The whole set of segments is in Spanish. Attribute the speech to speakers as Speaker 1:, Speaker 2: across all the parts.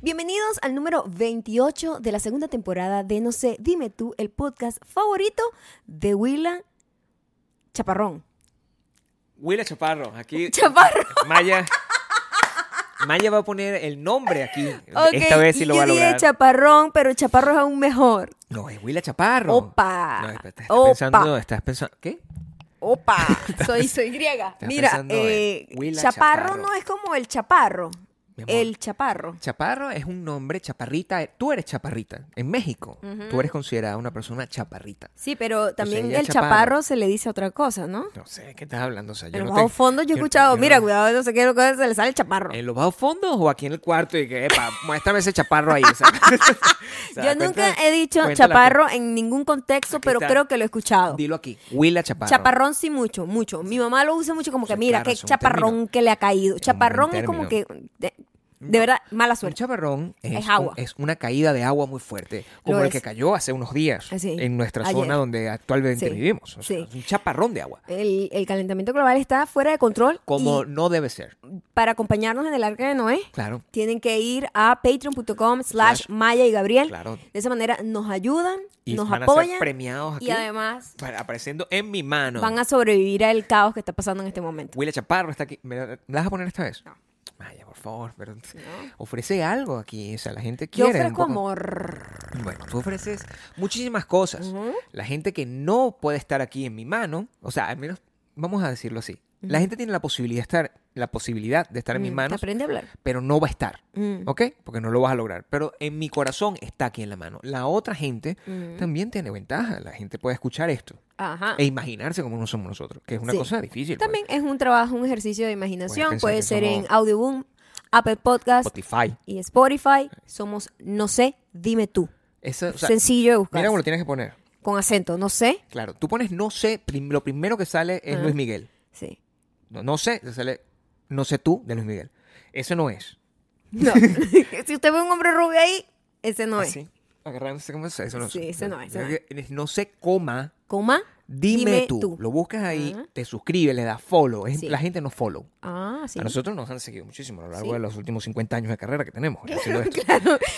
Speaker 1: Bienvenidos al número 28 de la segunda temporada de No sé, dime tú, el podcast favorito de Willa Chaparrón.
Speaker 2: Huila Chaparro, aquí.
Speaker 1: Chaparro.
Speaker 2: Maya. Maya va a poner el nombre aquí.
Speaker 1: Ok,
Speaker 2: Esta vez sí
Speaker 1: y
Speaker 2: lo
Speaker 1: yo
Speaker 2: va a
Speaker 1: dije
Speaker 2: lograr.
Speaker 1: Chaparrón, pero Chaparro es aún mejor.
Speaker 2: no, es Huila Chaparro.
Speaker 1: Opa.
Speaker 2: No, espérate, estás
Speaker 1: Opa.
Speaker 2: pensando, estás pensando. ¿Qué?
Speaker 1: Opa, soy, soy griega.
Speaker 2: Estaba
Speaker 1: Mira,
Speaker 2: pensando en
Speaker 1: eh,
Speaker 2: Willa
Speaker 1: chaparro,
Speaker 2: Chaparro.
Speaker 1: no es como el chaparro.
Speaker 2: Mi amor.
Speaker 1: El chaparro.
Speaker 2: Chaparro es un nombre, chaparrita. Tú eres chaparrita. En México, tú eres considerada una persona chaparrita.
Speaker 1: Sí, pero también
Speaker 2: ella
Speaker 1: el
Speaker 2: es
Speaker 1: chaparro.
Speaker 2: chaparro.
Speaker 1: se le dice otra cosa, ¿no?
Speaker 2: No sé, ¿qué estás hablando? O sea, yo
Speaker 1: en
Speaker 2: no
Speaker 1: los bajos
Speaker 2: te-
Speaker 1: fondos yo he escuchado,
Speaker 2: no-
Speaker 1: mira, cuidado, no sé qué cosa se le sale el chaparro.
Speaker 2: ¿En los bajos fondos o aquí en el cuarto? Y que, epa, muéstrame ese chaparro ahí. o sea, o sea,
Speaker 1: yo
Speaker 2: cuenta-
Speaker 1: nunca he dicho
Speaker 2: cuenta la-
Speaker 1: chaparro en ningún contexto,
Speaker 2: Aquí
Speaker 1: pero
Speaker 2: está.
Speaker 1: creo que lo he escuchado.
Speaker 2: Dilo aquí. Huila Chaparro.
Speaker 1: Chaparrón sí mucho, mucho. Mi mamá lo usa mucho como que,
Speaker 2: Sí,
Speaker 1: mira,
Speaker 2: claro,
Speaker 1: qué
Speaker 2: es un
Speaker 1: chaparrón
Speaker 2: término.
Speaker 1: que le ha caído.
Speaker 2: Es un
Speaker 1: chaparrón
Speaker 2: buen
Speaker 1: es como que,
Speaker 2: término.
Speaker 1: de, de verdad, mala
Speaker 2: Un
Speaker 1: suerte.
Speaker 2: chaparrón es,
Speaker 1: Es agua.
Speaker 2: un- es una caída de agua muy fuerte, como
Speaker 1: Lo
Speaker 2: el
Speaker 1: es.
Speaker 2: que cayó hace unos días
Speaker 1: Ah, sí.
Speaker 2: en nuestra
Speaker 1: Ayer.
Speaker 2: zona donde actualmente
Speaker 1: Sí.
Speaker 2: vivimos. O sea,
Speaker 1: Sí.
Speaker 2: Es un chaparrón de agua,
Speaker 1: El, el calentamiento global está fuera de control.
Speaker 2: como
Speaker 1: y
Speaker 2: no debe ser.
Speaker 1: para acompañarnos en el arca de Noé,
Speaker 2: Claro,
Speaker 1: tienen que ir a patreon.com slash Maya y Gabriel.
Speaker 2: Claro.
Speaker 1: De esa manera nos ayudan,
Speaker 2: y
Speaker 1: nos
Speaker 2: van a
Speaker 1: apoyan
Speaker 2: ser premiados aquí,
Speaker 1: y además
Speaker 2: para- apareciendo en mi mano.
Speaker 1: van a sobrevivir al caos que está pasando en este momento.
Speaker 2: Huila Chaparro está aquí. ¿Me la me la vas a poner esta vez?
Speaker 1: No.
Speaker 2: Vaya, por favor, pero ofrece algo aquí. O sea, la gente
Speaker 1: Yo
Speaker 2: quiere. un
Speaker 1: ofrezco
Speaker 2: poco-
Speaker 1: amor.
Speaker 2: Bueno, tú ofreces muchísimas cosas.
Speaker 1: Ujú.
Speaker 2: La gente que no puede estar aquí en mi mano, o sea, al menos vamos a decirlo así. La gente tiene la posibilidad de estar, la posibilidad de estar en mis
Speaker 1: Mm,
Speaker 2: manos,
Speaker 1: Aprende a hablar.
Speaker 2: pero no va a estar,
Speaker 1: Mm.
Speaker 2: ¿ok? Porque no lo vas a lograr. Pero en mi corazón está aquí en la mano. La otra gente
Speaker 1: Mm.
Speaker 2: también tiene ventaja. La gente puede escuchar esto
Speaker 1: Ajá.
Speaker 2: e imaginarse como no somos nosotros, que es una
Speaker 1: Ah. Sí.
Speaker 2: cosa difícil. pues.
Speaker 1: También es un trabajo, un ejercicio de imaginación.
Speaker 2: pensar
Speaker 1: Puede
Speaker 2: que
Speaker 1: ser en
Speaker 2: somos-
Speaker 1: Audioboom, Apple Podcast
Speaker 2: Spotify.
Speaker 1: y Spotify. Somos No sé, dime tú.
Speaker 2: Eso, o sea,
Speaker 1: Sencillo de buscar.
Speaker 2: mira cómo lo tienes que poner.
Speaker 1: Con acento, no sé.
Speaker 2: Claro, tú pones no sé, prim- lo primero que sale es
Speaker 1: Ah.
Speaker 2: Luis Miguel.
Speaker 1: Sí.
Speaker 2: No, no sé, te sale no sé tú de Luis Miguel. Eso no es.
Speaker 1: No. si usted ve un hombre rubio ahí, ese no es.
Speaker 2: Así, agarrándose como eso, eso no
Speaker 1: Sí,
Speaker 2: es.
Speaker 1: eso no es, eso no es.
Speaker 2: es- No se coma,
Speaker 1: Coma.
Speaker 2: dime, tú. Lo buscas ahí,
Speaker 1: Ajá.
Speaker 2: te suscribes, le das follow. Es-
Speaker 1: Sí.
Speaker 2: La gente no follow.
Speaker 1: Ah, sí.
Speaker 2: A nosotros nos han seguido muchísimo a lo largo
Speaker 1: Sí.
Speaker 2: de los últimos 50 años de carrera que tenemos. haciendo esto.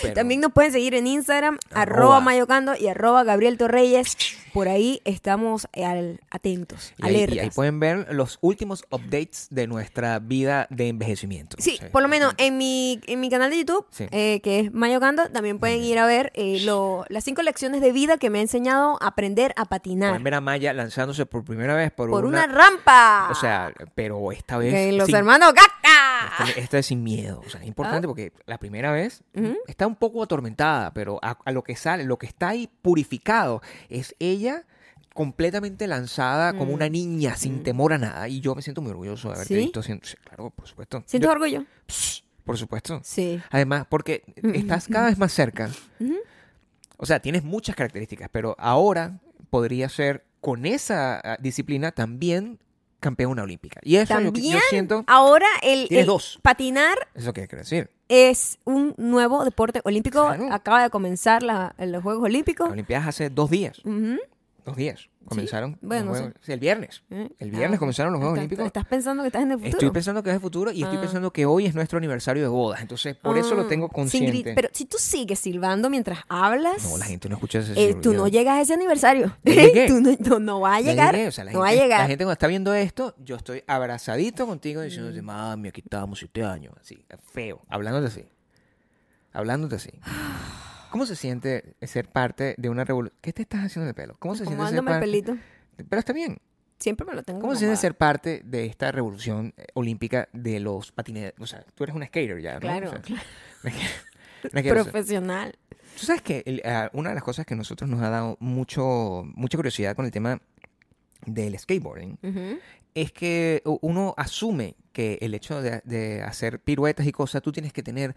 Speaker 2: Pero
Speaker 1: También nos pueden seguir en Instagram, arroba,
Speaker 2: Arroba.
Speaker 1: mayocando y arroba Gabriel Torreyes. Por ahí estamos al- atentos,
Speaker 2: y ahí- y ahí,
Speaker 1: alertas.
Speaker 2: pueden ver los últimos updates de nuestra vida de envejecimiento.
Speaker 1: Sí,
Speaker 2: O sea,
Speaker 1: por lo menos en mi, en mi canal de YouTube,
Speaker 2: Sí.
Speaker 1: eh, que es Mayocando, también pueden ir a ver eh, lo- las cinco lecciones de vida que me ha enseñado a aprender a patinar.
Speaker 2: Pueden ver a Maya lanzándose por primera vez por,
Speaker 1: por una, rampa.
Speaker 2: O sea, pues, pero esta
Speaker 1: de
Speaker 2: vez.
Speaker 1: los
Speaker 2: sin-
Speaker 1: hermanos Gaca.
Speaker 2: Esta- Esta es sin miedo. O sea, es
Speaker 1: Ah.
Speaker 2: importante porque la primera vez está un poco atormentada, pero a, a lo que sale, lo que está ahí purificado, es ella completamente lanzada como una niña sin temor a nada. Y yo me siento muy orgulloso de haberte
Speaker 1: Mm. ¿Sí?
Speaker 2: visto. haciendo- sí, claro, por supuesto.
Speaker 1: ¿Sientes
Speaker 2: Yo-
Speaker 1: orgullo?
Speaker 2: por supuesto.
Speaker 1: Sí.
Speaker 2: Además, porque estás cada vez más cerca. O sea, tienes muchas características, pero ahora podría ser con esa ah, disciplina también campeona olímpica. Y eso es lo que yo
Speaker 1: También,
Speaker 2: siento.
Speaker 1: ahora el,
Speaker 2: Tienes
Speaker 1: el
Speaker 2: dos.
Speaker 1: patinar
Speaker 2: Es lo que quiero decir.
Speaker 1: es un nuevo deporte olímpico.
Speaker 2: Claro.
Speaker 1: Acaba de comenzar la- los Juegos Olímpicos.
Speaker 2: Las Olimpiadas hace dos días.
Speaker 1: Oh. Ujú.
Speaker 2: Dos días. Comenzaron. los
Speaker 1: bueno, no
Speaker 2: Juegos- sí, el viernes.
Speaker 1: Eh,
Speaker 2: El viernes
Speaker 1: ah,
Speaker 2: comenzaron los Juegos
Speaker 1: estás-
Speaker 2: Olímpicos.
Speaker 1: Estás pensando que estás en el futuro.
Speaker 2: Estoy pensando que es el futuro y estoy
Speaker 1: Ah.
Speaker 2: pensando que hoy es nuestro aniversario de bodas. Entonces, por eso lo
Speaker 1: Ah,
Speaker 2: tengo
Speaker 1: sin gri-
Speaker 2: consciente.
Speaker 1: pero si tú sigues silbando mientras hablas,
Speaker 2: No, la gente no escucha ese
Speaker 1: eh, tú
Speaker 2: silbido.
Speaker 1: no llegas a ese aniversario.
Speaker 2: Ya llegué.
Speaker 1: tú no, no, no va a
Speaker 2: Ya
Speaker 1: llegar.
Speaker 2: llegué, o sea, la
Speaker 1: no va a
Speaker 2: gente-
Speaker 1: llegar.
Speaker 2: La gente cuando está viendo esto, yo estoy abrazadito contigo
Speaker 1: Mm.
Speaker 2: diciéndote, mami, aquí estábamos siete años. Así, feo. Hablándote así. Hablándote así. ¿Cómo se siente ser parte de una revolución? ¿Qué te estás haciendo de pelo? ¿Cómo se siente ser
Speaker 1: Acomodándome el
Speaker 2: parte?
Speaker 1: Pues pelito.
Speaker 2: Pero está bien.
Speaker 1: Siempre me lo tengo.
Speaker 2: ¿Cómo se
Speaker 1: acomodado.
Speaker 2: siente ser parte de esta revolución eh, olímpica de los patinetes? O sea, tú eres una skater ya, ¿no?
Speaker 1: Claro,
Speaker 2: O sea,
Speaker 1: claro.
Speaker 2: una sk- una skater, o sea,
Speaker 1: profesional?
Speaker 2: Tú sabes que el, ah, una de las cosas que a nosotros nos ha dado mucho, mucha curiosidad con el tema del skateboarding
Speaker 1: Ujú.
Speaker 2: es que u- uno asume que el hecho de, de hacer piruetas y cosas, tú tienes que tener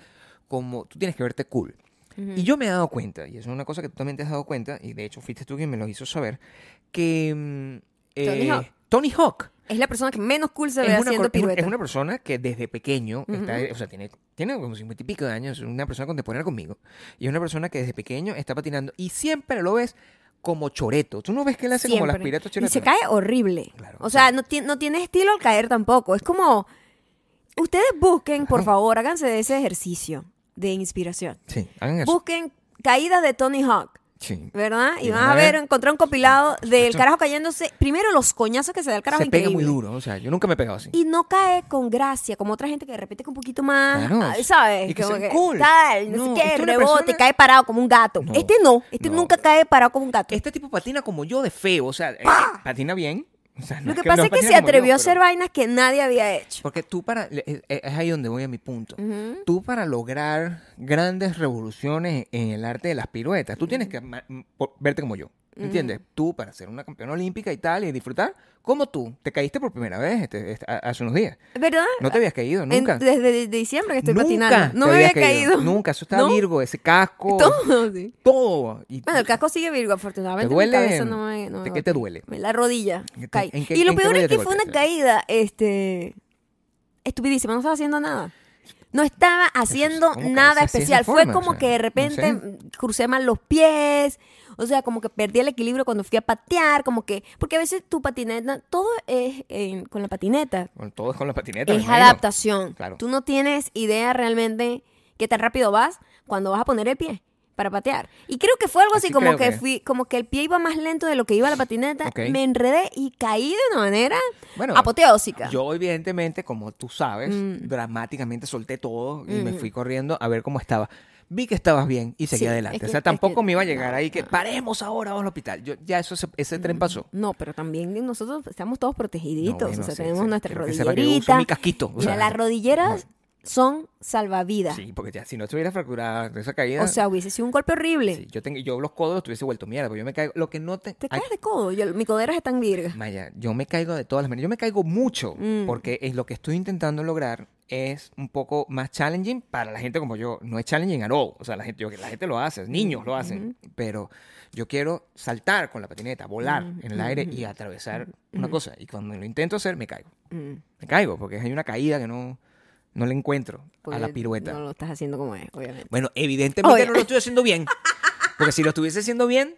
Speaker 2: como, tú tienes que verte cool. Y
Speaker 1: Mm.
Speaker 2: yo me he dado cuenta, y eso es una cosa que tú también te has dado cuenta, y de hecho fuiste tú quien me lo hizo saber, que... mm,
Speaker 1: Tony
Speaker 2: eh,
Speaker 1: Hawk.
Speaker 2: Tony Hawk
Speaker 1: Es la persona que menos cool se ve
Speaker 2: es una,
Speaker 1: haciendo
Speaker 2: cor- es un-
Speaker 1: piruetas.
Speaker 2: es una persona que desde pequeño,
Speaker 1: Ujú.
Speaker 2: está, o sea, tiene, tiene como cincuenta y pico de años, es una persona contemporánea conmigo, y es una persona que desde pequeño está patinando y siempre lo ves como choreto. Tú no ves que él hace como las
Speaker 1: Siempre.
Speaker 2: piratas
Speaker 1: Y
Speaker 2: choretas.
Speaker 1: se cae horrible.
Speaker 2: Claro,
Speaker 1: o sea, no, ti- no tiene estilo al caer tampoco. Es como. Ustedes busquen, por favor, háganse de ese ejercicio. de inspiración.
Speaker 2: Sí, hagan eso.
Speaker 1: Busquen caídas de Tony Hawk.
Speaker 2: Sí.
Speaker 1: ¿Verdad? Y van a ver, encontrar un compilado del
Speaker 2: Esto-
Speaker 1: carajo cayéndose. Primero los coñazos que se da el carajo
Speaker 2: Se pega muy
Speaker 1: increíble.
Speaker 2: duro. O sea, yo nunca me he pegado así.
Speaker 1: Y no cae con gracia, como otra gente que de repente cae un poquito más,
Speaker 2: Claro.
Speaker 1: ah, ¿sabes?
Speaker 2: Y que
Speaker 1: como
Speaker 2: son cool.
Speaker 1: tal, no,
Speaker 2: No,
Speaker 1: sé
Speaker 2: este
Speaker 1: qué,
Speaker 2: es una
Speaker 1: rebote,
Speaker 2: persona-
Speaker 1: cae parado como un gato.
Speaker 2: No,
Speaker 1: este no, este
Speaker 2: no.
Speaker 1: nunca cae parado como un gato.
Speaker 2: Este tipo patina como yo de feo. O sea, eh, patina bien. O sea, no
Speaker 1: Lo que
Speaker 2: no
Speaker 1: pasa es que
Speaker 2: patina
Speaker 1: se
Speaker 2: como yo,
Speaker 1: atrevió a
Speaker 2: pero-
Speaker 1: hacer vainas que nadie había hecho.
Speaker 2: Porque tú para... le- eh, eh, Es ahí donde voy a mi punto.
Speaker 1: Ujú.
Speaker 2: Tú para lograr grandes revoluciones en el arte de las piruetas, tú tienes que ma- m- po- verte como yo. ¿Entiendes? Tú para ser una campeona olímpica y tal y disfrutar como tú. Te caíste por primera vez este- este- a- hace unos días.
Speaker 1: ¿Verdad?
Speaker 2: No te habías caído
Speaker 1: En-
Speaker 2: nunca.
Speaker 1: desde de- diciembre que estoy
Speaker 2: nunca
Speaker 1: patinando. No
Speaker 2: te
Speaker 1: me había
Speaker 2: habías
Speaker 1: caído.
Speaker 2: Nunca. Eso está
Speaker 1: ¿No?
Speaker 2: Virgo, ese casco.
Speaker 1: Todo, sí.
Speaker 2: Todo. Y
Speaker 1: Bueno, el casco sigue virgo, afortunadamente.
Speaker 2: ¿Te
Speaker 1: mi
Speaker 2: duele?
Speaker 1: cabeza no me- no me
Speaker 2: ¿De qué
Speaker 1: golpea.
Speaker 2: te duele?
Speaker 1: Me- La rodilla.
Speaker 2: ¿En qué te-
Speaker 1: caí.
Speaker 2: en qué-
Speaker 1: y lo
Speaker 2: en qué
Speaker 1: peor es
Speaker 2: rodilla te
Speaker 1: que fue una
Speaker 2: golpeaste?
Speaker 1: caída, este, estupidísima. No estaba haciendo nada. No estaba haciendo
Speaker 2: ¿cómo que
Speaker 1: nada
Speaker 2: esa sí es la
Speaker 1: especial.
Speaker 2: forma?
Speaker 1: fue
Speaker 2: O
Speaker 1: como
Speaker 2: sea,
Speaker 1: que de
Speaker 2: no
Speaker 1: repente
Speaker 2: sé.
Speaker 1: mm, crucé mal los pies. O sea, como que perdí el equilibrio cuando fui a patear. Como que. Porque a veces tu patineta. Todo es en- con la patineta.
Speaker 2: Bueno, todo es con la patineta. me
Speaker 1: Es
Speaker 2: imagino.
Speaker 1: adaptación.
Speaker 2: Claro.
Speaker 1: Tú no tienes idea realmente qué tan rápido vas cuando vas a poner el pie para patear. Y creo que fue algo así,
Speaker 2: Así
Speaker 1: como
Speaker 2: creo
Speaker 1: que,
Speaker 2: que-
Speaker 1: fui, como que el pie iba más lento de lo que iba la patineta.
Speaker 2: Ok.
Speaker 1: Me enredé y caí de una manera
Speaker 2: Bueno,
Speaker 1: apoteósica.
Speaker 2: Yo, evidentemente, como tú sabes,
Speaker 1: Mm.
Speaker 2: dramáticamente solté todo y me fui corriendo a ver cómo estaba. Vi que estabas bien y seguí
Speaker 1: Sí,
Speaker 2: adelante.
Speaker 1: es que-
Speaker 2: o
Speaker 1: es
Speaker 2: sea,
Speaker 1: que-
Speaker 2: tampoco me iba a llegar
Speaker 1: no,
Speaker 2: ahí que
Speaker 1: no. Mm.
Speaker 2: paremos ahora, vamos al hospital. Yo, ya eso se- ese tren pasó.
Speaker 1: No, pero también nosotros estamos todos protegiditos.
Speaker 2: No, bueno,
Speaker 1: o sea,
Speaker 2: sí,
Speaker 1: tenemos
Speaker 2: sí.
Speaker 1: nuestra
Speaker 2: Quiero que sepa que
Speaker 1: rodillerita.
Speaker 2: uso mi casquito, o
Speaker 1: Mira,
Speaker 2: sea,
Speaker 1: las rodilleras son salvavidas.
Speaker 2: Sí, porque ya, si no estuviera fracturada de esa caída.
Speaker 1: O sea, hubiese sido un golpe horrible.
Speaker 2: sí, yo, tengo, yo los codos los tuviese vuelto mierda, porque yo me caigo. Lo que no te.
Speaker 1: Te
Speaker 2: ay,
Speaker 1: caes de codo. Yo, mis coderas están virgas.
Speaker 2: Maya, yo me caigo de todas las maneras. Yo me caigo mucho
Speaker 1: Mm.
Speaker 2: porque es lo que estoy intentando lograr es un poco más challenging para la gente como yo. No es challenging at all. O sea, la gente, yo- la gente lo hace, niños lo hacen. Pero yo quiero saltar con la patineta, volar
Speaker 1: Mm,
Speaker 2: en el aire y atravesar una cosa. Y cuando lo intento hacer, me caigo.
Speaker 1: Mm,
Speaker 2: Me caigo porque hay una caída que no, no le encuentro
Speaker 1: porque
Speaker 2: a la pirueta.
Speaker 1: Pues, No lo estás haciendo como es, obviamente.
Speaker 2: Bueno, evidentemente
Speaker 1: Obvio.
Speaker 2: no lo estoy haciendo bien. Porque si lo estuviese haciendo bien,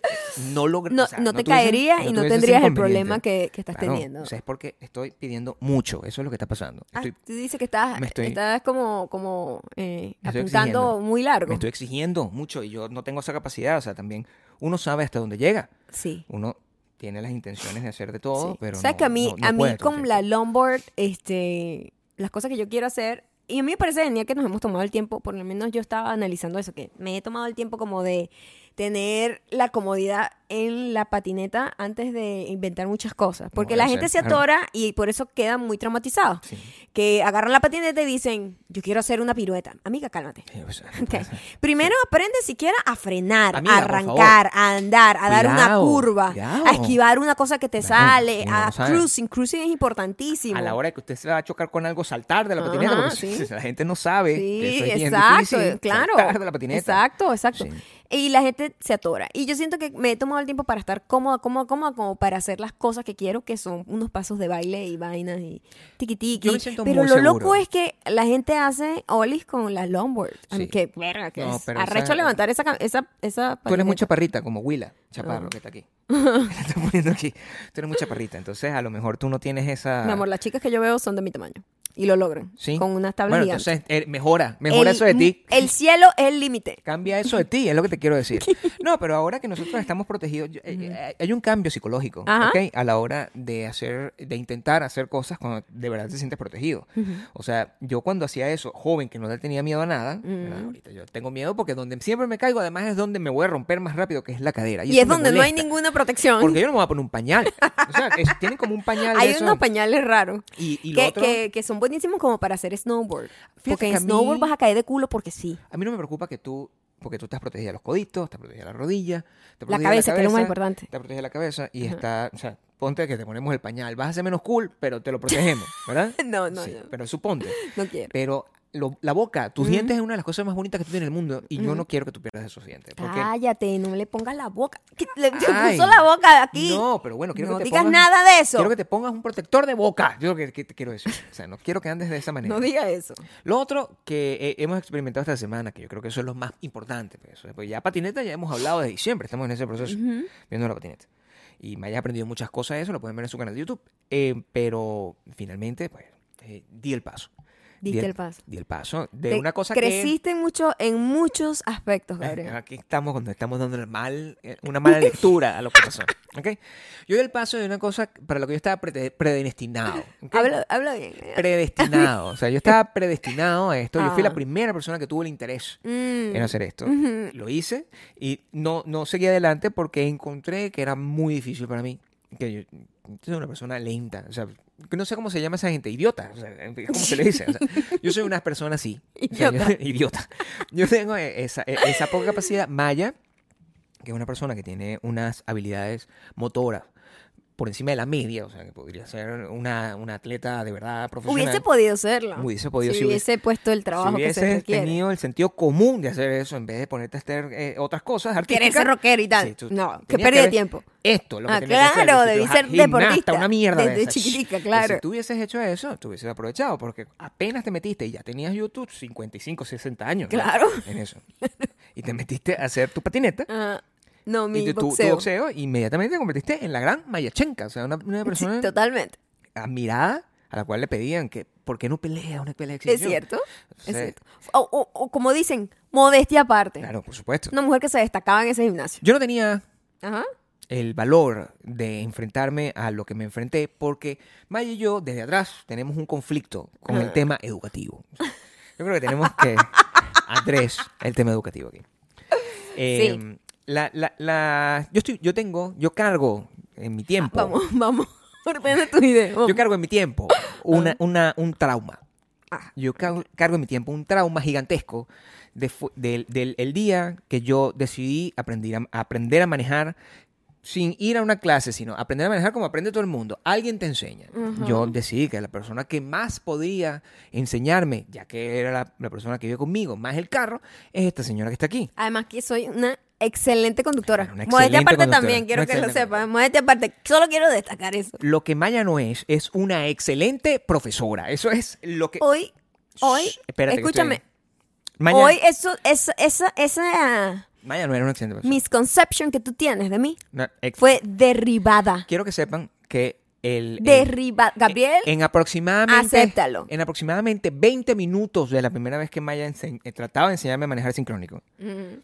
Speaker 2: no logra-
Speaker 1: no,
Speaker 2: o sea,
Speaker 1: no te
Speaker 2: tuviese-
Speaker 1: caería y no
Speaker 2: tuviese ese
Speaker 1: tendrías el
Speaker 2: inconveniente.
Speaker 1: problema que, que estás
Speaker 2: Claro,
Speaker 1: teniendo.
Speaker 2: O sea, es porque estoy pidiendo mucho. Eso es lo que está pasando.
Speaker 1: Ah,
Speaker 2: Estoy,
Speaker 1: tú dices que estás, eh,
Speaker 2: me estoy-
Speaker 1: estás como, como eh,
Speaker 2: me estoy
Speaker 1: apuntando
Speaker 2: exigiendo.
Speaker 1: muy largo.
Speaker 2: me estoy exigiendo mucho y yo no tengo esa capacidad. O sea, también uno sabe hasta dónde llega.
Speaker 1: Sí.
Speaker 2: Uno tiene las intenciones de hacer de todo,
Speaker 1: sí.
Speaker 2: pero
Speaker 1: Sabes
Speaker 2: no-
Speaker 1: que a mí,
Speaker 2: no- no
Speaker 1: a mí
Speaker 2: puede todo el
Speaker 1: con
Speaker 2: tiempo.
Speaker 1: la longboard, este, las cosas que yo quiero hacer, y a mí me parece genial que nos hemos tomado el tiempo, por lo menos yo estaba analizando eso, que me he tomado el tiempo como de tener la comodidad en la patineta antes de inventar muchas cosas, porque
Speaker 2: debe
Speaker 1: la gente
Speaker 2: ser,
Speaker 1: se
Speaker 2: claro.
Speaker 1: atora y por eso quedan muy traumatizados.
Speaker 2: Sí.
Speaker 1: que agarran la patineta y dicen, yo quiero hacer una pirueta. Amiga, cálmate.
Speaker 2: Sí, o sea,
Speaker 1: Ok. Primero aprende siquiera a frenar, a
Speaker 2: Amiga, por
Speaker 1: arrancar, a andar, a dar una
Speaker 2: Cuidado,
Speaker 1: curva,
Speaker 2: cuidado.
Speaker 1: a esquivar una cosa que te
Speaker 2: Claro,
Speaker 1: sale,
Speaker 2: uno
Speaker 1: a
Speaker 2: no sabe.
Speaker 1: cruising. Cruising es importantísimo.
Speaker 2: A la hora que usted se va a chocar con algo, saltar de la patineta,
Speaker 1: Ajá,
Speaker 2: porque
Speaker 1: sí.
Speaker 2: la gente no sabe. que
Speaker 1: Sí,
Speaker 2: eso es bien
Speaker 1: exacto,
Speaker 2: difícil,
Speaker 1: claro.
Speaker 2: Saltar de la patineta.
Speaker 1: Exacto, exacto.
Speaker 2: Sí.
Speaker 1: Y la gente se atora. Y yo siento que me he tomado el tiempo para estar cómoda, cómoda, cómoda, como para hacer las cosas que quiero, que son unos pasos de baile y vainas y tiki tiki.
Speaker 2: Yo me siento
Speaker 1: Pero
Speaker 2: muy
Speaker 1: lo
Speaker 2: seguro.
Speaker 1: loco es que la gente hace olis con las longboard. A mí
Speaker 2: Sí.
Speaker 1: que verga, que
Speaker 2: No,
Speaker 1: es
Speaker 2: pero
Speaker 1: arrecho
Speaker 2: esa-
Speaker 1: levantar esa, cam- esa, esa
Speaker 2: Tú eres muy
Speaker 1: patineta.
Speaker 2: chaparrita, como Willa, chaparro, que está aquí. La estoy poniendo aquí. Tú eres muy chaparrita, entonces a lo mejor tú no tienes esa...
Speaker 1: Mi amor, las chicas que yo veo son de mi tamaño. Y lo logran.
Speaker 2: ¿Sí?
Speaker 1: Con unas tablas
Speaker 2: Bueno,
Speaker 1: gigantes.
Speaker 2: entonces eh, mejora, mejora eso de
Speaker 1: El-
Speaker 2: ti.
Speaker 1: El cielo es el límite.
Speaker 2: Cambia eso de ti, es lo que te quiero decir. No, pero ahora que nosotros estamos protegidos, yo- eh, eh, hay un cambio psicológico,
Speaker 1: Ajá.
Speaker 2: ¿ok? A la hora de hacer, de intentar hacer cosas cuando de verdad te sientes protegido. O sea, yo cuando hacía eso, joven, que no le tenía miedo a nada, ¿verdad? ahorita yo tengo miedo porque donde siempre me caigo, además es donde me voy a romper más rápido, que es la cadera.
Speaker 1: Y,
Speaker 2: eso
Speaker 1: es
Speaker 2: me
Speaker 1: donde no hay
Speaker 2: molesta.
Speaker 1: ninguna protección.
Speaker 2: Porque yo no me voy a poner un pañal. O sea, es- tienen como un pañal. de
Speaker 1: Hay
Speaker 2: esos.
Speaker 1: unos pañales raros.
Speaker 2: Y, y lo
Speaker 1: que,
Speaker 2: otro,
Speaker 1: que- que son buenísimos como para hacer snowboard. porque
Speaker 2: que
Speaker 1: en
Speaker 2: a mí-
Speaker 1: snowboard vas a caer de culo porque sí.
Speaker 2: a mí no me preocupa que tú, porque tú estás protegida de los coditos, estás protegida de la rodilla,
Speaker 1: La
Speaker 2: te protege
Speaker 1: cabeza, que es lo más importante.
Speaker 2: Te protege la cabeza y está, o sea, ponte que te ponemos el pañal. Vas a ser menos cool, pero te lo protegemos, ¿verdad?
Speaker 1: No, no,
Speaker 2: Sí,
Speaker 1: no.
Speaker 2: Pero suponte.
Speaker 1: No quiero.
Speaker 2: Pero lo- la boca, tus dientes es una de las cosas más bonitas que tú tienes en el mundo y yo no quiero que tú pierdas esos dientes. Porque,
Speaker 1: Cállate, no le pongas la boca. ¿Qué? Le, te
Speaker 2: Ay,
Speaker 1: puso la boca aquí.
Speaker 2: No, pero bueno, quiero
Speaker 1: No
Speaker 2: que te
Speaker 1: digas
Speaker 2: pongas-
Speaker 1: nada de eso.
Speaker 2: Quiero que te pongas un protector de boca. Yo lo que, que te quiero decir. O sea, no quiero que andes de esa manera.
Speaker 1: No diga eso.
Speaker 2: Lo otro que eh, hemos experimentado esta semana, que yo creo que eso es lo más importante, pues, eso es- pues ya patineta ya hemos hablado de diciembre, estamos en ese proceso, viendo la patineta. Y me haya aprendido muchas cosas de eso, lo pueden ver en su canal de YouTube, Eh, pero finalmente, pues, eh, di el paso.
Speaker 1: Diste
Speaker 2: di
Speaker 1: el paso.
Speaker 2: Di el paso de
Speaker 1: Te-
Speaker 2: una cosa que...
Speaker 1: Creciste en, mucho, en muchos aspectos, Gabriel.
Speaker 2: Aquí estamos cuando estamos dando el mal, eh, una mala lectura a lo que pasó. ¿ok? Yo di el paso de una cosa para lo que yo estaba prede- predestinado. ¿ok?
Speaker 1: Habla, habla bien. eh.
Speaker 2: Predestinado. O sea, yo estaba predestinado a esto. Yo fui
Speaker 1: Ah.
Speaker 2: la primera persona que tuvo el interés
Speaker 1: Mm,
Speaker 2: en hacer esto.
Speaker 1: ujú.
Speaker 2: Lo hice y no, no seguí adelante porque encontré que era muy difícil para mí. Que yo, yo soy una persona lenta. O sea, que no sé cómo se llama esa gente, idiota. O sea, ¿Cómo se le dice? O sea, yo soy una persona así. O sea, yo- idiota. Yo tengo e- esa, e- esa poca capacidad. Maya, que es una persona que tiene unas habilidades motoras por encima de la media, o sea, que podría ser una, una atleta de verdad profesional.
Speaker 1: Hubiese podido serlo.
Speaker 2: Hubiese podido,
Speaker 1: si
Speaker 2: si hubiese-
Speaker 1: hubiese, puesto el
Speaker 2: si
Speaker 1: trabajo que
Speaker 2: hubieses
Speaker 1: se requiere.
Speaker 2: tenido el sentido común de hacer eso en vez de ponerte a hacer eh, otras cosas
Speaker 1: Querer
Speaker 2: artísticas.
Speaker 1: ser rockero y tal.
Speaker 2: Sí, tú
Speaker 1: no, qué
Speaker 2: tenías
Speaker 1: pérdida de
Speaker 2: haber-
Speaker 1: tiempo.
Speaker 2: Esto, lo que
Speaker 1: Ah,
Speaker 2: tenías que hacer,
Speaker 1: claro,
Speaker 2: si tú
Speaker 1: debí
Speaker 2: ibas
Speaker 1: ser
Speaker 2: a gimnasta,
Speaker 1: deportista
Speaker 2: una mierda de
Speaker 1: desde
Speaker 2: esas.
Speaker 1: chiquitica,
Speaker 2: Pero
Speaker 1: claro.
Speaker 2: Si tú hubieses hecho eso, tú hubieses aprovechado, porque apenas te metiste y ya tenías YouTube 55, 60 años. ¿no?
Speaker 1: Claro.
Speaker 2: En eso. Y te metiste a hacer tu patineta.
Speaker 1: Ah, no, mi
Speaker 2: y tu- tu, tu
Speaker 1: boxeo.
Speaker 2: boxeo, e inmediatamente te convertiste en la gran Mayachenka, o sea, una, una
Speaker 1: Sí,
Speaker 2: persona
Speaker 1: totalmente.
Speaker 2: admirada a la cual le pedían que, ¿por qué no pelea una pelea de
Speaker 1: Es
Speaker 2: exhibición?
Speaker 1: cierto.
Speaker 2: O
Speaker 1: Es
Speaker 2: sea,
Speaker 1: cierto. O, o- o como dicen, modestia aparte.
Speaker 2: Claro, por supuesto.
Speaker 1: Una mujer que se destacaba en ese gimnasio.
Speaker 2: Yo no tenía
Speaker 1: Ajá.
Speaker 2: Oh. el valor de enfrentarme a lo que me enfrenté porque Maya y yo desde atrás tenemos un conflicto con el tema educativo. Yo creo que tenemos que Andrés el tema educativo aquí. Eh, la- la- la- yo estoy, yo tengo, yo cargo en mi tiempo,
Speaker 1: Ah, Vamos, vamos. Ordena tu idea. vamos.
Speaker 2: yo cargo en mi tiempo una, una, un trauma.
Speaker 1: Ah.
Speaker 2: Yo ca- cargo en mi tiempo un trauma gigantesco de fu- del, del- el día que yo decidí aprender a, aprender a manejar sin ir a una clase, sino aprender a manejar como aprende todo el mundo. Alguien te enseña. Yo decidí que la persona que más podía enseñarme, ya que era la, la persona que vive conmigo, más el carro, es esta señora que está aquí.
Speaker 1: Además que soy una excelente conductora.
Speaker 2: Una
Speaker 1: modestia
Speaker 2: excelente
Speaker 1: aparte
Speaker 2: conductora,
Speaker 1: también, quiero
Speaker 2: una
Speaker 1: que lo
Speaker 2: excelente
Speaker 1: sepan. Modestia aparte. Solo quiero destacar eso.
Speaker 2: Lo que Maya no es, es una excelente profesora. Eso es lo que...
Speaker 1: Hoy, hoy,
Speaker 2: Shh, espérate que
Speaker 1: escúchame.
Speaker 2: estoy- Maya,
Speaker 1: Hoy eso, eso- esa, esa
Speaker 2: Maya no era una excelente profesora.
Speaker 1: misconception que tú tienes de mí
Speaker 2: Una ex-
Speaker 1: fue derribada.
Speaker 2: Quiero que sepan que el... el-
Speaker 1: Derribada. Gabriel,
Speaker 2: En aproximadamente.
Speaker 1: acéptalo.
Speaker 2: En aproximadamente 20 minutos de la primera vez que Maya ense- eh, trataba de enseñarme a manejar sincrónico.
Speaker 1: Mm.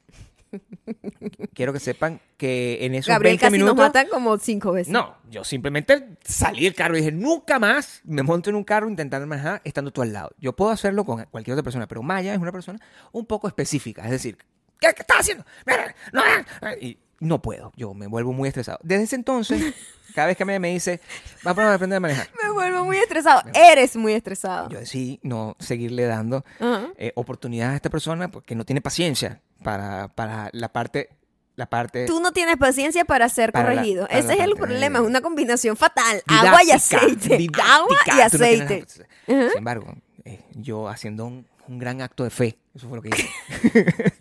Speaker 2: Quiero que sepan que en esos
Speaker 1: Gabriel
Speaker 2: 20
Speaker 1: casi
Speaker 2: minutos.
Speaker 1: nos mata como cinco veces.
Speaker 2: No, yo simplemente salí del carro y dije, nunca más me monto en un carro intentando manejar estando tú al lado. Yo puedo hacerlo con cualquier otra persona, pero Maya es una persona un poco específica. Es decir, ¿qué, qué estás haciendo? Mira, No, ah", y no puedo, yo me vuelvo muy estresado. Desde ese entonces, cada vez que Maya me dice, vamos a aprender a manejar.
Speaker 1: Me vuelvo muy estresado. Eres muy estresado.
Speaker 2: Yo decidí no seguirle dando
Speaker 1: Ajá.
Speaker 2: eh, oportunidades a esta persona porque no tiene paciencia para, para la parte... La parte
Speaker 1: Tú no tienes paciencia para ser
Speaker 2: Eh, Para la-
Speaker 1: corregido.
Speaker 2: para la
Speaker 1: Ese es el
Speaker 2: parte de-
Speaker 1: problema, es una combinación fatal.
Speaker 2: didáctica,
Speaker 1: agua y aceite.
Speaker 2: didáctica,
Speaker 1: agua y
Speaker 2: tú no tienes
Speaker 1: aceite.
Speaker 2: la- Sin embargo, eh, yo haciendo un, un gran acto de fe, eso fue lo que hice.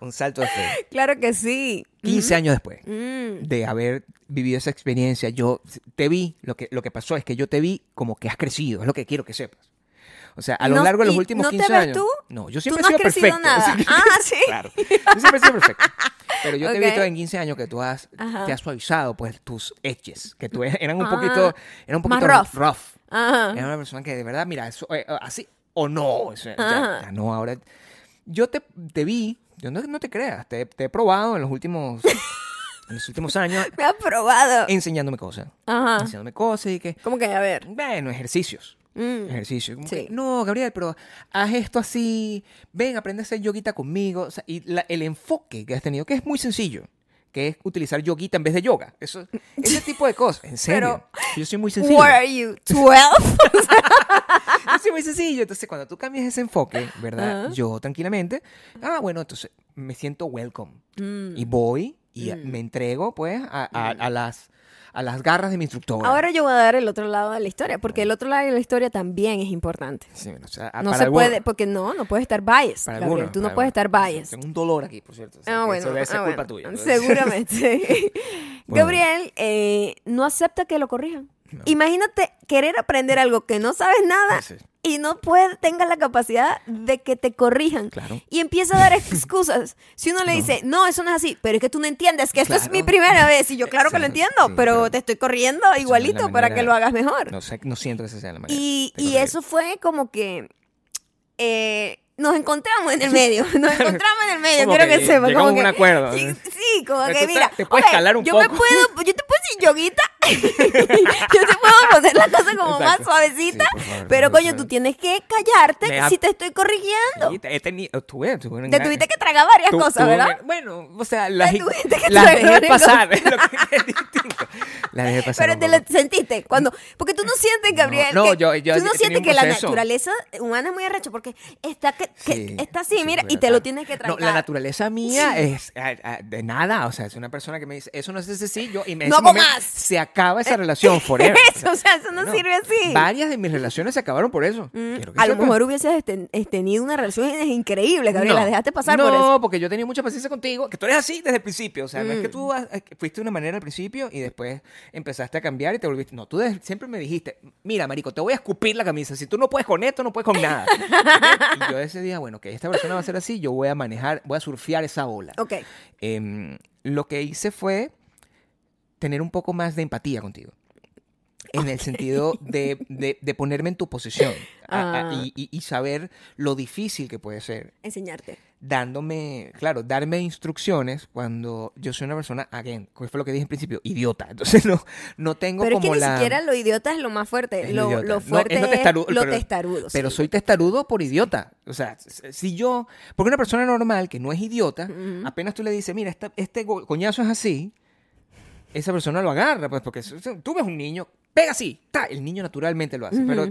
Speaker 2: un salto de fe.
Speaker 1: Claro que sí.
Speaker 2: 15 años después
Speaker 1: Mm.
Speaker 2: de haber vivido esa experiencia, yo te vi, lo que, lo que pasó es que yo te vi como que has crecido, es lo que quiero que sepas. O sea, a lo
Speaker 1: No-
Speaker 2: largo de los
Speaker 1: y
Speaker 2: últimos
Speaker 1: no te
Speaker 2: 15
Speaker 1: ves
Speaker 2: años.
Speaker 1: tú,
Speaker 2: No, yo
Speaker 1: Tú
Speaker 2: siempre
Speaker 1: no
Speaker 2: he
Speaker 1: has
Speaker 2: sido
Speaker 1: crecido
Speaker 2: perfecto.
Speaker 1: nada.
Speaker 2: así que-
Speaker 1: Ah, sí.
Speaker 2: Claro. Yo siempre he sido perfecto. Pero yo te he visto
Speaker 1: Ok.
Speaker 2: en 15 años que tú has,
Speaker 1: Ajá.
Speaker 2: te has suavizado pues tus edges, que tú eran un
Speaker 1: Ah.
Speaker 2: poquito, era un
Speaker 1: Más
Speaker 2: poquito
Speaker 1: rough. Ah.
Speaker 2: Era
Speaker 1: Ajá.
Speaker 2: una persona que de verdad, mira, eso, eh, eh, así o no, o sea,
Speaker 1: Ajá.
Speaker 2: ya, ya no, ahora yo te, te vi, yo no, no te creas, te, te he probado en los últimos en los últimos años
Speaker 1: Me ha probado.
Speaker 2: enseñándome cosas,
Speaker 1: Ajá.
Speaker 2: enseñándome cosas y que
Speaker 1: Como que, a ver.
Speaker 2: bueno, ejercicios.
Speaker 1: Mm.
Speaker 2: Ejercicio. Como
Speaker 1: Sí.
Speaker 2: que, no, Gabriel, pero haz esto así. Ven, aprende a hacer yoguita conmigo. O sea, y la- el enfoque que has tenido, que es muy sencillo, que es utilizar yoguita en vez de yoga. Eso, ese tipo de cosas. En serio. yo soy muy sencillo.
Speaker 1: What are you? 12?
Speaker 2: Yo soy muy sencillo. Entonces, cuando tú cambias ese enfoque, ¿verdad? Yo tranquilamente, ah, bueno, entonces me siento welcome.
Speaker 1: Mm.
Speaker 2: Y voy y me entrego, pues, a, a- a las, a las garras de mi instructor.
Speaker 1: Ahora yo voy a dar el otro lado de la historia, porque el otro lado de la historia también es importante.
Speaker 2: Sí, o sea,
Speaker 1: No
Speaker 2: Ah, para
Speaker 1: se
Speaker 2: algunos-
Speaker 1: puede, porque no, no puedes estar biased,
Speaker 2: Para
Speaker 1: Gabriel.
Speaker 2: algunos,
Speaker 1: Tú no
Speaker 2: para
Speaker 1: puedes estar
Speaker 2: algunos.
Speaker 1: biased.
Speaker 2: Tengo un dolor aquí, por cierto. o sea,
Speaker 1: Ah,
Speaker 2: que
Speaker 1: bueno,
Speaker 2: eso debe ser
Speaker 1: ah,
Speaker 2: culpa
Speaker 1: bueno.
Speaker 2: tuya.
Speaker 1: Seguramente.
Speaker 2: Bueno.
Speaker 1: Gabriel eh, no acepta que lo corrijan.
Speaker 2: No.
Speaker 1: Imagínate querer aprender algo que no sabes nada
Speaker 2: Sí, sí.
Speaker 1: y no puedes, tengas la capacidad de que te corrijan.
Speaker 2: Claro.
Speaker 1: Y empieza a dar excusas. Si uno le dice, no, eso no es así, pero es que tú no entiendes, que esto es
Speaker 2: Claro.
Speaker 1: mi primera vez. Y yo, claro que lo
Speaker 2: Exacto,
Speaker 1: entiendo,
Speaker 2: sí,
Speaker 1: pero,
Speaker 2: pero
Speaker 1: te estoy corriendo
Speaker 2: es la
Speaker 1: igualito para
Speaker 2: manera-
Speaker 1: que lo hagas mejor.
Speaker 2: No, sé- no siento que esa sea la manera.
Speaker 1: y,
Speaker 2: Te
Speaker 1: y
Speaker 2: corrijo.
Speaker 1: eso fue como que eh, nos encontramos en el medio. Nos encontramos en el medio,
Speaker 2: Como
Speaker 1: quiero que,
Speaker 2: que
Speaker 1: sepa.
Speaker 2: llegamos
Speaker 1: como
Speaker 2: a un
Speaker 1: que-
Speaker 2: acuerdo.
Speaker 1: Sí, sí, como
Speaker 2: Pero
Speaker 1: que
Speaker 2: tú te-
Speaker 1: mira.
Speaker 2: te puedes
Speaker 1: oye,
Speaker 2: calar un
Speaker 1: yo Me
Speaker 2: poco.
Speaker 1: puedo, yo te puedo decir yoguita. yo te puedo poner la cosa como más
Speaker 2: Exacto.
Speaker 1: suavecita.
Speaker 2: Sí, por favor,
Speaker 1: pero
Speaker 2: no,
Speaker 1: coño,
Speaker 2: no.
Speaker 1: tú tienes que callarte
Speaker 2: Me da-
Speaker 1: si te estoy corrigiendo.
Speaker 2: Sí, te- he tenido, tuve, tuve un
Speaker 1: Te
Speaker 2: gran-
Speaker 1: tuviste que tragar varias
Speaker 2: tu-
Speaker 1: cosas,
Speaker 2: tuve un
Speaker 1: ¿verdad?
Speaker 2: gran- bueno, o sea, las,
Speaker 1: tuviste que
Speaker 2: las
Speaker 1: tragar
Speaker 2: dejé
Speaker 1: varias
Speaker 2: pasar, es lo que es distinto. Las dejé pasar.
Speaker 1: Pero
Speaker 2: un
Speaker 1: te
Speaker 2: poco.
Speaker 1: lo sentiste cuando porque tú no sientes Gabriel
Speaker 2: no,
Speaker 1: que,
Speaker 2: yo- yo
Speaker 1: tú no
Speaker 2: he tenido
Speaker 1: sientes
Speaker 2: un
Speaker 1: que la
Speaker 2: proceso.
Speaker 1: naturaleza humana es muy arrecho porque está que, que-
Speaker 2: Sí,
Speaker 1: está así
Speaker 2: sí,
Speaker 1: mira y
Speaker 2: bueno,
Speaker 1: te lo
Speaker 2: claro.
Speaker 1: tienes que
Speaker 2: No,
Speaker 1: tragar
Speaker 2: la naturaleza mía
Speaker 1: Sí.
Speaker 2: es ah, ah, de nada. O sea, es una persona que me dice, eso no es así, yo y me
Speaker 1: No hago
Speaker 2: ese momento
Speaker 1: más.
Speaker 2: Se acaba esa relación forever.
Speaker 1: eso, o sea eso no,
Speaker 2: No.
Speaker 1: sirve así
Speaker 2: Varias de mis relaciones se acabaron por eso.
Speaker 1: Mm,
Speaker 2: Quiero que
Speaker 1: a lo
Speaker 2: sepas.
Speaker 1: mejor hubieses esten- eh, tenido una relación increíble Gabriel
Speaker 2: No.
Speaker 1: la dejaste pasar
Speaker 2: no,
Speaker 1: por eso
Speaker 2: porque yo tenía mucha paciencia contigo, que tú eres así desde el principio. O sea, no es que
Speaker 1: Mm.
Speaker 2: tú ah, eh, que fuiste de una manera al principio y después empezaste a cambiar y te volviste. No, tú des- siempre me dijiste, mira, marico, te voy a escupir la camisa. Si tú no puedes con esto, no puedes con nada. y yo ese día, bueno, que esta persona va a ser así, yo voy a manejar, voy a surfear esa ola.
Speaker 1: Ok,
Speaker 2: Em, lo que hice fue tener un poco más de empatía contigo. En el sentido de, de- de ponerme en tu posición a- a-
Speaker 1: Ah.
Speaker 2: y- y- y saber lo difícil que puede ser
Speaker 1: enseñarte
Speaker 2: dándome, claro, darme instrucciones cuando yo soy una persona, again, que fue lo que dije en principio, idiota. Entonces no, no tengo
Speaker 1: pero es que
Speaker 2: como
Speaker 1: ni
Speaker 2: la...
Speaker 1: siquiera lo idiota es lo más fuerte
Speaker 2: Es
Speaker 1: lo,
Speaker 2: lo idiota.
Speaker 1: lo
Speaker 2: No, es
Speaker 1: fuerte
Speaker 2: lo
Speaker 1: es
Speaker 2: testarudo,
Speaker 1: lo
Speaker 2: pero-
Speaker 1: testarudo
Speaker 2: Pero
Speaker 1: sí.
Speaker 2: soy testarudo por idiota. O sea, s- si yo... Porque una persona normal que no es idiota,
Speaker 1: Ujú.
Speaker 2: apenas tú le dices, mira, esta- este go- coñazo es así, esa persona lo agarra, pues porque s- s- tú ves un niño, pega así, ta, el niño naturalmente lo hace, pero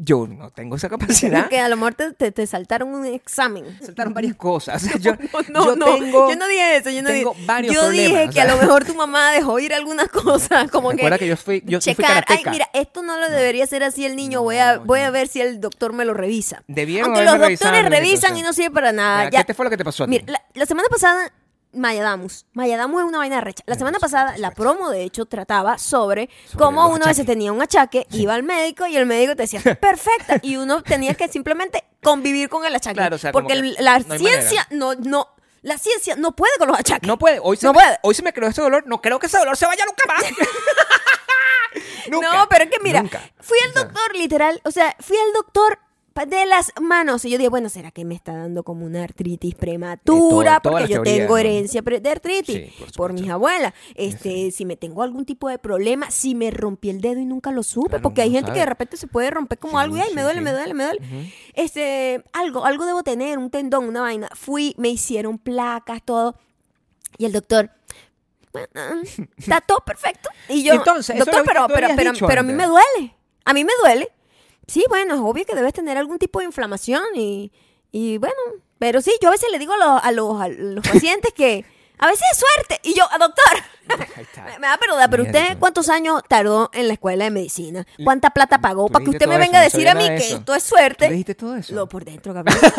Speaker 2: yo no tengo esa capacidad.
Speaker 1: que a lo mejor te, te- te saltaron un examen
Speaker 2: Saltaron varias cosas. O sea, yo,
Speaker 1: No,
Speaker 2: yo
Speaker 1: no,
Speaker 2: tengo...
Speaker 1: yo no dije eso, yo no
Speaker 2: tengo
Speaker 1: dije.
Speaker 2: varios
Speaker 1: yo dije
Speaker 2: problemas, o
Speaker 1: que a
Speaker 2: sea.
Speaker 1: lo mejor tu mamá dejó ir algunas cosas, como que,
Speaker 2: Recuerda que yo fui, yo sí fui
Speaker 1: checar, ay,
Speaker 2: karateca.
Speaker 1: mira, esto no lo debería hacer así el niño, voy a
Speaker 2: No,
Speaker 1: voy a
Speaker 2: no.
Speaker 1: ver si el doctor me lo revisa.
Speaker 2: Debieron
Speaker 1: Aunque los
Speaker 2: haberme
Speaker 1: doctores
Speaker 2: revisado en la
Speaker 1: revisan y
Speaker 2: alimentación.
Speaker 1: no sirve para nada.
Speaker 2: Ya,
Speaker 1: Ya.
Speaker 2: ¿Qué te fue lo que te pasó a ti?
Speaker 1: Mira, la, la semana pasada Mayadamus, Mayadamus es una vaina recha. La semana pasada la promo de hecho trataba sobre,
Speaker 2: Sobre
Speaker 1: cómo
Speaker 2: los
Speaker 1: uno a veces
Speaker 2: achaques.
Speaker 1: tenía un achaque, iba al médico y el médico te decía, "Perfecta", y uno tenía que simplemente convivir con el achaque,
Speaker 2: Claro, o sea,
Speaker 1: porque
Speaker 2: como
Speaker 1: el-
Speaker 2: que
Speaker 1: la
Speaker 2: no hay
Speaker 1: ciencia no no la ciencia no puede con los achaques.
Speaker 2: no puede. Hoy se,
Speaker 1: No
Speaker 2: me,
Speaker 1: puede.
Speaker 2: hoy se me creó este dolor. No creo que ese dolor se vaya nunca más. Nunca,
Speaker 1: No, pero es que mira,
Speaker 2: nunca.
Speaker 1: fui al
Speaker 2: O sea,
Speaker 1: doctor, literal, o sea, fui al doctor pa- de las manos y yo dije, bueno, ¿será que me está dando como una artritis prematura?
Speaker 2: Eh, todo- todas
Speaker 1: porque
Speaker 2: las
Speaker 1: yo
Speaker 2: teorías,
Speaker 1: tengo
Speaker 2: ¿no?
Speaker 1: herencia pre- de artritis
Speaker 2: Sí, por
Speaker 1: por,
Speaker 2: supuesto.
Speaker 1: mis abuelas. Este, si me tengo algún tipo de problema, si me rompí el dedo y nunca lo supe,
Speaker 2: Claro,
Speaker 1: porque hay
Speaker 2: no
Speaker 1: gente que
Speaker 2: sabe.
Speaker 1: de repente se puede romper como
Speaker 2: Sí,
Speaker 1: algo y ay, me
Speaker 2: sí,
Speaker 1: duele,
Speaker 2: sí.
Speaker 1: me duele, me duele. Este, algo, algo debo tener, un tendón, una vaina. Fui, me hicieron placas, todo. Y el doctor, bueno, está todo perfecto. Y yo,
Speaker 2: Entonces, eso
Speaker 1: doctor,
Speaker 2: es lo que
Speaker 1: pero,
Speaker 2: tú
Speaker 1: pero,
Speaker 2: habías
Speaker 1: pero,
Speaker 2: dicho
Speaker 1: pero a mí me
Speaker 2: antes".
Speaker 1: duele. A mí me duele. Sí, bueno, es obvio que debes tener algún tipo de inflamación y, y bueno, pero sí, yo a veces le digo a los, a los, a los pacientes que a veces es suerte. Y yo, "Ah, doctor,
Speaker 2: Ahí está.
Speaker 1: me, me va a perdonar, pero
Speaker 2: Mierda.
Speaker 1: usted cuántos años tardó en la escuela de medicina, cuánta plata pagó
Speaker 2: Tú
Speaker 1: para que
Speaker 2: dijiste
Speaker 1: usted me
Speaker 2: todo
Speaker 1: venga a
Speaker 2: eso, no
Speaker 1: decir a mí
Speaker 2: sabía nada de
Speaker 1: que
Speaker 2: eso.
Speaker 1: esto es
Speaker 2: ¿Tú
Speaker 1: suerte.
Speaker 2: dijiste todo eso?
Speaker 1: Lo por dentro, Gabriel.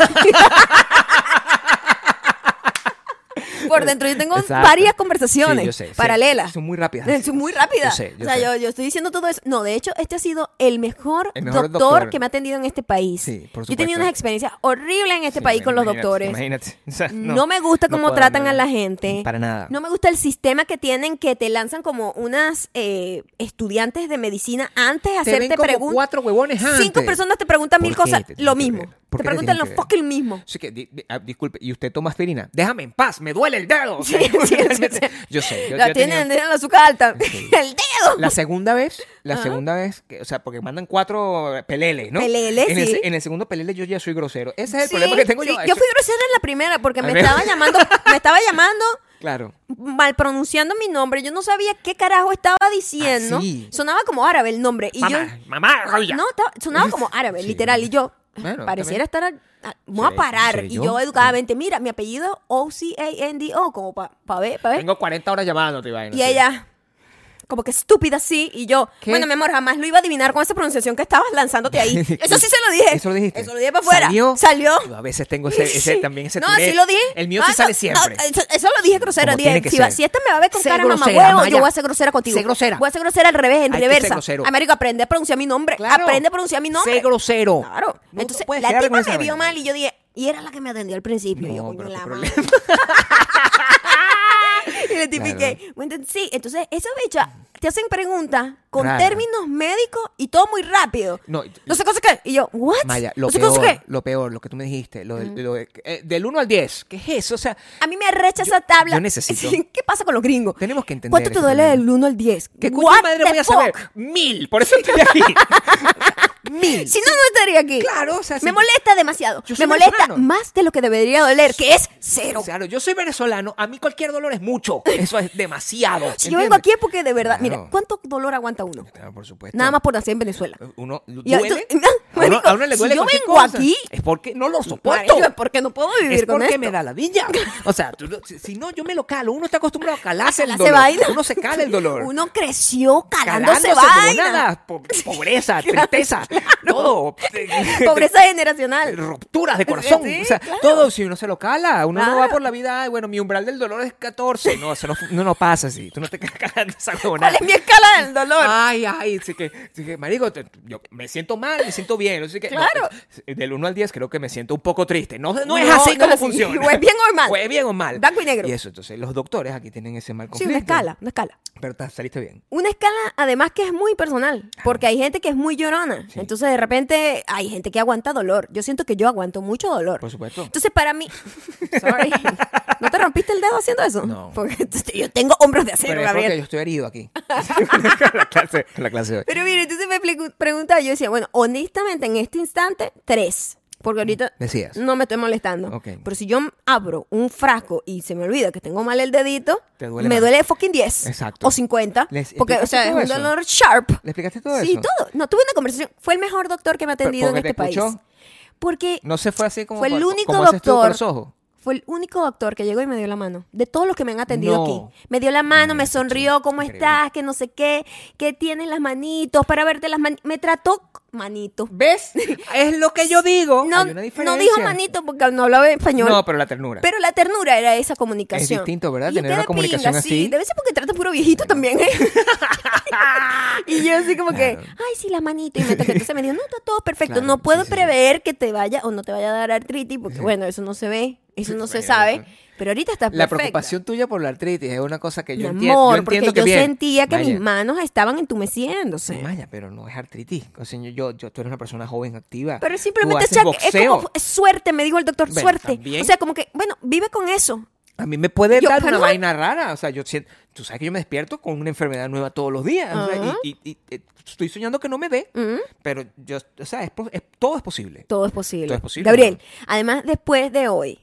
Speaker 1: por dentro, yo tengo
Speaker 2: Exacto.
Speaker 1: varias conversaciones
Speaker 2: Sí, yo sé, sí.
Speaker 1: paralelas.
Speaker 2: Son muy rápidas.
Speaker 1: Eh, Son muy rápidas.
Speaker 2: Yo sé, yo
Speaker 1: o sea,
Speaker 2: sé.
Speaker 1: yo, yo estoy diciendo todo eso. No, de hecho, este ha sido el mejor,
Speaker 2: El mejor
Speaker 1: doctor,
Speaker 2: doctor.
Speaker 1: que me ha atendido en este país.
Speaker 2: Sí, por
Speaker 1: yo he tenido
Speaker 2: supuesto.
Speaker 1: unas experiencias horribles en este
Speaker 2: Sí,
Speaker 1: país con los
Speaker 2: imagínate,
Speaker 1: doctores.
Speaker 2: Imagínate. O sea,
Speaker 1: No, me gusta
Speaker 2: no
Speaker 1: cómo
Speaker 2: puedo,
Speaker 1: tratan
Speaker 2: no,
Speaker 1: a
Speaker 2: no.
Speaker 1: la gente.
Speaker 2: Para nada.
Speaker 1: No me gusta el sistema que tienen que te lanzan como unas eh, estudiantes de medicina antes de
Speaker 2: Te ven
Speaker 1: hacerte
Speaker 2: como
Speaker 1: preguntas.
Speaker 2: cuatro huevones antes.
Speaker 1: Cinco personas te preguntan
Speaker 2: ¿Por
Speaker 1: mil
Speaker 2: qué
Speaker 1: cosas,
Speaker 2: te tienen
Speaker 1: lo
Speaker 2: que
Speaker 1: mismo.
Speaker 2: ver? ¿Por
Speaker 1: Te
Speaker 2: qué te
Speaker 1: preguntan
Speaker 2: tienen
Speaker 1: lo
Speaker 2: que ver?
Speaker 1: fucking mismo.
Speaker 2: Así que, di- di- ah, disculpe, ¿y usted toma aspirina? Déjame en paz, me duele el dedo. O sea,
Speaker 1: Sí, sí, sí,
Speaker 2: realmente-
Speaker 1: sí.
Speaker 2: Yo sé. Yo,
Speaker 1: la
Speaker 2: yo he tenido-
Speaker 1: tienen, tienen la azúcar alta.
Speaker 2: Sí.
Speaker 1: ¡El dedo!
Speaker 2: La segunda vez, la segunda vez, que- o sea, porque mandan cuatro peleles, ¿no?
Speaker 1: Peleles,
Speaker 2: en el,
Speaker 1: sí.
Speaker 2: en el segundo pelele yo ya soy grosero. Ese es el
Speaker 1: Sí,
Speaker 2: problema que tengo
Speaker 1: sí.
Speaker 2: yo.
Speaker 1: Yo
Speaker 2: Eso-
Speaker 1: fui grosera en la primera porque
Speaker 2: A
Speaker 1: me
Speaker 2: ver.
Speaker 1: estaba llamando, me estaba llamando
Speaker 2: Claro.
Speaker 1: mal pronunciando mi nombre. Yo no sabía qué carajo estaba diciendo.
Speaker 2: Ah, sí.
Speaker 1: Sonaba como árabe el nombre. Y yo,
Speaker 2: mamá, mamá, oiga.
Speaker 1: No, ta- sonaba como árabe,
Speaker 2: Sí.
Speaker 1: literal. Y yo,
Speaker 2: Bueno,
Speaker 1: pareciera estar. a- a- vamos
Speaker 2: Seré-
Speaker 1: a parar.
Speaker 2: seré
Speaker 1: Y
Speaker 2: yo.
Speaker 1: yo educadamente, mira, mi apellido es O-C-A-N-D-O, como para pa ver, pa ver.
Speaker 2: Tengo 40 horas llamando, te
Speaker 1: Y ¿eh? ella, como que estúpida así, y yo,
Speaker 2: ¿Qué?
Speaker 1: bueno, mi amor, jamás lo iba a adivinar con esa pronunciación que estabas lanzándote ahí. Eso sí se lo dije.
Speaker 2: Eso lo dijiste.
Speaker 1: Eso lo dije para afuera.
Speaker 2: ¿Salió?
Speaker 1: ¿Salió?
Speaker 2: Yo a veces tengo ese, ese-
Speaker 1: Sí.
Speaker 2: también ese
Speaker 1: No,
Speaker 2: tourette.
Speaker 1: sí lo dije.
Speaker 2: El mío
Speaker 1: Ah,
Speaker 2: sí
Speaker 1: no,
Speaker 2: sale
Speaker 1: no,
Speaker 2: siempre.
Speaker 1: eso, eso lo dije grosero.
Speaker 2: Como
Speaker 1: Dije,
Speaker 2: tiene que
Speaker 1: si, va-
Speaker 2: ser.
Speaker 1: si esta me va a ver con
Speaker 2: Sé
Speaker 1: cara
Speaker 2: grosera,
Speaker 1: mamahuevo,
Speaker 2: Maya.
Speaker 1: yo voy a ser grosera contigo.
Speaker 2: Sé grosera.
Speaker 1: Voy a ser grosera al revés, en
Speaker 2: Hay que ser
Speaker 1: reversa.
Speaker 2: grosero.
Speaker 1: Américo, aprende a pronunciar mi nombre.
Speaker 2: Claro.
Speaker 1: Aprende a pronunciar mi nombre.
Speaker 2: Sé grosero.
Speaker 1: Claro.
Speaker 2: Oh, No te
Speaker 1: Entonces,
Speaker 2: puedes
Speaker 1: la
Speaker 2: quedar con
Speaker 1: tipa
Speaker 2: esa
Speaker 1: me vio
Speaker 2: vaina.
Speaker 1: mal y yo dije, y era la que me atendió al principio. Y yo,
Speaker 2: No,
Speaker 1: coño,
Speaker 2: pero
Speaker 1: la
Speaker 2: qué
Speaker 1: madre.
Speaker 2: problema.
Speaker 1: Y le tipiqué. Bueno, entonces, Sí, entonces, esas bichas te hacen preguntas con
Speaker 2: Rara.
Speaker 1: términos médicos y todo muy rápido.
Speaker 2: No,
Speaker 1: No sé cosa qué. Y yo, ¿what?
Speaker 2: Maya, lo
Speaker 1: no sé
Speaker 2: peor,
Speaker 1: cosa qué. Mm.
Speaker 2: lo peor, lo que tú me dijiste, lo del, lo de- eh, del 1 al 10, ¿qué es eso? O sea,
Speaker 1: A mí me arrecha esa tabla.
Speaker 2: yo necesito-
Speaker 1: Sí, ¿Qué pasa con los gringos?
Speaker 2: Tenemos que entender este
Speaker 1: ¿Cuánto te
Speaker 2: eso
Speaker 1: duele
Speaker 2: también.
Speaker 1: del 1 al 10?
Speaker 2: ¿qué coño
Speaker 1: What
Speaker 2: madre
Speaker 1: the
Speaker 2: voy a saber?
Speaker 1: fuck?
Speaker 2: Mil, por eso estoy aquí. Mil.
Speaker 1: Si no, no estaría aquí.
Speaker 2: Claro, o sea,
Speaker 1: Me
Speaker 2: si-
Speaker 1: molesta demasiado.
Speaker 2: Yo soy
Speaker 1: Me molesta
Speaker 2: venezolano.
Speaker 1: más de lo que debería doler, que es cero.
Speaker 2: Claro, yo soy venezolano, a mí cualquier dolor es mucho, eso es demasiado.
Speaker 1: si yo vengo
Speaker 2: ¿entiendes?
Speaker 1: aquí es porque de verdad,
Speaker 2: Claro.
Speaker 1: mira, ¿cuánto dolor aguanta uno?
Speaker 2: Claro, por supuesto.
Speaker 1: Nada más por nacer en Venezuela.
Speaker 2: Uno, ¿duele?
Speaker 1: Y a- tú- no,
Speaker 2: A uno-
Speaker 1: marico,
Speaker 2: a uno le
Speaker 1: si
Speaker 2: duele
Speaker 1: yo
Speaker 2: cualquier
Speaker 1: vengo
Speaker 2: cosa.
Speaker 1: aquí-
Speaker 2: Es porque no lo
Speaker 1: Marico,
Speaker 2: soporto.
Speaker 1: es porque no puedo vivir
Speaker 2: es
Speaker 1: con
Speaker 2: porque
Speaker 1: esto.
Speaker 2: me da la villa. O sea, tú no- si, si no, yo me lo calo. Uno está acostumbrado a calarse el
Speaker 1: Calarse
Speaker 2: dolor.
Speaker 1: vaina.
Speaker 2: Uno se cala el dolor.
Speaker 1: Uno creció calándose,
Speaker 2: Calándose
Speaker 1: vaina.
Speaker 2: huevonadas, po- pobreza, tristeza, todo.
Speaker 1: Pobreza generacional.
Speaker 2: Rupturas de corazón.
Speaker 1: Eh, Sí,
Speaker 2: o sea,
Speaker 1: claro.
Speaker 2: todo si uno se lo cala. Uno no va
Speaker 1: Claro.
Speaker 2: por la vida, ay, bueno, mi umbral del dolor es 14. No, eso no, no, no pasa así. Tú no te quedas calando esa huevonada.
Speaker 1: ¿Cuál es mi escala del dolor?
Speaker 2: Ay, ay, sí que, sí que, marico, te- yo me siento mal, me siento bien. así que, no,
Speaker 1: Claro.
Speaker 2: es- del 1 al 10 creo que me siento un poco triste. No, no es
Speaker 1: No,
Speaker 2: así
Speaker 1: no
Speaker 2: como
Speaker 1: es así.
Speaker 2: funciona.
Speaker 1: O es bien o es mal.
Speaker 2: O es bien o mal.
Speaker 1: Blanco y negro.
Speaker 2: Y eso, entonces, los doctores aquí tienen ese mal
Speaker 1: sí,
Speaker 2: conflicto.
Speaker 1: una escala, una escala.
Speaker 2: Pero ta- saliste bien.
Speaker 1: Una escala, además, que es muy personal, porque hay gente que es muy llorona. Entonces, de repente, hay gente que aguanta dolor. Yo siento que yo aguanto mucho dolor.
Speaker 2: Por supuesto.
Speaker 1: Entonces, para mí. Sorry. ¿No te rompiste el dedo haciendo eso?
Speaker 2: No.
Speaker 1: Porque entonces, yo tengo hombros de acero,
Speaker 2: Pero es porque
Speaker 1: Gabriel.
Speaker 2: yo estoy herido aquí. la, clase, la clase de hoy.
Speaker 1: Pero mire, entonces me ple- preguntaba, yo decía, bueno, honestamente, en este instante, tres. Porque ahorita
Speaker 2: Decías.
Speaker 1: no me estoy molestando.
Speaker 2: Mm, Ok.
Speaker 1: Pero si yo abro un frasco y se me olvida que tengo mal el dedito,
Speaker 2: Te duele
Speaker 1: me
Speaker 2: más.
Speaker 1: duele fucking 10.
Speaker 2: Exacto.
Speaker 1: O 50.
Speaker 2: ¿Les
Speaker 1: Porque, o sea,
Speaker 2: explicaste
Speaker 1: es
Speaker 2: todo
Speaker 1: un
Speaker 2: eso?
Speaker 1: dolor sharp.
Speaker 2: ¿Le explicaste todo
Speaker 1: Sí,
Speaker 2: eso?
Speaker 1: todo. No, tuve una conversación. Fue el mejor doctor que me ha atendido en
Speaker 2: porque
Speaker 1: este
Speaker 2: te
Speaker 1: país.
Speaker 2: escuchó?
Speaker 1: Porque
Speaker 2: No se fue así como
Speaker 1: fue el
Speaker 2: por-
Speaker 1: único
Speaker 2: como haces tú con
Speaker 1: doctor.
Speaker 2: los ojos.
Speaker 1: Fue el único doctor que llegó y me dio la mano. De todos los que me han atendido
Speaker 2: No.
Speaker 1: aquí. Me dio la mano, me sonrió, ¿cómo
Speaker 2: Increíble.
Speaker 1: estás? Que no sé qué, que tienes las manitos, para verte las manitos. Me trató manito.
Speaker 2: ¿Ves? Es lo que yo digo.
Speaker 1: No,
Speaker 2: Hay una
Speaker 1: no
Speaker 2: diferencia.
Speaker 1: dijo manito porque no hablaba español.
Speaker 2: No, pero la ternura.
Speaker 1: Pero la ternura era esa comunicación.
Speaker 2: Es distinto, ¿verdad?
Speaker 1: Y yo
Speaker 2: Tener una
Speaker 1: quedé
Speaker 2: comunicación
Speaker 1: pinga, sí.
Speaker 2: así.
Speaker 1: Debe ser porque trata puro viejito también, ¿eh? y yo así como que, ay, sí, la manito. Y me toqué. Entonces me dijo, no, está todo perfecto.
Speaker 2: Claro,
Speaker 1: no
Speaker 2: sí,
Speaker 1: puedo
Speaker 2: sí, sí.
Speaker 1: prever que te vaya o no te vaya a dar artritis porque, bueno, eso no se ve. Eso no se
Speaker 2: Bueno,
Speaker 1: sabe.
Speaker 2: eso.
Speaker 1: Pero ahorita estás
Speaker 2: La
Speaker 1: perfecta.
Speaker 2: preocupación tuya por la artritis es una cosa que
Speaker 1: Mi
Speaker 2: yo
Speaker 1: amor,
Speaker 2: entiendo. yo
Speaker 1: porque
Speaker 2: entiendo
Speaker 1: yo
Speaker 2: que bien.
Speaker 1: sentía que mis
Speaker 2: Maya,
Speaker 1: manos estaban entumeciéndose.
Speaker 2: Maya, pero no es artritis. O sea, yo, yo, tú eres una persona joven, activa.
Speaker 1: Pero
Speaker 2: Tú
Speaker 1: simplemente o
Speaker 2: haces
Speaker 1: sea, es
Speaker 2: boxeo.
Speaker 1: como es suerte, me dijo el doctor,
Speaker 2: Bueno,
Speaker 1: suerte.
Speaker 2: también.
Speaker 1: O sea, como que, bueno, vive con eso.
Speaker 2: A mí me puede
Speaker 1: Yo,
Speaker 2: dar una
Speaker 1: perdón.
Speaker 2: vaina rara. O sea, yo siento, tú sabes que yo me despierto con una enfermedad nueva todos los días. O sea, y-
Speaker 1: Ajá.
Speaker 2: y, y- eh, estoy soñando que no me dé,
Speaker 1: Mm.
Speaker 2: pero yo, o sea, es po- es- todo es posible.
Speaker 1: Todo es posible.
Speaker 2: Todo es posible,
Speaker 1: Gabriel,
Speaker 2: claro.
Speaker 1: además, después de hoy,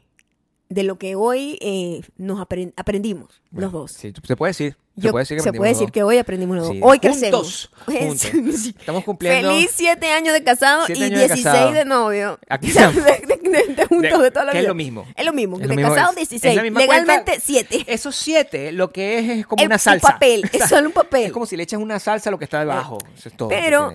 Speaker 1: de lo que hoy eh, nos apren- aprendimos los dos.
Speaker 2: Sí, tú- se puede decir. Se
Speaker 1: Yo-
Speaker 2: puede decir que
Speaker 1: se puede
Speaker 2: aprendimos
Speaker 1: decir que
Speaker 2: los dos.
Speaker 1: hoy aprendimos los dos. Hoy
Speaker 2: Sí, juntos,
Speaker 1: crecemos.
Speaker 2: juntos.
Speaker 1: Sí.
Speaker 2: Estamos cumpliendo-
Speaker 1: Feliz siete años de casado
Speaker 2: Siete
Speaker 1: y
Speaker 2: años de
Speaker 1: 16 de,
Speaker 2: casado.
Speaker 1: novio.
Speaker 2: Aquí
Speaker 1: O sea,
Speaker 2: estamos.
Speaker 1: de, de- de juntos
Speaker 2: De-
Speaker 1: de, toda la
Speaker 2: que
Speaker 1: vida.
Speaker 2: es lo mismo.
Speaker 1: Es lo mismo.
Speaker 2: Es lo
Speaker 1: de
Speaker 2: mismo,
Speaker 1: casado
Speaker 2: es- es
Speaker 1: 16.
Speaker 2: la misma
Speaker 1: Legalmente
Speaker 2: cuenta.
Speaker 1: 7.
Speaker 2: Esos siete, lo que es es como
Speaker 1: Es
Speaker 2: una
Speaker 1: un
Speaker 2: salsa.
Speaker 1: papel, es solo un papel.
Speaker 2: Es como si le echas una salsa a lo que está debajo. Eso es todo.
Speaker 1: Pero-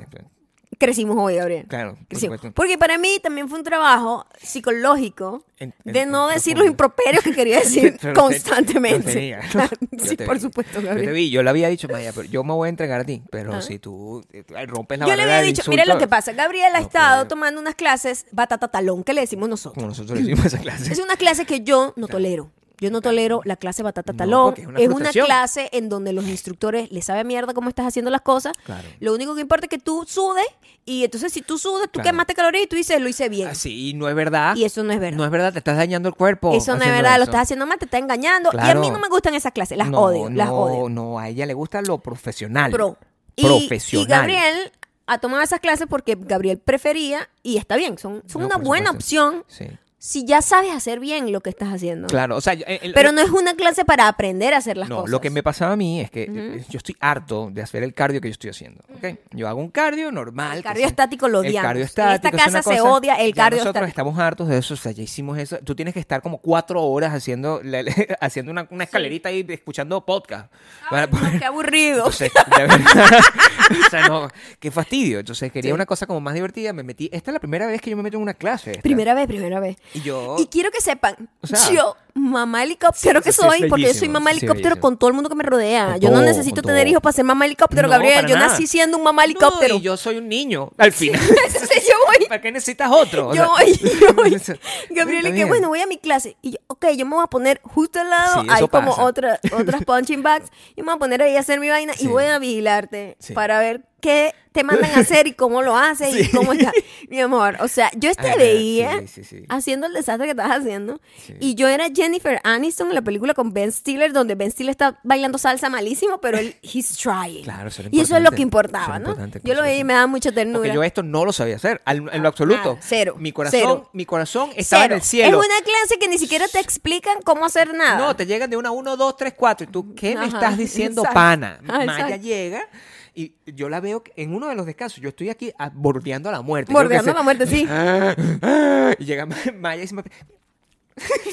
Speaker 1: Crecimos hoy, Gabriel.
Speaker 2: Claro, por
Speaker 1: Crecimos.
Speaker 2: supuesto.
Speaker 1: Porque para mí también fue un trabajo psicológico
Speaker 2: En- en-
Speaker 1: de no
Speaker 2: en
Speaker 1: decir
Speaker 2: profundo.
Speaker 1: los improperios que quería decir
Speaker 2: Pero te-
Speaker 1: constantemente.
Speaker 2: lo tenía, ¿no? Yo
Speaker 1: sí,
Speaker 2: te
Speaker 1: por
Speaker 2: vi.
Speaker 1: supuesto,
Speaker 2: Yo te
Speaker 1: Gabriel. Ah.
Speaker 2: vi, yo le había dicho, Maya, pero yo me voy a entregar a ti. Pero si tú eh, rompes la
Speaker 1: Yo le
Speaker 2: barrera
Speaker 1: había
Speaker 2: del
Speaker 1: dicho, mira lo
Speaker 2: insulto,
Speaker 1: que pasa. Gabriel ha
Speaker 2: No
Speaker 1: estado
Speaker 2: puede.
Speaker 1: tomando unas clases batata talón, que le decimos nosotros.
Speaker 2: Como nosotros decimos esa clase.
Speaker 1: Es una clase que yo no tolero. Yo no tolero la clase batata
Speaker 2: No,
Speaker 1: talón.
Speaker 2: porque es
Speaker 1: es
Speaker 2: una
Speaker 1: una,
Speaker 2: frustración.
Speaker 1: clase en donde los instructores les sabe a mierda cómo estás haciendo las cosas.
Speaker 2: Claro.
Speaker 1: Lo único que importa es que tú sudes y entonces si tú sudes, tú
Speaker 2: Claro.
Speaker 1: quemaste calorías y tú dices, lo hice bien.
Speaker 2: Así, y Ah, no es verdad.
Speaker 1: Y eso no es verdad.
Speaker 2: No es verdad, te estás dañando el cuerpo.
Speaker 1: Eso no es
Speaker 2: haciendo
Speaker 1: verdad, lo
Speaker 2: eso.
Speaker 1: estás haciendo mal, te está engañando. Y a
Speaker 2: Claro.
Speaker 1: mí no me gustan esas clases, las
Speaker 2: No,
Speaker 1: odio, las
Speaker 2: no,
Speaker 1: odio.
Speaker 2: No, a ella le gusta lo profesional.
Speaker 1: Pro. Y,
Speaker 2: Profesional.
Speaker 1: y Gabriel ha tomado esas clases porque Gabriel prefería, y está bien, son, son
Speaker 2: No,
Speaker 1: una
Speaker 2: por
Speaker 1: buena
Speaker 2: supuesto.
Speaker 1: opción
Speaker 2: Sí.
Speaker 1: si ya sabes hacer bien lo que estás haciendo.
Speaker 2: Claro, o sea, yo- eh, el- el-
Speaker 1: Pero no es una clase para aprender a hacer las
Speaker 2: no,
Speaker 1: cosas.
Speaker 2: lo que me pasaba a mí es que eh, yo estoy harto de hacer el cardio que yo estoy haciendo. ¿ok? Yo hago un cardio normal.
Speaker 1: El
Speaker 2: que
Speaker 1: cardio
Speaker 2: sí-
Speaker 1: estático lo odiamos.
Speaker 2: El cardio
Speaker 1: En
Speaker 2: estático.
Speaker 1: esta
Speaker 2: es una
Speaker 1: casa se
Speaker 2: cosa-
Speaker 1: odia el
Speaker 2: ya
Speaker 1: cardio
Speaker 2: Nosotros
Speaker 1: estático.
Speaker 2: estamos hartos de eso. O sea, ya hicimos eso. Tú tienes que estar como cuatro horas haciendo, la- haciendo una, una escalerita ahí escuchando podcast. para
Speaker 1: Ay, no,
Speaker 2: poder-
Speaker 1: qué aburrido.
Speaker 2: Entonces, de verdad, o sea, no, qué fastidio. Entonces quería una cosa como más divertida. Me metí. Esta es la primera vez que yo me meto en una clase. esta.
Speaker 1: Primera vez, primera vez.
Speaker 2: Y yo.
Speaker 1: Y quiero que sepan,
Speaker 2: O sea,
Speaker 1: yo, mamá helicóptero
Speaker 2: sí,
Speaker 1: que
Speaker 2: sí, es
Speaker 1: soy, porque yo soy
Speaker 2: bellísimo,
Speaker 1: mamá
Speaker 2: sí, es
Speaker 1: helicóptero
Speaker 2: bellísimo.
Speaker 1: con todo el mundo que me rodea.
Speaker 2: Con
Speaker 1: Yo no
Speaker 2: todo,
Speaker 1: necesito
Speaker 2: con
Speaker 1: tener
Speaker 2: todo.
Speaker 1: hijos para ser mamá helicóptero,
Speaker 2: No,
Speaker 1: Gabriel.
Speaker 2: para
Speaker 1: Yo
Speaker 2: nada.
Speaker 1: nací siendo un mamá
Speaker 2: No,
Speaker 1: helicóptero.
Speaker 2: y yo soy un niño, al final.
Speaker 1: Entonces yo voy.
Speaker 2: ¿Para qué necesitas otro? O
Speaker 1: Yo
Speaker 2: sea,
Speaker 1: voy, yo voy.
Speaker 2: está
Speaker 1: Gabriel, y que
Speaker 2: bien.
Speaker 1: bueno, voy a mi clase. Y yo, ok, yo me voy a poner justo al lado,
Speaker 2: Sí, eso
Speaker 1: hay como
Speaker 2: pasa.
Speaker 1: otra, otras punching bags. Yo me voy a poner ahí a hacer mi vaina y
Speaker 2: Sí.
Speaker 1: voy a vigilarte
Speaker 2: Sí.
Speaker 1: para ver qué te mandan a hacer y cómo lo haces y
Speaker 2: Sí.
Speaker 1: cómo está. Mi amor, o sea, yo te
Speaker 2: Ah,
Speaker 1: veía
Speaker 2: sí, sí, sí.
Speaker 1: haciendo el desastre que estabas haciendo.
Speaker 2: Sí.
Speaker 1: Y yo era Jennifer Aniston en la película con Ben Stiller, donde Ben Stiller está bailando salsa malísimo, pero él, he's trying.
Speaker 2: Claro, eso era
Speaker 1: y eso es lo
Speaker 2: importante.
Speaker 1: que importaba,
Speaker 2: Eso era
Speaker 1: ¿no?
Speaker 2: importante, por
Speaker 1: Yo lo veía y
Speaker 2: supuesto.
Speaker 1: me daba mucha
Speaker 2: Porque
Speaker 1: ternura.
Speaker 2: yo esto no lo sabía hacer, al- en lo absoluto.
Speaker 1: nada, Ah, cero,
Speaker 2: Mi corazón,
Speaker 1: cero.
Speaker 2: mi corazón estaba
Speaker 1: Cero.
Speaker 2: en el cielo.
Speaker 1: Es una clase que ni siquiera te explican cómo hacer nada.
Speaker 2: No, te llegan de una, uno, dos, tres, cuatro. ¿Y tú qué
Speaker 1: Ajá,
Speaker 2: me estás diciendo,
Speaker 1: exacto.
Speaker 2: pana?
Speaker 1: Ah,
Speaker 2: Maya
Speaker 1: exacto.
Speaker 2: llega y yo la veo que- en uno de los descansos. Yo estoy aquí ah, bordeando la muerte. Yo
Speaker 1: Bordeando
Speaker 2: creo que
Speaker 1: la muerte, sí.
Speaker 2: se- Ah, Y llega Ma- Maya y se me...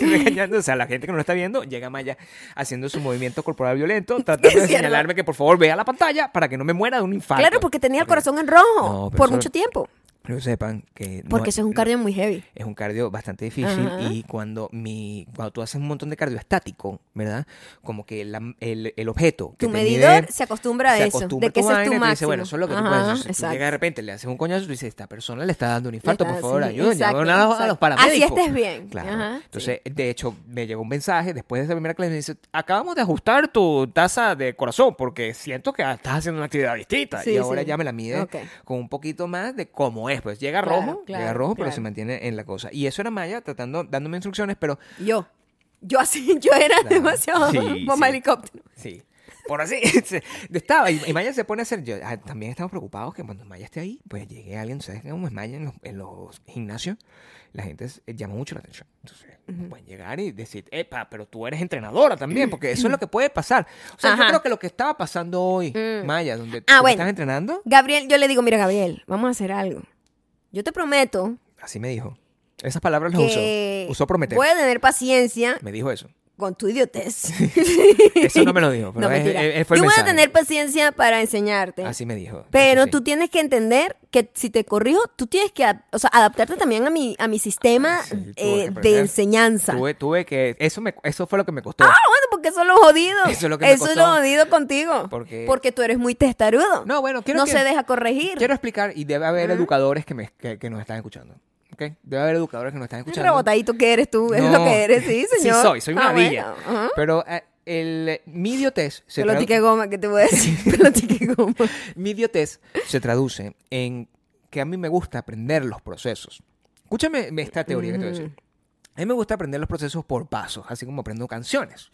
Speaker 2: regañando, o sea, la gente que no lo está viendo, llega Maya haciendo su movimiento corporal violento, tratando de
Speaker 1: cierto.
Speaker 2: señalarme que por favor vea la pantalla para que no me muera de un infarto.
Speaker 1: Claro, porque tenía el corazón en rojo
Speaker 2: No, pero
Speaker 1: por
Speaker 2: eso-
Speaker 1: mucho tiempo.
Speaker 2: Pero que sepan que... no- eh,
Speaker 1: Porque eso es un cardio muy heavy.
Speaker 2: es un cardio bastante difícil
Speaker 1: Ajá.
Speaker 2: y cuando mi cuando tú haces un montón de cardio estático, ¿verdad? Como que la- el, el objeto que
Speaker 1: Tu
Speaker 2: te
Speaker 1: medidor
Speaker 2: mide
Speaker 1: se acostumbra a
Speaker 2: se
Speaker 1: eso,
Speaker 2: acostumbra
Speaker 1: de que ese
Speaker 2: tu
Speaker 1: es tu
Speaker 2: vaina y tú dices,
Speaker 1: máximo.
Speaker 2: bueno, eso es lo que
Speaker 1: Ajá,
Speaker 2: tú puedes hacer. Si tú
Speaker 1: exacto.
Speaker 2: llegas de repente, le haces un coñazo y tú dices, esta persona le está dando un infarto, por
Speaker 1: está-
Speaker 2: favor,
Speaker 1: sí,
Speaker 2: ayuden,
Speaker 1: exacto,
Speaker 2: llamen a, los- a los
Speaker 1: exacto.
Speaker 2: paramédicos.
Speaker 1: Así estés bien.
Speaker 2: Claro.
Speaker 1: Ajá, sí.
Speaker 2: Entonces, de hecho, me llegó un mensaje después de esa primera clase, me dice, acabamos de ajustar tu tasa de corazón porque siento que estás haciendo una actividad distinta
Speaker 1: Sí,
Speaker 2: y ahora
Speaker 1: sí.
Speaker 2: ya me la mide
Speaker 1: Ok.
Speaker 2: con un poquito más de cómo es, pues llega
Speaker 1: Claro,
Speaker 2: rojo,
Speaker 1: claro,
Speaker 2: llega rojo, pero
Speaker 1: claro.
Speaker 2: se mantiene en la cosa. Y eso era Maya tratando, dándome instrucciones, pero
Speaker 1: Yo. Yo así, yo era
Speaker 2: Claro.
Speaker 1: demasiado
Speaker 2: Sí,
Speaker 1: bomba
Speaker 2: sí.
Speaker 1: helicóptero.
Speaker 2: sí. Por así, se- estaba. Y, y Maya se pone a hacer. yo- ah, también estamos preocupados que cuando Maya esté ahí, pues llegue alguien, ¿sabes cómo es Maya en los, en los gimnasios? La gente es- eh, llama mucho la atención. Entonces, pueden llegar y decir, epa, pero tú eres entrenadora también, porque eso es lo que puede pasar. O sea,
Speaker 1: Ajá.
Speaker 2: yo creo que lo que estaba pasando hoy, Maya, donde
Speaker 1: Ah,
Speaker 2: tú
Speaker 1: bueno.
Speaker 2: estás entrenando,
Speaker 1: Gabriel, yo le digo, mira, Gabriel, vamos a hacer algo. Yo te prometo
Speaker 2: así me dijo. Esas palabras las usó.
Speaker 1: que
Speaker 2: Usó prometer.
Speaker 1: voy a tener paciencia
Speaker 2: Me dijo eso.
Speaker 1: con tu idiotez.
Speaker 2: Eso no me lo dijo, pero
Speaker 1: no,
Speaker 2: es-
Speaker 1: mentira.
Speaker 2: es- fue el
Speaker 1: yo voy a
Speaker 2: mensaje.
Speaker 1: tener paciencia para enseñarte.
Speaker 2: Así me dijo.
Speaker 1: Pero
Speaker 2: eso sí.
Speaker 1: tú tienes que entender que si te corrijo, tú tienes que ad- o sea, adaptarte también a mi, a mi sistema
Speaker 2: Sí, tuve que
Speaker 1: eh,
Speaker 2: aprender.
Speaker 1: de enseñanza.
Speaker 2: Tuve, tuve que. Eso, me, eso fue lo que me costó.
Speaker 1: Ah, bueno, porque eso es lo jodido.
Speaker 2: Eso es lo que me
Speaker 1: es
Speaker 2: costó.
Speaker 1: lo jodido contigo.
Speaker 2: Porque-
Speaker 1: tú eres muy testarudo.
Speaker 2: No, bueno, quiero
Speaker 1: No
Speaker 2: que-
Speaker 1: se deja corregir.
Speaker 2: Quiero explicar, y debe haber educadores que, me, que, que nos están escuchando. ¿Ok? Debe haber educadores que nos están
Speaker 1: Un
Speaker 2: escuchando.
Speaker 1: rebotadito que eres tú, es lo
Speaker 2: No.
Speaker 1: que eres, sí, señor.
Speaker 2: Sí, soy, soy una
Speaker 1: Ah,
Speaker 2: villa.
Speaker 1: bueno, ajá.
Speaker 2: Pero eh, el, mi idiotez se tradu-
Speaker 1: Pelotique goma, ¿qué te voy a decir? Pelotique goma.
Speaker 2: mi idiotez se traduce en que a mí me gusta aprender los procesos. Escúchame esta teoría que te voy a decir. A mí me gusta aprender los procesos por pasos, así como aprendo canciones.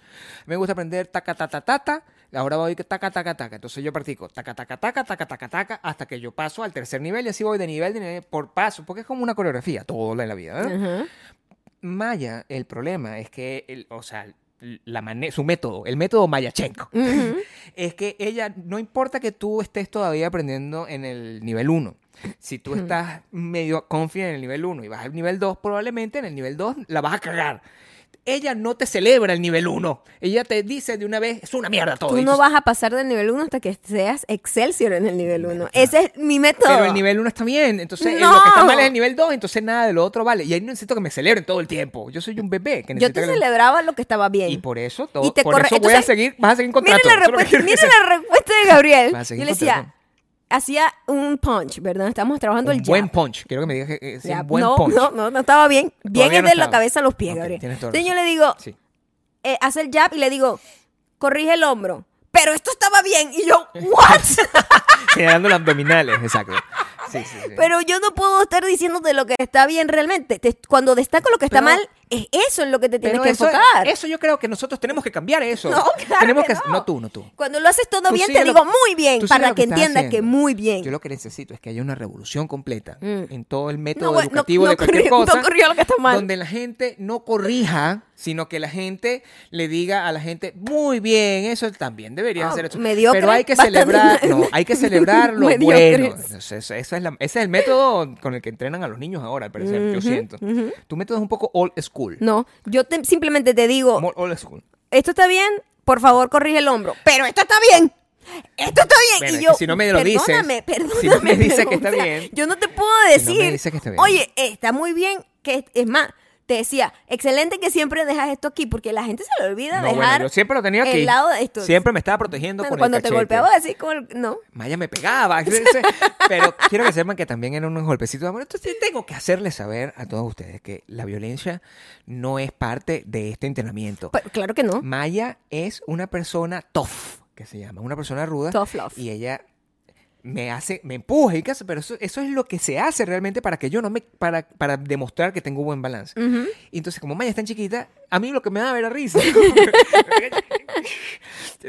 Speaker 2: Me gusta aprender taca, taca, taca, ahora voy que taca, taca, taca. Entonces yo practico taca, taca, taca, taca, taca, taca, hasta que yo paso al tercer nivel y así voy de nivel, de nivel por paso, porque es como una coreografía, todo en la vida. ¿no?
Speaker 1: Ajá.
Speaker 2: Maya, el problema es que, el- o sea, la mane- su método, el método Mayachenko, es que ella, no importa que tú estés todavía aprendiendo en el nivel 1, si tú estás medio confident en el nivel 1 y vas al nivel 2, probablemente en el nivel 2 la vas a cagar. Ella no te celebra el nivel 1. Ella te dice de una vez, es una mierda todo.
Speaker 1: Tú
Speaker 2: Y
Speaker 1: no vas a pasar del nivel 1 hasta que seas Excelsior en el nivel 1. Ese es mi método.
Speaker 2: Pero el nivel 1 está bien, entonces eh,
Speaker 1: ¡No!
Speaker 2: lo que está mal es el nivel 2, entonces nada de lo otro vale. Y ahí no necesito que me celebren todo el tiempo. Yo soy un bebé
Speaker 1: Yo
Speaker 2: que necesita
Speaker 1: te
Speaker 2: que le-
Speaker 1: celebraba lo que estaba bien.
Speaker 2: Y por eso, todo,
Speaker 1: Y te
Speaker 2: por
Speaker 1: corre-
Speaker 2: eso voy a
Speaker 1: entonces,
Speaker 2: seguir, vas a seguir en
Speaker 1: Mira
Speaker 2: contrato.
Speaker 1: la,
Speaker 2: Eso es lo que
Speaker 1: respuesta,
Speaker 2: quiero
Speaker 1: mira
Speaker 2: decir.
Speaker 1: la respuesta de Gabriel.
Speaker 2: Vas a
Speaker 1: Yo
Speaker 2: seguir
Speaker 1: le
Speaker 2: con
Speaker 1: decía,
Speaker 2: razón.
Speaker 1: hacía un punch, ¿verdad? Estamos trabajando el
Speaker 2: Un
Speaker 1: jab.
Speaker 2: buen punch. Quiero que me digas que es
Speaker 1: Jab.
Speaker 2: un buen
Speaker 1: no,
Speaker 2: punch.
Speaker 1: no, no, no estaba bien. Bien
Speaker 2: Todavía
Speaker 1: es
Speaker 2: no
Speaker 1: de la
Speaker 2: estaba.
Speaker 1: cabeza a los pies,
Speaker 2: Ok,
Speaker 1: Gabriel.
Speaker 2: tienes toda la
Speaker 1: Entonces yo le
Speaker 2: razón.
Speaker 1: digo,
Speaker 2: Sí.
Speaker 1: eh, hace el jab y le digo, corrige el hombro. Pero esto estaba bien. Y yo, ¿what?
Speaker 2: Generando los abdominales, exacto. Sí, sí, sí.
Speaker 1: Pero yo no puedo estar diciéndote lo que está bien realmente. Te- cuando destaco lo que está
Speaker 2: Pero
Speaker 1: mal, Es eso en lo que te tienes
Speaker 2: Pero
Speaker 1: que
Speaker 2: eso,
Speaker 1: enfocar.
Speaker 2: eso yo creo que nosotros tenemos que cambiar eso.
Speaker 1: No, claro
Speaker 2: tenemos
Speaker 1: que
Speaker 2: no.
Speaker 1: no.
Speaker 2: tú, no tú.
Speaker 1: Cuando lo haces todo
Speaker 2: Tú
Speaker 1: bien,
Speaker 2: sigue
Speaker 1: te
Speaker 2: lo-
Speaker 1: digo muy bien,
Speaker 2: tú sigue
Speaker 1: para
Speaker 2: lo
Speaker 1: que,
Speaker 2: que estás
Speaker 1: entiendas que
Speaker 2: haciendo.
Speaker 1: muy bien.
Speaker 2: Yo lo que necesito es que haya una revolución completa
Speaker 1: Mm.
Speaker 2: en todo el método
Speaker 1: bueno,
Speaker 2: educativo
Speaker 1: no
Speaker 2: de cualquier
Speaker 1: ocurrió- no
Speaker 2: cosa.
Speaker 1: ocurrió lo que está mal.
Speaker 2: Donde la gente no corrija, sino que la gente le diga a la gente, muy bien, eso también debería
Speaker 1: Ah,
Speaker 2: ser hecho.
Speaker 1: mediocre,
Speaker 2: Pero hay que
Speaker 1: bastante
Speaker 2: celebrar,
Speaker 1: me-
Speaker 2: no, hay que celebrar lo bueno.
Speaker 1: mediocres.
Speaker 2: Eso- eso- eso es la- ese es el método con el que entrenan a los niños ahora, al parecer, yo siento. Tu método es un poco old school.
Speaker 1: No, yo te- simplemente te digo,
Speaker 2: More old school.
Speaker 1: esto está bien, por favor corrige el hombro. Pero esto está bien. Esto está bien.
Speaker 2: Bueno, es
Speaker 1: y
Speaker 2: que
Speaker 1: yo,
Speaker 2: si no me lo dices,
Speaker 1: perdóname, perdóname.
Speaker 2: si no me dices
Speaker 1: pero,
Speaker 2: que está
Speaker 1: o sea,
Speaker 2: bien,
Speaker 1: Yo no te puedo
Speaker 2: si no
Speaker 1: decir,
Speaker 2: me dices que está bien.
Speaker 1: oye, está muy bien, que es- es más, te decía, excelente que siempre dejas esto aquí, porque la gente se le olvida
Speaker 2: No,
Speaker 1: dejar
Speaker 2: bueno, yo siempre lo tenía
Speaker 1: el
Speaker 2: aquí.
Speaker 1: lado de esto.
Speaker 2: Siempre me estaba protegiendo
Speaker 1: Bueno,
Speaker 2: con
Speaker 1: cuando
Speaker 2: el
Speaker 1: te
Speaker 2: cachete.
Speaker 1: golpeaba así con el- no.
Speaker 2: Maya me pegaba. Pero quiero que sepan que también eran unos golpecitos de amor. Entonces tengo que hacerles saber a todos ustedes que la violencia no es parte de este entrenamiento.
Speaker 1: Pero claro que no.
Speaker 2: Maya es una persona tough, que se llama, una persona ruda.
Speaker 1: Tough love.
Speaker 2: Y ella me hace, me empuja y qué hace, pero eso, eso es lo que se hace realmente para que yo no me, para, para demostrar que tengo buen balance.
Speaker 1: Ujú.
Speaker 2: Y entonces, como Maya es tan chiquita, a mí lo que me daba era risa.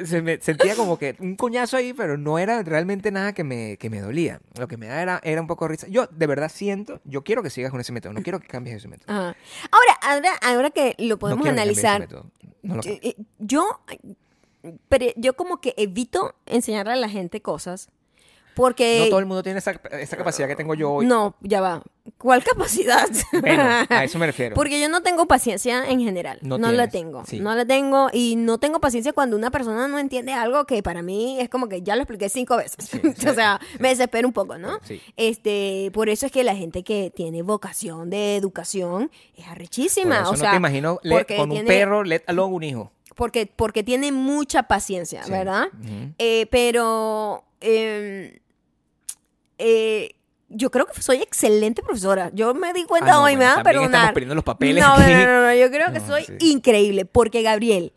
Speaker 2: Se me sentía como que un coñazo ahí, pero no era realmente nada que me, que me dolía. Lo que me daba era, era un poco de risa. Yo de verdad siento, yo quiero que sigas con ese método, no quiero que cambies ese método.
Speaker 1: Ajá. Ahora, ahora, ahora que lo
Speaker 2: No
Speaker 1: podemos
Speaker 2: quiero que cambies ese
Speaker 1: analizar,
Speaker 2: método. No lo
Speaker 1: Eh, eh, yo pero yo como que evito enseñarle a la gente cosas porque
Speaker 2: No todo el mundo tiene esa, esa capacidad que tengo yo hoy.
Speaker 1: eh, No, ya va cuál capacidad
Speaker 2: Bueno, a eso me refiero.
Speaker 1: porque yo no tengo paciencia en general
Speaker 2: No
Speaker 1: no, la
Speaker 2: tienes,
Speaker 1: tengo
Speaker 2: sí.
Speaker 1: no la tengo y no tengo paciencia cuando una persona no entiende algo que para mí es como que ya lo expliqué cinco veces
Speaker 2: Sí,
Speaker 1: o sea
Speaker 2: sí.
Speaker 1: me desespero un poco no
Speaker 2: Pues, Sí.
Speaker 1: este por eso es que la gente que tiene vocación de educación es
Speaker 2: Por
Speaker 1: arrechísima
Speaker 2: eso
Speaker 1: o
Speaker 2: no
Speaker 1: sea
Speaker 2: te imagino le-
Speaker 1: porque
Speaker 2: con un
Speaker 1: tiene-
Speaker 2: perro, let alone un hijo.
Speaker 1: porque, porque tiene mucha paciencia,
Speaker 2: Sí.
Speaker 1: ¿verdad?
Speaker 2: Ujú.
Speaker 1: Eh, pero eh, eh, yo creo que soy excelente profesora. Yo me di cuenta
Speaker 2: Ah, no,
Speaker 1: hoy, me
Speaker 2: bueno,
Speaker 1: van a
Speaker 2: también estamos
Speaker 1: perdonar.
Speaker 2: perdiendo los papeles
Speaker 1: no,
Speaker 2: aquí.
Speaker 1: no, no, no, yo creo que
Speaker 2: No,
Speaker 1: soy
Speaker 2: sí.
Speaker 1: increíble, porque Gabriel,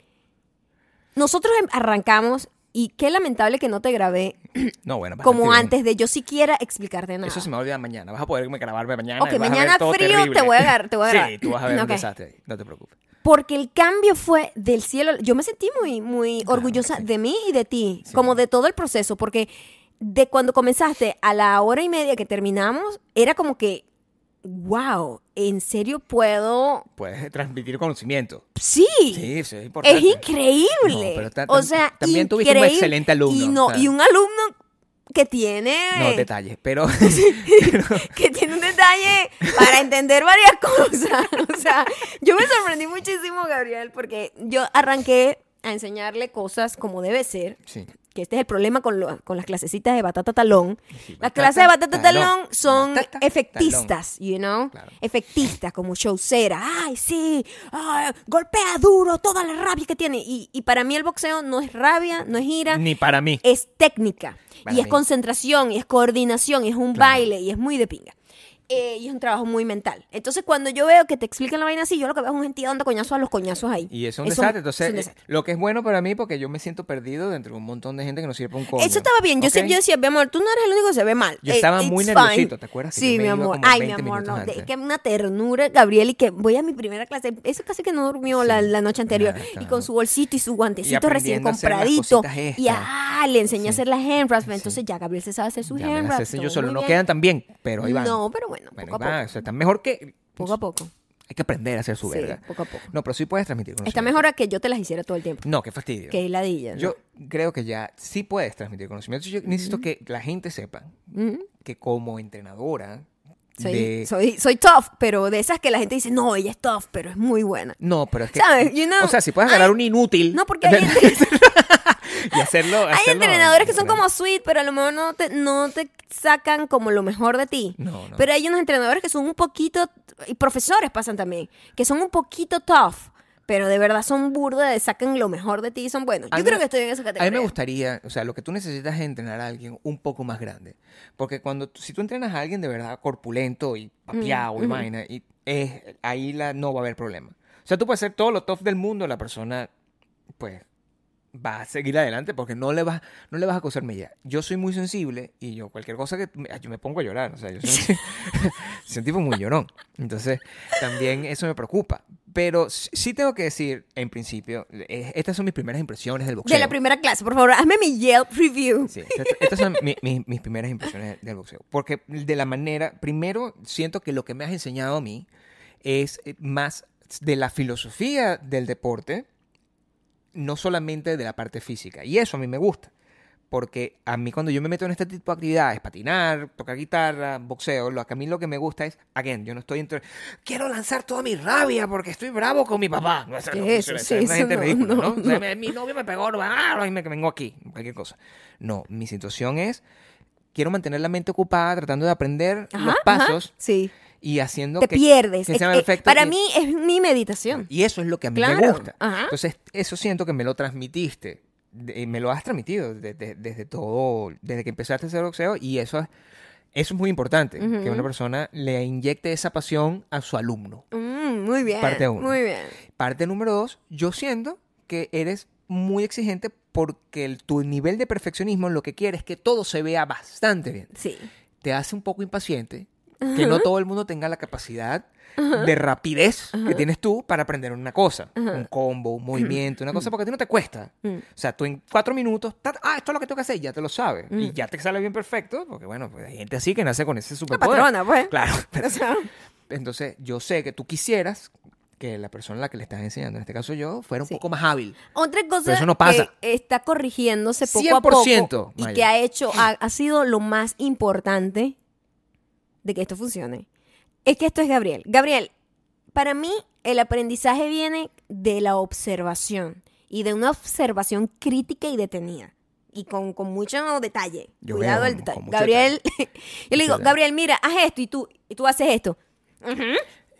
Speaker 1: nosotros em- arrancamos y qué lamentable que no te grabé
Speaker 2: No, bueno, bastante
Speaker 1: como
Speaker 2: bien.
Speaker 1: antes de yo siquiera explicarte nada.
Speaker 2: Eso se me va a olvidar mañana. Vas a poder grabarme mañana.
Speaker 1: Ok,
Speaker 2: y vas a ver
Speaker 1: mañana
Speaker 2: todo
Speaker 1: frío
Speaker 2: terrible.
Speaker 1: te voy a agarrar- te voy a
Speaker 2: Sí,
Speaker 1: agarrar.
Speaker 2: tú vas a ver un
Speaker 1: Ok.
Speaker 2: desastre ahí, No te preocupes.
Speaker 1: Porque el cambio fue del cielo. Yo me sentí muy, muy orgullosa de mí y de ti, como de todo el proceso, porque de cuando comenzaste a la hora y media que terminamos, era como que, wow, en serio puedo.
Speaker 2: Puedes transmitir conocimiento.
Speaker 1: Sí.
Speaker 2: Sí, eso es importante.
Speaker 1: Es increíble.
Speaker 2: No, pero ta-
Speaker 1: o sea,
Speaker 2: también tuviste un
Speaker 1: increíble.
Speaker 2: excelente alumno,
Speaker 1: Y, no,
Speaker 2: o sea.
Speaker 1: y un alumno que tiene,
Speaker 2: No, detalles, pero...
Speaker 1: que tiene un detalle para entender varias cosas. O sea, yo me sorprendí muchísimo, Gabriel, porque yo arranqué a enseñarle cosas como debe ser.
Speaker 2: sí.
Speaker 1: Que este es el problema con, lo- con las clasecitas de batata talón.
Speaker 2: Sí,
Speaker 1: las
Speaker 2: batata
Speaker 1: clases de batata talón,
Speaker 2: talón.
Speaker 1: son
Speaker 2: Batata
Speaker 1: efectistas, you know?
Speaker 2: Claro.
Speaker 1: Efectistas, como showceras. Ay, sí, ay, golpea duro toda la rabia que tiene. Y, y para mí el boxeo no es rabia, no es ira,
Speaker 2: Ni para mí.
Speaker 1: es técnica
Speaker 2: Para
Speaker 1: y es
Speaker 2: mí.
Speaker 1: concentración y es coordinación y es un
Speaker 2: Claro.
Speaker 1: baile y es muy de pinga. Eh, y es un trabajo muy mental. Entonces, cuando yo veo que te explican la vaina así, yo lo que veo es un gentío dando coñazos a los coñazos ahí.
Speaker 2: Y es un
Speaker 1: Eso-
Speaker 2: desastre.
Speaker 1: es
Speaker 2: Entonces, eh,
Speaker 1: un desastre.
Speaker 2: lo que es bueno para mí, porque yo me siento perdido dentro de un montón de gente que no sirve para un coño.
Speaker 1: Eso estaba bien. Yo, sé-
Speaker 2: ¿Ok?
Speaker 1: yo decía, mi amor, tú no eres el único que se ve mal.
Speaker 2: Yo
Speaker 1: Eh,
Speaker 2: estaba
Speaker 1: it's
Speaker 2: muy
Speaker 1: fine.
Speaker 2: nerviosito, ¿te acuerdas? Que
Speaker 1: Sí,
Speaker 2: yo me
Speaker 1: mi
Speaker 2: iba
Speaker 1: amor.
Speaker 2: como
Speaker 1: Ay, mi
Speaker 2: 20
Speaker 1: amor,
Speaker 2: minutos
Speaker 1: no. de-
Speaker 2: antes.
Speaker 1: que una ternura, Gabriel, y que voy a mi primera clase. Eso casi que no durmió la,
Speaker 2: Sí.
Speaker 1: la noche anterior.
Speaker 2: Nada,
Speaker 1: y
Speaker 2: estaba-
Speaker 1: con su bolsito y su guantecito recién
Speaker 2: aprendiendo a hacer las
Speaker 1: compradito.
Speaker 2: cositas
Speaker 1: Y
Speaker 2: estas.
Speaker 1: ah, le enseñé a
Speaker 2: Sí.
Speaker 1: hacer las handwraps. Entonces ya Gabriel se sabe hacer sus
Speaker 2: Ya me las
Speaker 1: handwraps.
Speaker 2: sé yo
Speaker 1: todo
Speaker 2: solo.
Speaker 1: muy
Speaker 2: No
Speaker 1: bien.
Speaker 2: quedan tan bien, pero ahí van.
Speaker 1: No, pero bueno,
Speaker 2: Bueno,
Speaker 1: poco
Speaker 2: ahí
Speaker 1: a
Speaker 2: van.
Speaker 1: poco.
Speaker 2: O sea, están mejor que...
Speaker 1: Poco a poco.
Speaker 2: Hay que aprender a hacer su
Speaker 1: Sí,
Speaker 2: verga.
Speaker 1: poco a poco.
Speaker 2: No, pero sí puedes transmitir
Speaker 1: Está
Speaker 2: conocimiento.
Speaker 1: mejor a que yo te las hiciera todo el tiempo.
Speaker 2: No, qué fastidio.
Speaker 1: Que heladilla. ¿no?
Speaker 2: Yo creo que ya sí puedes transmitir conocimiento. Yo necesito que la gente sepa
Speaker 1: Ujú.
Speaker 2: que como entrenadora
Speaker 1: soy,
Speaker 2: de...
Speaker 1: soy, soy tough, pero de esas que la gente dice, no, ella es tough, pero es muy buena.
Speaker 2: No, pero es que...
Speaker 1: ¿Sabes? You know,
Speaker 2: o sea, si puedes
Speaker 1: hay-
Speaker 2: agarrar un inútil...
Speaker 1: No, porque hay,
Speaker 2: y hacerlo...
Speaker 1: hay
Speaker 2: Pues hacerlo-
Speaker 1: entrenadores que son como sweet, pero a lo mejor no te, no te sacan como lo mejor de ti.
Speaker 2: No, no.
Speaker 1: Pero hay unos entrenadores que son un poquito, y profesores pasan también, que son un poquito tough, pero de verdad son burda, de- sacan lo mejor de ti y son buenos.
Speaker 2: A
Speaker 1: Yo
Speaker 2: mí
Speaker 1: creo
Speaker 2: me-
Speaker 1: que estoy en esa
Speaker 2: A
Speaker 1: categoría.
Speaker 2: mí me gustaría, o sea, lo que tú necesitas es entrenar a alguien un poco más grande. Porque cuando, tú- si tú entrenas a alguien de verdad corpulento y papiado y vaina, y es, ahí la, no va a haber problema. O sea, tú puedes ser todo lo top del mundo, la persona, pues, va a seguir adelante porque no le vas, no le vas a causar mella. Yo soy muy sensible y yo, cualquier cosa que, me- yo me pongo a llorar. O sea, yo soy un, soy un tipo muy llorón. Entonces, también eso me preocupa. Pero sí sí tengo que decir, en principio, eh, estas son mis primeras impresiones del boxeo.
Speaker 1: De la primera clase, por favor, hazme mi Yelp review.
Speaker 2: Sí, esta- estas son mi- mi- mis primeras impresiones del boxeo. Porque de la manera, primero siento que lo que me has enseñado a mí es eh, más de la filosofía del deporte, no solamente de la parte física. Y eso a mí me gusta. Porque a mí cuando yo me meto en este tipo de actividades, patinar, tocar guitarra, boxeo, lo que a mí lo que me gusta es, again, yo no estoy entre, quiero lanzar toda mi rabia porque estoy bravo con mi papá. No, eso no
Speaker 1: ¿Qué es
Speaker 2: funciona,
Speaker 1: eso?
Speaker 2: o sea,
Speaker 1: Sí,
Speaker 2: una
Speaker 1: eso
Speaker 2: gente
Speaker 1: no,
Speaker 2: ridícula,
Speaker 1: no,
Speaker 2: ¿no? O sea, me- mi novio me pegó, no, ah, y me que vengo aquí, cualquier cosa. No, mi situación es, quiero mantener la mente ocupada tratando de aprender
Speaker 1: Ajá,
Speaker 2: los
Speaker 1: ajá,
Speaker 2: pasos
Speaker 1: Sí.
Speaker 2: y haciendo
Speaker 1: Te
Speaker 2: que,
Speaker 1: pierdes.
Speaker 2: que
Speaker 1: Es-
Speaker 2: sea
Speaker 1: eh,
Speaker 2: perfecto
Speaker 1: para
Speaker 2: y-
Speaker 1: mí es mi meditación.
Speaker 2: y eso es lo que a mí me
Speaker 1: Claro,
Speaker 2: gusta.
Speaker 1: ajá.
Speaker 2: Entonces, eso siento que me lo transmitiste. de- y me lo has transmitido de- de- desde todo, desde que empezaste a hacer boxeo. Y eso es, eso es muy importante, que
Speaker 1: Ujú.
Speaker 2: una persona le inyecte esa pasión a su alumno.
Speaker 1: Mm, muy bien.
Speaker 2: Ah. Parte uno.
Speaker 1: Muy bien.
Speaker 2: Parte número dos, yo siento que eres muy exigente porque el- tu nivel de perfeccionismo lo que quiere es que todo se vea bastante bien.
Speaker 1: Sí.
Speaker 2: Te hace un poco impaciente que no todo el mundo tenga la capacidad de rapidez que tienes tú para aprender una cosa, un combo, un movimiento, una cosa, porque a ti no te cuesta.
Speaker 1: Mm.
Speaker 2: O sea, tú en cuatro minutos, ta- ah, esto es lo que tengo que hacer, ya te lo sabes.
Speaker 1: Mm.
Speaker 2: Y ya te sale bien perfecto, porque bueno, pues hay gente así que nace con ese
Speaker 1: La
Speaker 2: superpoder.
Speaker 1: patrona, pues.
Speaker 2: Claro, pero
Speaker 1: O sea,
Speaker 2: entonces, yo sé que tú quisieras que la persona a la que le estás enseñando, en este caso yo, fuera un
Speaker 1: Sí.
Speaker 2: poco más hábil.
Speaker 1: otra cosa
Speaker 2: Pero eso no pasa.
Speaker 1: que está corrigiéndose poco a
Speaker 2: 100%,
Speaker 1: poco y
Speaker 2: Maya.
Speaker 1: que ha hecho, ha, ha sido lo más importante de que esto funcione, es que esto es Gabriel. Gabriel, para mí el aprendizaje viene de la observación y de una observación crítica y detenida. Y con, con mucho detalle.
Speaker 2: Yo
Speaker 1: Cuidado
Speaker 2: veo,
Speaker 1: el detalle.
Speaker 2: con mucho
Speaker 1: Gabriel, yo le digo,
Speaker 2: detalle.
Speaker 1: Gabriel, mira, haz esto y tú, y tú haces esto. Ujú.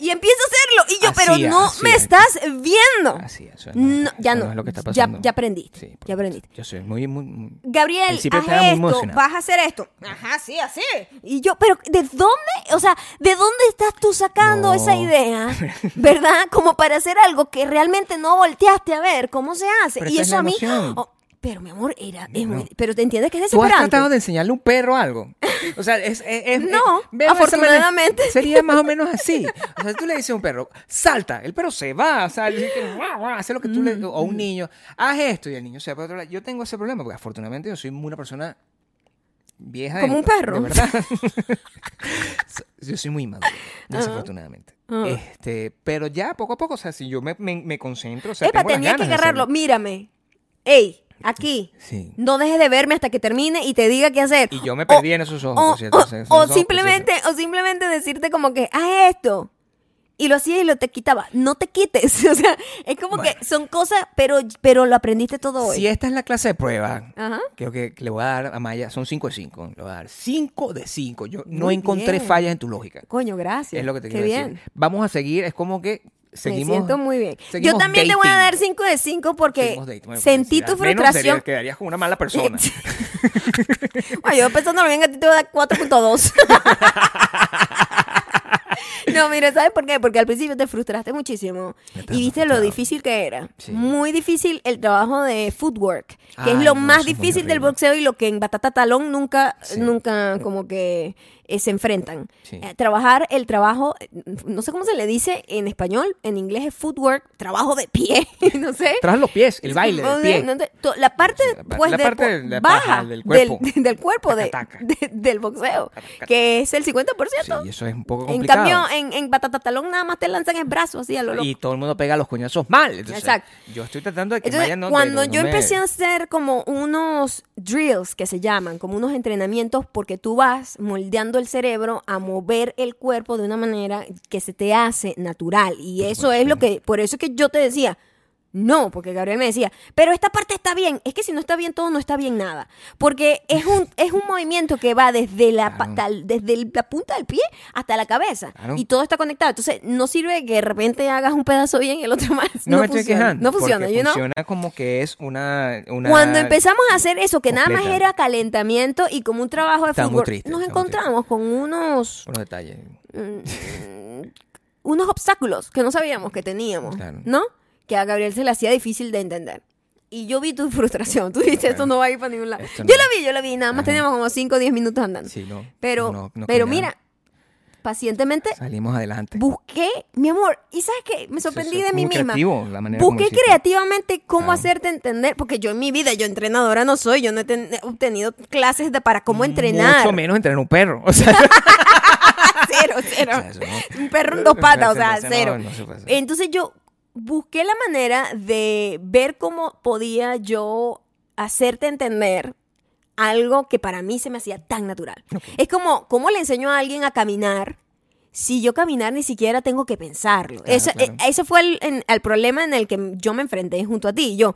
Speaker 1: Y empieza a hacerlo. Y yo,
Speaker 2: Así
Speaker 1: pero
Speaker 2: es,
Speaker 1: no
Speaker 2: así
Speaker 1: me
Speaker 2: es.
Speaker 1: estás viendo.
Speaker 2: Así, eso
Speaker 1: Ah. No, ya no.
Speaker 2: es lo que está
Speaker 1: Ya-
Speaker 2: pasando.
Speaker 1: Ya, aprendiste.
Speaker 2: Sí,
Speaker 1: ya aprendiste.
Speaker 2: Yo soy muy, muy, muy- Al
Speaker 1: Gabriel, haz
Speaker 2: principio estaba muy
Speaker 1: esto,
Speaker 2: emocionado.
Speaker 1: vas a hacer esto. Ajá, sí, así. Y yo, pero ¿de dónde? O sea, ¿de dónde estás tú sacando
Speaker 2: No.
Speaker 1: esa idea? ¿Verdad? Como para hacer algo que realmente no volteaste a ver cómo se hace.
Speaker 2: Pero
Speaker 1: y
Speaker 2: esa es
Speaker 1: eso
Speaker 2: la
Speaker 1: a mí.
Speaker 2: emoción.
Speaker 1: oh, pero mi amor, era. es
Speaker 2: No.
Speaker 1: muy- pero te entiendes que es
Speaker 2: ¿Tú has
Speaker 1: desesperante.
Speaker 2: tratado de enseñarle a un perro algo? O sea, es... es- es-
Speaker 1: No,
Speaker 2: es- veo esa manera-
Speaker 1: afortunadamente.
Speaker 2: Sería más o menos así. O sea, tú le dices a un perro, salta, el perro se va, o sea, le dices, "Guau, guau", hace lo que tú
Speaker 1: Mm.
Speaker 2: le... O a un niño, haz esto, y el niño se va para otro lado. Yo tengo ese problema, porque afortunadamente yo soy una persona vieja. de-
Speaker 1: Como un perro.
Speaker 2: De verdad. So- yo soy muy maduro,
Speaker 1: Ah.
Speaker 2: desafortunadamente. Este, pero ya poco a poco, o sea, si yo me, me, me concentro, o sea,
Speaker 1: Epa,
Speaker 2: tengo las
Speaker 1: tenía que
Speaker 2: ganas de
Speaker 1: agarrarlo.
Speaker 2: hacerlo.
Speaker 1: Mírame. Ey, aquí.
Speaker 2: Sí.
Speaker 1: No dejes de verme hasta que termine y te diga qué hacer.
Speaker 2: Y yo me
Speaker 1: O-
Speaker 2: perdí en esos ojos,
Speaker 1: o,
Speaker 2: por cierto,
Speaker 1: o-
Speaker 2: esos- esos
Speaker 1: o
Speaker 2: ojos
Speaker 1: simplemente o simplemente decirte como que haz esto y lo hacías y lo te quitaba no te quites o sea es como que son cosas pero pero lo aprendiste todo hoy
Speaker 2: Si esta es la clase de prueba,
Speaker 1: Ajá.
Speaker 2: creo que le voy a dar a Maya, son 5 de 5, le voy a dar 5 de 5. Yo no
Speaker 1: Muy
Speaker 2: encontré
Speaker 1: bien.
Speaker 2: fallas en tu lógica.
Speaker 1: coño gracias
Speaker 2: es lo que te
Speaker 1: qué
Speaker 2: quiero
Speaker 1: bien
Speaker 2: decir. Vamos a seguir, es como que seguimos.
Speaker 1: me siento muy bien yo
Speaker 2: seguimos
Speaker 1: también te voy a
Speaker 2: dating.
Speaker 1: dar 5 de 5 porque
Speaker 2: Seguimos dating. Bueno,
Speaker 1: sentí
Speaker 2: si
Speaker 1: tu
Speaker 2: das menos,
Speaker 1: frustración
Speaker 2: serías- quedarías como una mala persona.
Speaker 1: Bueno, yo pensándolo bien, a ti te voy a dar 4.2. No, mira, ¿sabes por qué? Porque al principio te frustraste muchísimo
Speaker 2: Me estaba
Speaker 1: y viste lo
Speaker 2: frustrado.
Speaker 1: difícil que era.
Speaker 2: Sí.
Speaker 1: Muy difícil el trabajo de footwork, que
Speaker 2: Ay,
Speaker 1: es lo
Speaker 2: no,
Speaker 1: más
Speaker 2: eso es muy
Speaker 1: difícil del
Speaker 2: horrible.
Speaker 1: boxeo y lo que en batata talón nunca,
Speaker 2: Sí.
Speaker 1: nunca como que eh, se enfrentan.
Speaker 2: Sí.
Speaker 1: Eh, trabajar el trabajo, eh, no sé cómo se le dice en español, en inglés es footwork, trabajo de pie, no sé.
Speaker 2: Tras los pies, el baile,
Speaker 1: No
Speaker 2: el
Speaker 1: sé,
Speaker 2: pie.
Speaker 1: no sé, to- la parte,
Speaker 2: Sí, la parte-
Speaker 1: pues,
Speaker 2: la
Speaker 1: de-
Speaker 2: parte
Speaker 1: po-
Speaker 2: de la
Speaker 1: baja
Speaker 2: paja, del
Speaker 1: del
Speaker 2: cuerpo.
Speaker 1: del, cuerpo de-
Speaker 2: Taca, taca.
Speaker 1: de- del boxeo,
Speaker 2: Taca, taca.
Speaker 1: que es el 50%.
Speaker 2: Sí, y eso es un poco
Speaker 1: en
Speaker 2: complicado.
Speaker 1: cambio, en, en batata talón nada más te lanzan el brazo así a lo loco.
Speaker 2: y todo el mundo pega los coñazos mal. Entonces,
Speaker 1: Exacto.
Speaker 2: Yo estoy tratando de que
Speaker 1: Entonces,
Speaker 2: Maya no
Speaker 1: cuando
Speaker 2: no- no
Speaker 1: yo
Speaker 2: me-
Speaker 1: empecé a hacer como unos drills que se llaman, como unos entrenamientos, porque tú vas moldeando el cerebro a mover el cuerpo de una manera que se te hace natural. Y eso es lo que, por eso es que yo te decía, no, porque Gabriel me decía, pero esta parte está bien. Es que si no está bien todo, no está bien nada. Porque es un, es un movimiento que va desde la, pa-
Speaker 2: Claro.
Speaker 1: tal- desde el- la punta del pie hasta la cabeza.
Speaker 2: Claro.
Speaker 1: Y todo está conectado. Entonces, no sirve que de repente hagas un pedazo bien y el otro mal. No,
Speaker 2: No, me estoy
Speaker 1: funciona.
Speaker 2: quejando.
Speaker 1: No funciona,
Speaker 2: porque
Speaker 1: you know?
Speaker 2: Funciona como que es una. una-
Speaker 1: Cuando empezamos a hacer eso, que nada más
Speaker 2: completa.
Speaker 1: era calentamiento y como un trabajo de
Speaker 2: Está muy
Speaker 1: fútbol,
Speaker 2: triste,
Speaker 1: nos
Speaker 2: está muy
Speaker 1: encontramos con unos, mm,
Speaker 2: Unos detalles.
Speaker 1: unos obstáculos que no sabíamos que teníamos,
Speaker 2: Claro.
Speaker 1: ¿no? Que a Gabriel se le hacía difícil de entender. Y yo vi tu frustración. Tú dijiste, esto no va a ir para ningún lado.
Speaker 2: Esto
Speaker 1: Yo
Speaker 2: no.
Speaker 1: la vi, yo la vi. Nada más
Speaker 2: Ajá.
Speaker 1: teníamos como 5 o 10 minutos andando.
Speaker 2: Sí, no.
Speaker 1: pero
Speaker 2: no- no
Speaker 1: pero
Speaker 2: quería-
Speaker 1: mira, pacientemente
Speaker 2: Salimos adelante.
Speaker 1: busqué, mi amor, y sabes qué, me sorprendí
Speaker 2: Eso es
Speaker 1: de mí
Speaker 2: muy
Speaker 1: misma.
Speaker 2: creativo, la manera como
Speaker 1: Busqué
Speaker 2: hiciste. Ah.
Speaker 1: creativamente cómo
Speaker 2: Claro.
Speaker 1: hacerte entender, porque yo en mi vida, yo entrenadora no soy, yo no he, ten- he obtenido clases de para cómo entrenar.
Speaker 2: Mucho menos entrenar un perro. O sea,
Speaker 1: cero, cero.
Speaker 2: o sea, eso no-
Speaker 1: Un perro en dos patas, o sea,
Speaker 2: Eso no-
Speaker 1: cero.
Speaker 2: no se puede hacer.
Speaker 1: Entonces yo busqué la manera de ver cómo podía yo hacerte entender algo que para mí se me hacía tan natural. Es como, ¿cómo le enseño a alguien a caminar? Si yo caminar ni siquiera tengo que pensarlo.
Speaker 2: Claro,
Speaker 1: Eso-
Speaker 2: claro.
Speaker 1: eh, ese fue el, en- el problema en el que yo me enfrenté junto a ti. Yo,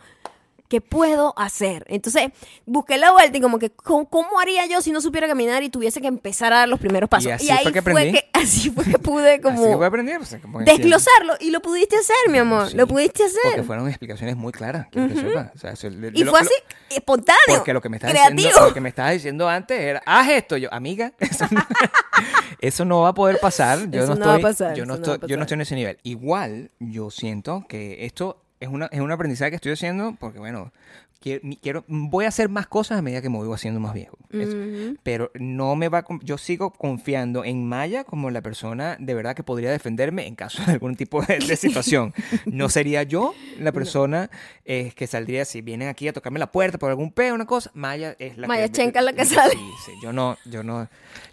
Speaker 1: ¿qué puedo hacer? Entonces busqué la vuelta y como que, ¿cómo, cómo haría yo si no supiera caminar y tuviese que empezar a dar los primeros pasos?
Speaker 2: así fue que aprendí.
Speaker 1: así fue que pude como
Speaker 2: Así que voy a aprender. o sea, como que entiendo.
Speaker 1: desglosarlo y lo pudiste hacer, mi amor,
Speaker 2: Pues, Sí,
Speaker 1: lo pudiste
Speaker 2: Porque
Speaker 1: hacer.
Speaker 2: fueron explicaciones muy claras. quiero que sepas. O sea, eso- de- de
Speaker 1: y
Speaker 2: lo-
Speaker 1: fue
Speaker 2: lo-
Speaker 1: así, espontáneo,
Speaker 2: Porque lo que me estás
Speaker 1: creativo.
Speaker 2: diciendo, lo que me estabas diciendo antes era, haz esto, yo, amiga, eso no, eso no va a poder pasar. Yo
Speaker 1: Eso
Speaker 2: no
Speaker 1: no va a
Speaker 2: estoy,
Speaker 1: pasar,
Speaker 2: yo no
Speaker 1: eso no va a
Speaker 2: estoy, yo
Speaker 1: pasar.
Speaker 2: no estoy en ese nivel. Igual, yo siento que esto es una, es un aprendizaje que estoy haciendo porque bueno, quiero, quiero- voy a hacer más cosas a medida que me voy haciendo más viejo. Es-
Speaker 1: Ujú.
Speaker 2: pero no me va a con- yo sigo confiando en Maya como la persona de verdad que podría defenderme en caso de algún tipo de, de situación no sería yo la persona eh, que saldría si vienen aquí a tocarme la puerta por algún peo una cosa Maya es la
Speaker 1: Maya
Speaker 2: que,
Speaker 1: Chenka es la que
Speaker 2: Sí,
Speaker 1: sale.
Speaker 2: sí, yo no yo no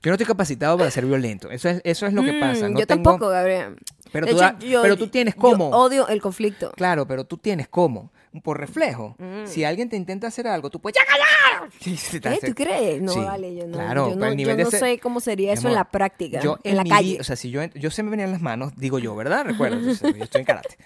Speaker 2: yo no estoy capacitado para ser violento eso es eso es lo que pasa
Speaker 1: Mm,
Speaker 2: no
Speaker 1: yo
Speaker 2: tengo-
Speaker 1: tampoco, Gabriel.
Speaker 2: pero
Speaker 1: De
Speaker 2: tú,
Speaker 1: hecho,
Speaker 2: da-
Speaker 1: yo-
Speaker 2: pero tú tienes
Speaker 1: yo
Speaker 2: cómo
Speaker 1: odio el conflicto.
Speaker 2: Claro, pero tú tienes cómo. Por reflejo. Si alguien te intenta hacer algo, tú puedes ¡Ya callar! Y se te
Speaker 1: Mm. ¿Eh?
Speaker 2: hace-
Speaker 1: ¿Tú crees? No,
Speaker 2: Sí,
Speaker 1: vale, yo no,
Speaker 2: claro,
Speaker 1: yo no,
Speaker 2: pero el nivel
Speaker 1: yo
Speaker 2: de
Speaker 1: no
Speaker 2: ese-
Speaker 1: sé cómo sería
Speaker 2: Mi
Speaker 1: eso en
Speaker 2: amor,
Speaker 1: la práctica,
Speaker 2: yo
Speaker 1: en la
Speaker 2: mi
Speaker 1: calle.
Speaker 2: vida- o sea, si yo, ent- yo se me venían las manos, digo yo, ¿verdad? Recuerda, o sea, yo estoy en karate.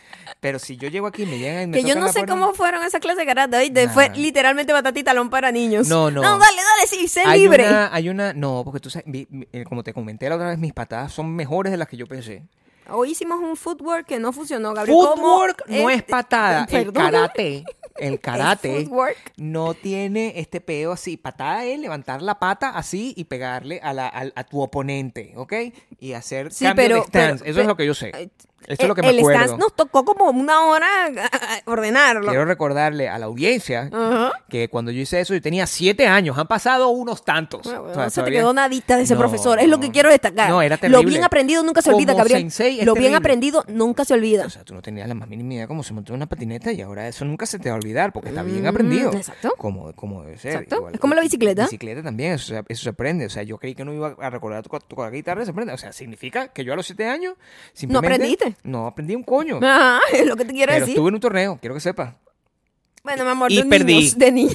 Speaker 2: Pero si yo llego aquí y me llegan y me
Speaker 1: que yo
Speaker 2: tocan
Speaker 1: no
Speaker 2: la
Speaker 1: sé
Speaker 2: puerta-
Speaker 1: cómo fueron esas clases de karate, ¿oíste? Fue
Speaker 2: Nada.
Speaker 1: literalmente batata y talón para niños.
Speaker 2: No, no.
Speaker 1: No, dale, dale, sí, sé
Speaker 2: Hay
Speaker 1: libre.
Speaker 2: una, hay una, no, porque tú sabes, mi- mi- eh, como te comenté la otra vez, mis patadas son mejores de las que yo pensé.
Speaker 1: Hoy hicimos un footwork que no funcionó, Gabriel. ¿Cómo
Speaker 2: Footwork no
Speaker 1: el-
Speaker 2: es patada, el
Speaker 1: Perdón.
Speaker 2: karate, el karate
Speaker 1: footwork.
Speaker 2: no tiene este pedo así. Patada es levantar la pata así y pegarle a, la, al- a tu oponente, ¿ok? Y hacer
Speaker 1: Sí,
Speaker 2: cambio
Speaker 1: pero-
Speaker 2: de stance.
Speaker 1: pero-
Speaker 2: Eso es lo que yo sé.
Speaker 1: Ay,
Speaker 2: Esto es lo que me
Speaker 1: el
Speaker 2: acuerdo.
Speaker 1: stance nos tocó como una hora ah, ordenarlo.
Speaker 2: Quiero recordarle a la audiencia
Speaker 1: Ajá.
Speaker 2: que cuando yo hice eso yo tenía siete años, han pasado unos tantos.
Speaker 1: Bueno, bueno,
Speaker 2: O sea,
Speaker 1: no se te
Speaker 2: todavía-
Speaker 1: quedó nadita de ese
Speaker 2: No,
Speaker 1: profesor. Es lo que
Speaker 2: no.
Speaker 1: quiero destacar.
Speaker 2: No, era terrible.
Speaker 1: Lo bien aprendido nunca se
Speaker 2: Como
Speaker 1: olvida, Gabriel.
Speaker 2: sensei es
Speaker 1: lo bien
Speaker 2: terrible.
Speaker 1: aprendido nunca se olvida.
Speaker 2: O sea, tú no tenías la más mínima idea cómo se montó una patineta y ahora eso nunca se te va a olvidar porque está bien aprendido.
Speaker 1: Mm, exacto.
Speaker 2: Como, como debe ser.
Speaker 1: Exacto. Es como la bicicleta.
Speaker 2: Bicicleta también, eso, se- eso se aprende. O sea, yo creí que no iba a recordar tu tocar guitarra, se aprende. O sea, significa que yo a los siete años simplemente...
Speaker 1: aprendiste?
Speaker 2: No, aprendí un coño.
Speaker 1: Ajá, Ah, es lo que te quiero
Speaker 2: Pero
Speaker 1: decir.
Speaker 2: estuve en un torneo, quiero que sepas.
Speaker 1: Bueno, mi amor,
Speaker 2: y
Speaker 1: de
Speaker 2: perdí.
Speaker 1: niños. De, ni-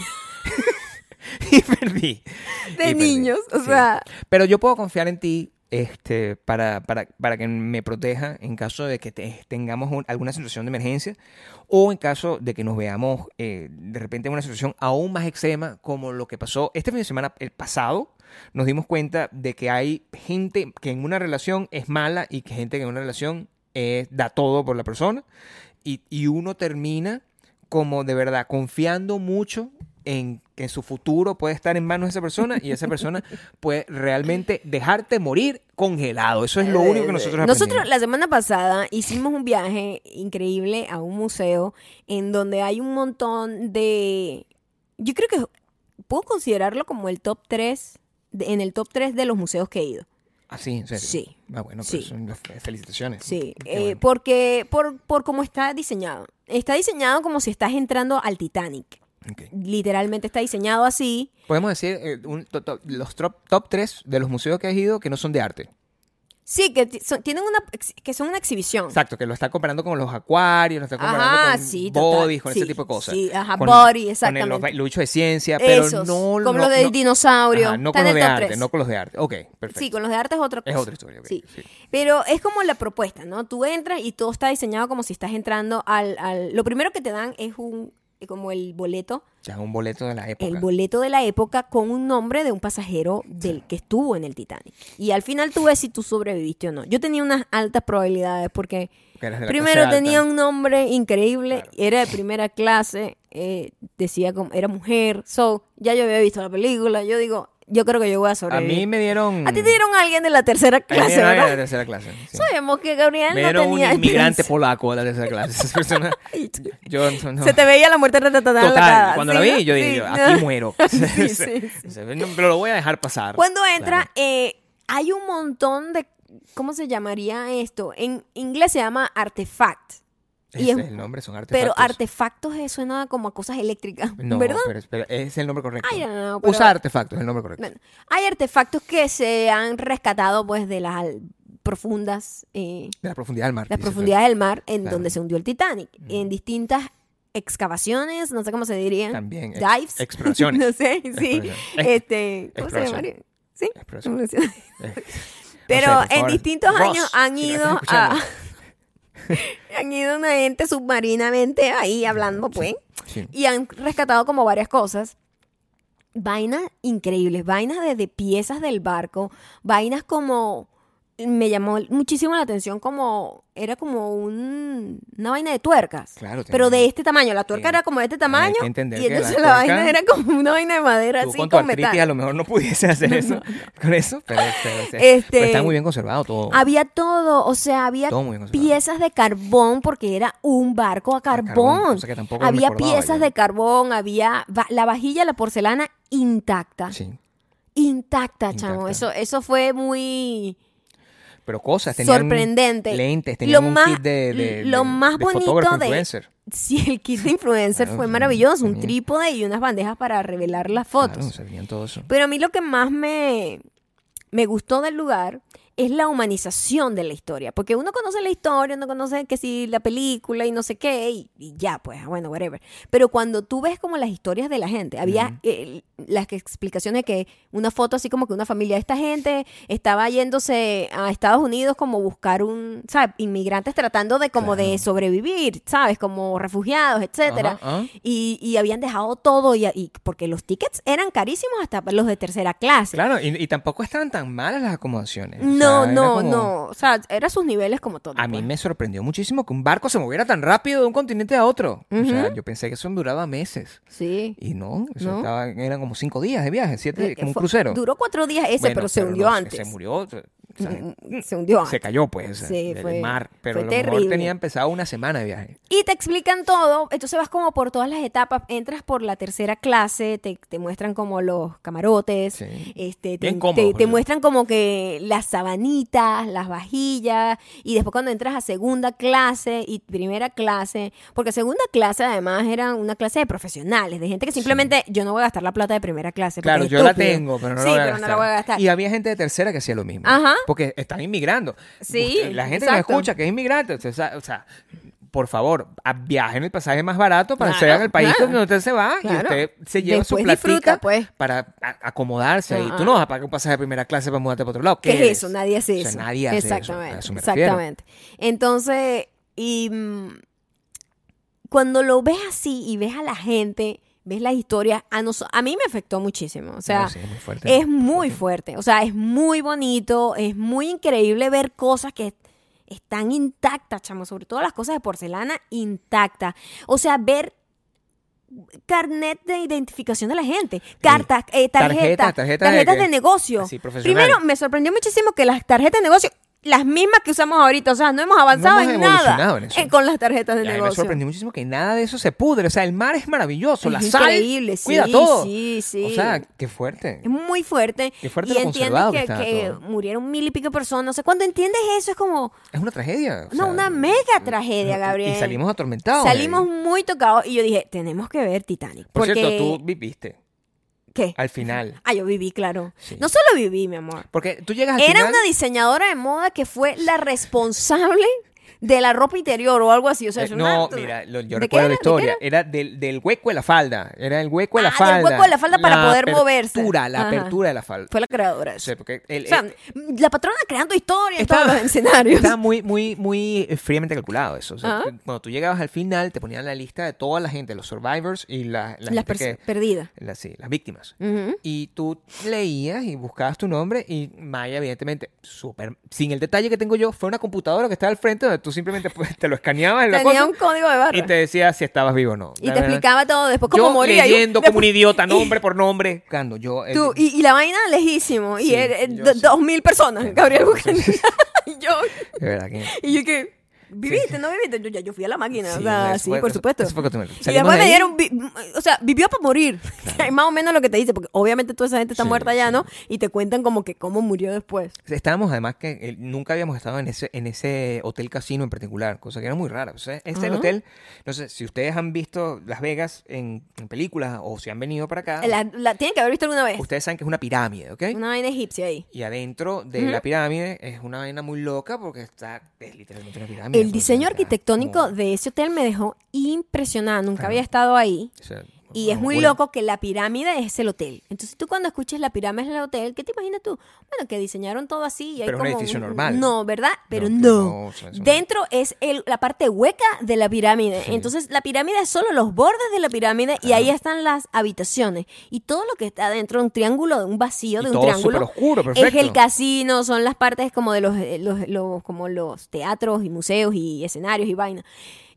Speaker 2: y perdí.
Speaker 1: de
Speaker 2: Y perdí.
Speaker 1: niños. O
Speaker 2: Sí.
Speaker 1: sea,
Speaker 2: Pero yo puedo confiar en ti este, para, para, para que me proteja en caso de que te- tengamos un- alguna situación de emergencia o en caso de que nos veamos eh, de repente en una situación aún más extrema como lo que pasó este fin de semana el pasado. Nos dimos cuenta de que hay gente que en una relación es mala y que gente que en una relación eh, da todo por la persona y, y uno termina como de verdad confiando mucho en que su futuro puede estar en manos de esa persona y esa persona puede realmente dejarte morir congelado. Eso es lo único que nosotros aprendimos.
Speaker 1: Eh, Nosotros la semana pasada hicimos un viaje increíble a un museo en donde hay un montón de... Yo creo que puedo considerarlo como el top 3, de- en el top 3 de los museos que he ido.
Speaker 2: Ah, sí, en serio.
Speaker 1: Sí.
Speaker 2: Ah, bueno,
Speaker 1: Sí.
Speaker 2: pero son las fe- felicitaciones.
Speaker 1: Sí,
Speaker 2: Qué
Speaker 1: eh,
Speaker 2: bueno.
Speaker 1: porque por, por cómo está diseñado. Está diseñado como si estás entrando al Titanic.
Speaker 2: Ok.
Speaker 1: Literalmente está diseñado así.
Speaker 2: Podemos decir eh, un to- to- los top, top 3 de los museos que has ido que no son de arte.
Speaker 1: Sí, que ti- son- tienen una ex- que son una exhibición.
Speaker 2: Exacto, que lo está comparando con los acuarios, lo está comparando
Speaker 1: Ajá,
Speaker 2: con
Speaker 1: sí, total.
Speaker 2: bodies, con
Speaker 1: Sí,
Speaker 2: ese tipo de cosas.
Speaker 1: sí, ajá,
Speaker 2: Con-
Speaker 1: body,
Speaker 2: Con el-
Speaker 1: exactamente.
Speaker 2: los luchos de ciencia, pero
Speaker 1: Esos,
Speaker 2: no...
Speaker 1: como
Speaker 2: no-
Speaker 1: los de
Speaker 2: no-
Speaker 1: dinosaurio.
Speaker 2: Ajá, no
Speaker 1: Está
Speaker 2: con
Speaker 1: en el
Speaker 2: los de
Speaker 1: top
Speaker 2: arte,
Speaker 1: tres.
Speaker 2: no con los de arte. Ok, perfecto.
Speaker 1: Sí, con los de arte es otra cosa.
Speaker 2: otra historia, ok,
Speaker 1: Sí.
Speaker 2: sí.
Speaker 1: Pero es como la propuesta, ¿no? Tú entras y todo está diseñado como si estás entrando al... al- Lo primero que te dan es un como el boleto,
Speaker 2: Ya un boleto de la época.
Speaker 1: el boleto de la época con un nombre de un pasajero del que estuvo en el Titanic. Y al final tú ves si tú sobreviviste o no. Yo tenía unas altas probabilidades porque
Speaker 2: Porque eras de la clase
Speaker 1: primero
Speaker 2: alta.
Speaker 1: tenía un nombre increíble,
Speaker 2: Claro.
Speaker 1: era de primera clase, eh, decía como era mujer, so ya yo había visto la película, yo digo, yo creo que yo voy a
Speaker 2: A
Speaker 1: sobrevivir.
Speaker 2: mí me dieron...
Speaker 1: A ti te dieron alguien de la tercera
Speaker 2: A mí me
Speaker 1: clase,
Speaker 2: dieron
Speaker 1: ¿verdad?
Speaker 2: de la tercera clase. sí.
Speaker 1: Sabemos que Gabriel
Speaker 2: Me
Speaker 1: no
Speaker 2: dieron un
Speaker 1: tenía
Speaker 2: inmigrante
Speaker 1: experiencia.
Speaker 2: polaco de la tercera clase. Esas personas... Yo, yo no...
Speaker 1: Se te veía la muerte retratada en la
Speaker 2: Total,
Speaker 1: cara.
Speaker 2: cuando
Speaker 1: ¿sí,
Speaker 2: la
Speaker 1: no?
Speaker 2: vi, yo dije,
Speaker 1: Sí,
Speaker 2: yo,
Speaker 1: ¿no?
Speaker 2: aquí muero.
Speaker 1: Sí, sí, sí.
Speaker 2: O sea, no, Pero lo voy a dejar pasar.
Speaker 1: Cuando entra,
Speaker 2: Claro.
Speaker 1: eh, hay un montón de ¿Cómo se llamaría esto? En inglés se llama artefact.
Speaker 2: Ese es el nombre, son
Speaker 1: Pero
Speaker 2: artefactos.
Speaker 1: artefactos eh, suena como a cosas eléctricas,
Speaker 2: no,
Speaker 1: ¿verdad?
Speaker 2: Pero, pero ese es el nombre correcto.
Speaker 1: Ay, no, no, pero-
Speaker 2: Usa artefactos, es el nombre correcto.
Speaker 1: Bueno, hay artefactos que se han rescatado pues de las al- profundas, eh,
Speaker 2: De la profundidad del mar.
Speaker 1: las
Speaker 2: dice Fer.
Speaker 1: profundidades del mar en
Speaker 2: Claro.
Speaker 1: donde se hundió el Titanic, en distintas excavaciones, no sé cómo se diría.
Speaker 2: También. ex-
Speaker 1: Dives.
Speaker 2: Exploraciones.
Speaker 1: no sé, sí.
Speaker 2: Exploraciones. Ex-
Speaker 1: Este, ¿Cómo se
Speaker 2: exploración.
Speaker 1: llamaría? Sí.
Speaker 2: exploración.
Speaker 1: exploración.
Speaker 2: Eh, no
Speaker 1: Pero
Speaker 2: sé, por
Speaker 1: en
Speaker 2: favor.
Speaker 1: distintos
Speaker 2: Ross,
Speaker 1: años han
Speaker 2: si nos
Speaker 1: ido
Speaker 2: estás
Speaker 1: a...
Speaker 2: escuchando.
Speaker 1: han ido una gente submarinamente ahí hablando, pues.
Speaker 2: Sí.
Speaker 1: Y han rescatado como varias cosas. Vainas increíbles, vainas desde piezas del barco, vainas como... Me llamó muchísimo la atención como... Era como un- una vaina de tuercas.
Speaker 2: Claro,
Speaker 1: Pero de
Speaker 2: tenía-
Speaker 1: este tamaño, la tuerca
Speaker 2: Sí.
Speaker 1: era como de este tamaño.
Speaker 2: que entender
Speaker 1: y
Speaker 2: que la
Speaker 1: entonces la, vaina
Speaker 2: tuerca-
Speaker 1: era como una vaina de madera
Speaker 2: Tú
Speaker 1: así
Speaker 2: con
Speaker 1: con,
Speaker 2: tu artritis
Speaker 1: metal.
Speaker 2: a lo mejor no pudiese hacer eso con eso, pero, pero- pero
Speaker 1: Este-
Speaker 2: está muy bien conservado todo.
Speaker 1: Había todo, o sea, había
Speaker 2: Todo muy bien conservado.
Speaker 1: piezas de carbón porque era un barco a
Speaker 2: carbón,
Speaker 1: carbón.
Speaker 2: cosa que tampoco me
Speaker 1: había
Speaker 2: acordaba
Speaker 1: piezas
Speaker 2: yo.
Speaker 1: de carbón, había va- la vajilla, la porcelana intacta.
Speaker 2: Sí.
Speaker 1: Intacta, chamo.
Speaker 2: Intacta.
Speaker 1: Eso, eso fue muy
Speaker 2: Pero cosas, tenían
Speaker 1: sorprendente.
Speaker 2: lentes, tenían
Speaker 1: Lo
Speaker 2: un
Speaker 1: más-
Speaker 2: kit de, de-
Speaker 1: lo
Speaker 2: de-
Speaker 1: más
Speaker 2: de
Speaker 1: bonito
Speaker 2: fotógrafo
Speaker 1: de-
Speaker 2: influencer.
Speaker 1: Sí, el kit de influencer
Speaker 2: Claro,
Speaker 1: fue
Speaker 2: sí,
Speaker 1: maravilloso. Un
Speaker 2: también.
Speaker 1: trípode y unas bandejas para revelar las
Speaker 2: Claro,
Speaker 1: fotos.
Speaker 2: se tenían todo eso.
Speaker 1: Pero a mí lo que más me, me gustó del lugar es la humanización de la historia. Porque uno conoce la historia, uno conoce que si la película y no sé qué, y, y ya, pues, bueno, whatever. Pero cuando tú ves como las historias de la gente, había eh, las que- explicaciones que una foto así como que una familia de esta gente estaba yéndose a Estados Unidos como buscar un, ¿sabes? Inmigrantes tratando de como de
Speaker 2: Claro.
Speaker 1: sobrevivir, ¿sabes? Como refugiados, etcétera.
Speaker 2: Ajá, ajá.
Speaker 1: Y, y habían dejado todo, y, y- porque los tickets eran carísimos hasta los de tercera clase.
Speaker 2: Claro, y, y tampoco estaban tan malas las acomodaciones. o
Speaker 1: No,
Speaker 2: sea, era
Speaker 1: no,
Speaker 2: como-
Speaker 1: no. O sea, eran sus niveles como todo.
Speaker 2: A mí
Speaker 1: pues.
Speaker 2: me sorprendió muchísimo que un barco se moviera tan rápido de un continente a otro. O sea,
Speaker 1: Ujú.
Speaker 2: yo pensé que eso duraba meses.
Speaker 1: Sí.
Speaker 2: Y no, eso
Speaker 1: No.
Speaker 2: estaba- eran como cinco días de viaje, siete,
Speaker 1: Eh,
Speaker 2: como un
Speaker 1: fue-
Speaker 2: crucero.
Speaker 1: Duró cuatro días ese,
Speaker 2: Bueno,
Speaker 1: pero se hundió
Speaker 2: no,
Speaker 1: antes.
Speaker 2: Se murió. o sea,
Speaker 1: Mm, Se hundió
Speaker 2: se
Speaker 1: antes.
Speaker 2: cayó, pues, o sea,
Speaker 1: Sí,
Speaker 2: del
Speaker 1: fue-
Speaker 2: mar. Pero
Speaker 1: fue
Speaker 2: a lo mejor
Speaker 1: terrible.
Speaker 2: tenía empezado una semana de viaje.
Speaker 1: Y te explican todo, entonces vas como por todas las etapas, entras por la tercera clase, te, te muestran como los camarotes,
Speaker 2: Sí.
Speaker 1: este, te,
Speaker 2: Bien cómodo, pues.
Speaker 1: te- te
Speaker 2: Julio.
Speaker 1: muestran como que las sabanitas, las vajillas, y después cuando entras a segunda clase y primera clase, porque segunda clase además era una clase de profesionales, de gente que simplemente yo no voy a gastar la plata de primera clase. porque
Speaker 2: Claro,
Speaker 1: es
Speaker 2: yo la
Speaker 1: estúpido".
Speaker 2: tengo, pero no,
Speaker 1: sí,
Speaker 2: la, voy a
Speaker 1: pero no la voy a gastar.
Speaker 2: Y había gente de tercera que hacía lo mismo.
Speaker 1: Ajá.
Speaker 2: Porque están inmigrando.
Speaker 1: Sí,
Speaker 2: Usted- la gente que
Speaker 1: exacto.
Speaker 2: nos escucha que es inmigrante, o sea, o sea, por favor, a- viajen el pasaje más barato para
Speaker 1: Claro,
Speaker 2: ser en el país
Speaker 1: claro.
Speaker 2: donde usted se va
Speaker 1: Claro.
Speaker 2: y usted se lleva su
Speaker 1: Después
Speaker 2: platica
Speaker 1: disfruta, pues.
Speaker 2: para a- acomodarse. Y
Speaker 1: Ajá.
Speaker 2: tú no vas a pagar un pasaje de primera clase para mudarte para otro lado.
Speaker 1: ¿Qué, es
Speaker 2: eres?
Speaker 1: eso? Nadie hace
Speaker 2: O sea,
Speaker 1: eso.
Speaker 2: nadie hace eso. A
Speaker 1: Exactamente.
Speaker 2: eso me refiero.
Speaker 1: exactamente. Entonces, y mm, cuando lo ves así y ves a la gente, ves las historias, a, noso- a mí me afectó muchísimo. O sea,
Speaker 2: No, sí, es muy fuerte.
Speaker 1: es muy fuerte. O sea, es muy bonito, es muy increíble ver cosas que están intactas, chamo, sobre todo las cosas de porcelana intactas. O sea, ver carnet de identificación de la gente, cartas, eh, tarjetas,
Speaker 2: Tarjetas, tarjetas de-
Speaker 1: tarjetas de,
Speaker 2: que-
Speaker 1: negocio.
Speaker 2: así, profesional.
Speaker 1: Primero, me sorprendió muchísimo que las tarjetas de negocio, las mismas que usamos ahorita, o sea, no hemos avanzado
Speaker 2: hemos
Speaker 1: en
Speaker 2: evolucionado
Speaker 1: nada
Speaker 2: en eso.
Speaker 1: eh, con las tarjetas de
Speaker 2: Y a mí me
Speaker 1: negocio.
Speaker 2: sorprendió muchísimo que nada de eso se pudre. O sea, el mar es maravilloso.
Speaker 1: Es
Speaker 2: la sal
Speaker 1: increíble, sí,
Speaker 2: cuida todo.
Speaker 1: sí, sí.
Speaker 2: O sea, qué fuerte.
Speaker 1: Es muy fuerte.
Speaker 2: Qué fuerte
Speaker 1: y
Speaker 2: lo
Speaker 1: entiendes
Speaker 2: conservado que
Speaker 1: que,
Speaker 2: estaba
Speaker 1: que
Speaker 2: todo.
Speaker 1: murieron mil y pico de personas. O sea, cuando entiendes eso es como,
Speaker 2: Es una tragedia. o
Speaker 1: no,
Speaker 2: sea,
Speaker 1: una mega tragedia,
Speaker 2: y-
Speaker 1: Gabriel.
Speaker 2: Y salimos atormentados.
Speaker 1: Salimos
Speaker 2: Gaby.
Speaker 1: muy tocados y yo dije, tenemos que ver Titanic.
Speaker 2: Por
Speaker 1: porque...
Speaker 2: cierto, tú viviste
Speaker 1: ¿Qué?
Speaker 2: al final.
Speaker 1: Ah, yo viví, claro.
Speaker 2: Sí.
Speaker 1: No solo viví, mi amor.
Speaker 2: Porque tú llegas al
Speaker 1: Era
Speaker 2: final.
Speaker 1: una diseñadora de moda que fue la responsable de la ropa interior o algo así. O sea,
Speaker 2: Eh,
Speaker 1: es una-
Speaker 2: no, mira, lo-
Speaker 1: ¿De
Speaker 2: yo
Speaker 1: qué era?
Speaker 2: recuerdo
Speaker 1: ¿De
Speaker 2: la
Speaker 1: qué
Speaker 2: historia.
Speaker 1: era?
Speaker 2: Era del, del hueco de la falda. Era el hueco de la
Speaker 1: Ah, del
Speaker 2: falda.
Speaker 1: hueco de la falda para poder moverse.
Speaker 2: apertura, La
Speaker 1: Ajá.
Speaker 2: apertura de la falda.
Speaker 1: Fue la creadora. de
Speaker 2: O
Speaker 1: eso.
Speaker 2: sea, porque el-
Speaker 1: o sea,
Speaker 2: el-
Speaker 1: la patrona creando historias en
Speaker 2: eh, Estaba-
Speaker 1: todos los escenarios.
Speaker 2: Estaba muy, muy, muy eh, fríamente calculado eso. O sea,
Speaker 1: Ajá.
Speaker 2: cu- Cuando tú llegabas al final, te ponían la lista de toda la gente, los survivors y la, la
Speaker 1: Las
Speaker 2: gente
Speaker 1: perso-
Speaker 2: que-
Speaker 1: perdida.
Speaker 2: las- sí, las víctimas.
Speaker 1: Ujú.
Speaker 2: Y tú leías y buscabas tu nombre y Maya, evidentemente, súper, sin el detalle que tengo yo, fue una computadora que estaba al frente donde tú simplemente pues, te lo escaneabas en la
Speaker 1: Tenía
Speaker 2: cosa
Speaker 1: un código de barra.
Speaker 2: y te decía si estabas vivo o no.
Speaker 1: Y
Speaker 2: La
Speaker 1: te
Speaker 2: verdad,
Speaker 1: explicaba todo después cómo
Speaker 2: yo
Speaker 1: moría. y-
Speaker 2: leyendo como un
Speaker 1: después-
Speaker 2: idiota, nombre por nombre. Cuando yo... eh,
Speaker 1: Tú, y, y la vaina lejísimo. y
Speaker 2: Sí,
Speaker 1: er- er,
Speaker 2: yo
Speaker 1: do-
Speaker 2: sí.
Speaker 1: dos mil personas, Gabriel
Speaker 2: Sí, sí,
Speaker 1: Bucanía.
Speaker 2: sí.
Speaker 1: y yo,
Speaker 2: de verdad que...
Speaker 1: y yo que, ¿Viviste? ¿No viviste? Yo, ya, yo fui a la máquina.
Speaker 2: Sí,
Speaker 1: o sea,
Speaker 2: eso
Speaker 1: sí,
Speaker 2: fue-
Speaker 1: por
Speaker 2: eso-
Speaker 1: supuesto.
Speaker 2: eso fue lo que me-
Speaker 1: y
Speaker 2: salimos
Speaker 1: después
Speaker 2: de
Speaker 1: me
Speaker 2: ahí.
Speaker 1: dieron, vi- o sea, vivió para morir. Es más o menos lo que te dice, porque obviamente toda esa gente está
Speaker 2: Sí,
Speaker 1: muerta ya,
Speaker 2: sí.
Speaker 1: ¿no? Y te cuentan como que cómo murió después.
Speaker 2: Estábamos además que eh, nunca habíamos estado en ese, en ese hotel casino en particular, cosa que era muy rara. O sea, este
Speaker 1: Ajá.
Speaker 2: hotel, no sé, si ustedes han visto Las Vegas en, en películas o si han venido para acá,
Speaker 1: La, la tienen que haber visto alguna vez.
Speaker 2: ustedes saben que es una pirámide, ¿ok?
Speaker 1: Una vaina egipcia ahí.
Speaker 2: Y adentro de la pirámide es una vaina muy loca porque está es literalmente una pirámide.
Speaker 1: El diseño
Speaker 2: absolutamente,
Speaker 1: arquitectónico
Speaker 2: como-
Speaker 1: de ese hotel me dejó impresionada. Nunca
Speaker 2: Ajá.
Speaker 1: había estado ahí.
Speaker 2: o sea,
Speaker 1: Y es muy
Speaker 2: locura.
Speaker 1: loco que la pirámide es el hotel. Entonces tú cuando escuches la pirámide es el hotel, ¿qué te imaginas tú? Bueno, que diseñaron todo así y hay
Speaker 2: Pero un
Speaker 1: como
Speaker 2: edificio normal.
Speaker 1: No, ¿verdad? Pero
Speaker 2: No,
Speaker 1: no.
Speaker 2: no, o sea, eso no.
Speaker 1: Dentro es el- la parte hueca de la pirámide.
Speaker 2: Sí.
Speaker 1: Entonces la pirámide es solo los bordes de la pirámide y ahí están las habitaciones y todo lo que está dentro de un triángulo, de un vacío
Speaker 2: Y
Speaker 1: de un
Speaker 2: todo
Speaker 1: triángulo.
Speaker 2: superoscuro,
Speaker 1: es el
Speaker 2: perfecto.
Speaker 1: casino, son las partes como de los, eh, los- los- como los teatros y museos y escenarios y vaina.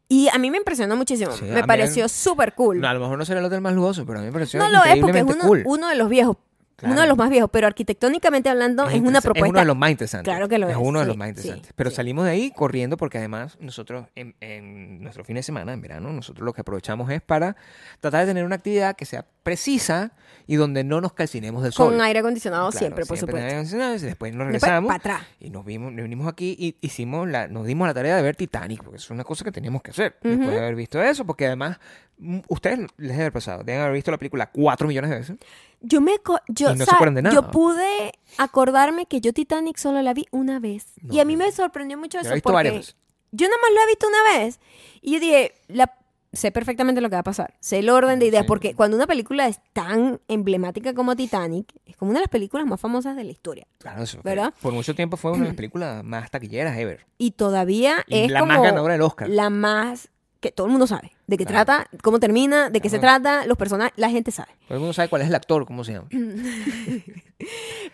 Speaker 1: Y a mí me impresionó muchísimo.
Speaker 2: Sí, a
Speaker 1: me
Speaker 2: mí-
Speaker 1: pareció súper cool.
Speaker 2: No, a lo mejor no será el hotel más lujoso, pero a mí me pareció
Speaker 1: No lo es porque es
Speaker 2: increíblemente
Speaker 1: uno,
Speaker 2: cool.
Speaker 1: uno de los viejos, uno de
Speaker 2: Claro.
Speaker 1: los más viejos, pero arquitectónicamente hablando es, una
Speaker 2: interesa-
Speaker 1: propuesta.
Speaker 2: Es uno de los más interesantes.
Speaker 1: Claro que lo es,
Speaker 2: uno de
Speaker 1: sí,
Speaker 2: los más
Speaker 1: sí,
Speaker 2: interesantes. Pero
Speaker 1: sí.
Speaker 2: salimos de ahí corriendo porque además nosotros en, en nuestro fin de semana, en verano, nosotros lo que aprovechamos es para tratar de tener una actividad que sea precisa y donde no nos calcinemos del sol.
Speaker 1: Con aire acondicionado
Speaker 2: Claro,
Speaker 1: siempre, por supuesto.
Speaker 2: aire acondicionado, y Después nos
Speaker 1: Después,
Speaker 2: regresamos
Speaker 1: pa' atrás.
Speaker 2: y nos vimos, nos vinimos aquí y hicimos la, nos dimos la tarea de ver Titanic, porque es una cosa que teníamos que hacer. Después de haber visto eso, porque además mm, ustedes les debe haber pasado, deben haber visto la película cuatro millones de veces.
Speaker 1: Yo me co- yo,
Speaker 2: Y no se
Speaker 1: ¿sabes?
Speaker 2: acuerdan de nada.
Speaker 1: yo pude acordarme que yo Titanic solo la vi una vez.
Speaker 2: No,
Speaker 1: y a mí
Speaker 2: no.
Speaker 1: me sorprendió mucho
Speaker 2: Yo la
Speaker 1: eso
Speaker 2: he visto
Speaker 1: porque
Speaker 2: varias veces.
Speaker 1: yo nada más la he visto una vez y yo dije, la- sé perfectamente lo que va a pasar. Sé el orden de ideas
Speaker 2: Sí.
Speaker 1: porque cuando una película es tan emblemática como Titanic, es como una de las películas más famosas de la historia
Speaker 2: Claro, eso. fue-
Speaker 1: ¿Verdad?
Speaker 2: Por mucho tiempo fue una de las películas más taquilleras ever.
Speaker 1: y todavía
Speaker 2: Y
Speaker 1: es
Speaker 2: la
Speaker 1: como
Speaker 2: más ganadora del Oscar.
Speaker 1: la más que todo el mundo sabe de qué
Speaker 2: Claro.
Speaker 1: trata, cómo termina, de qué se
Speaker 2: Claro.
Speaker 1: trata, los personajes, la gente sabe.
Speaker 2: Todo el mundo sabe cuál es el actor, cómo se llama.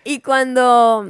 Speaker 1: Y cuando.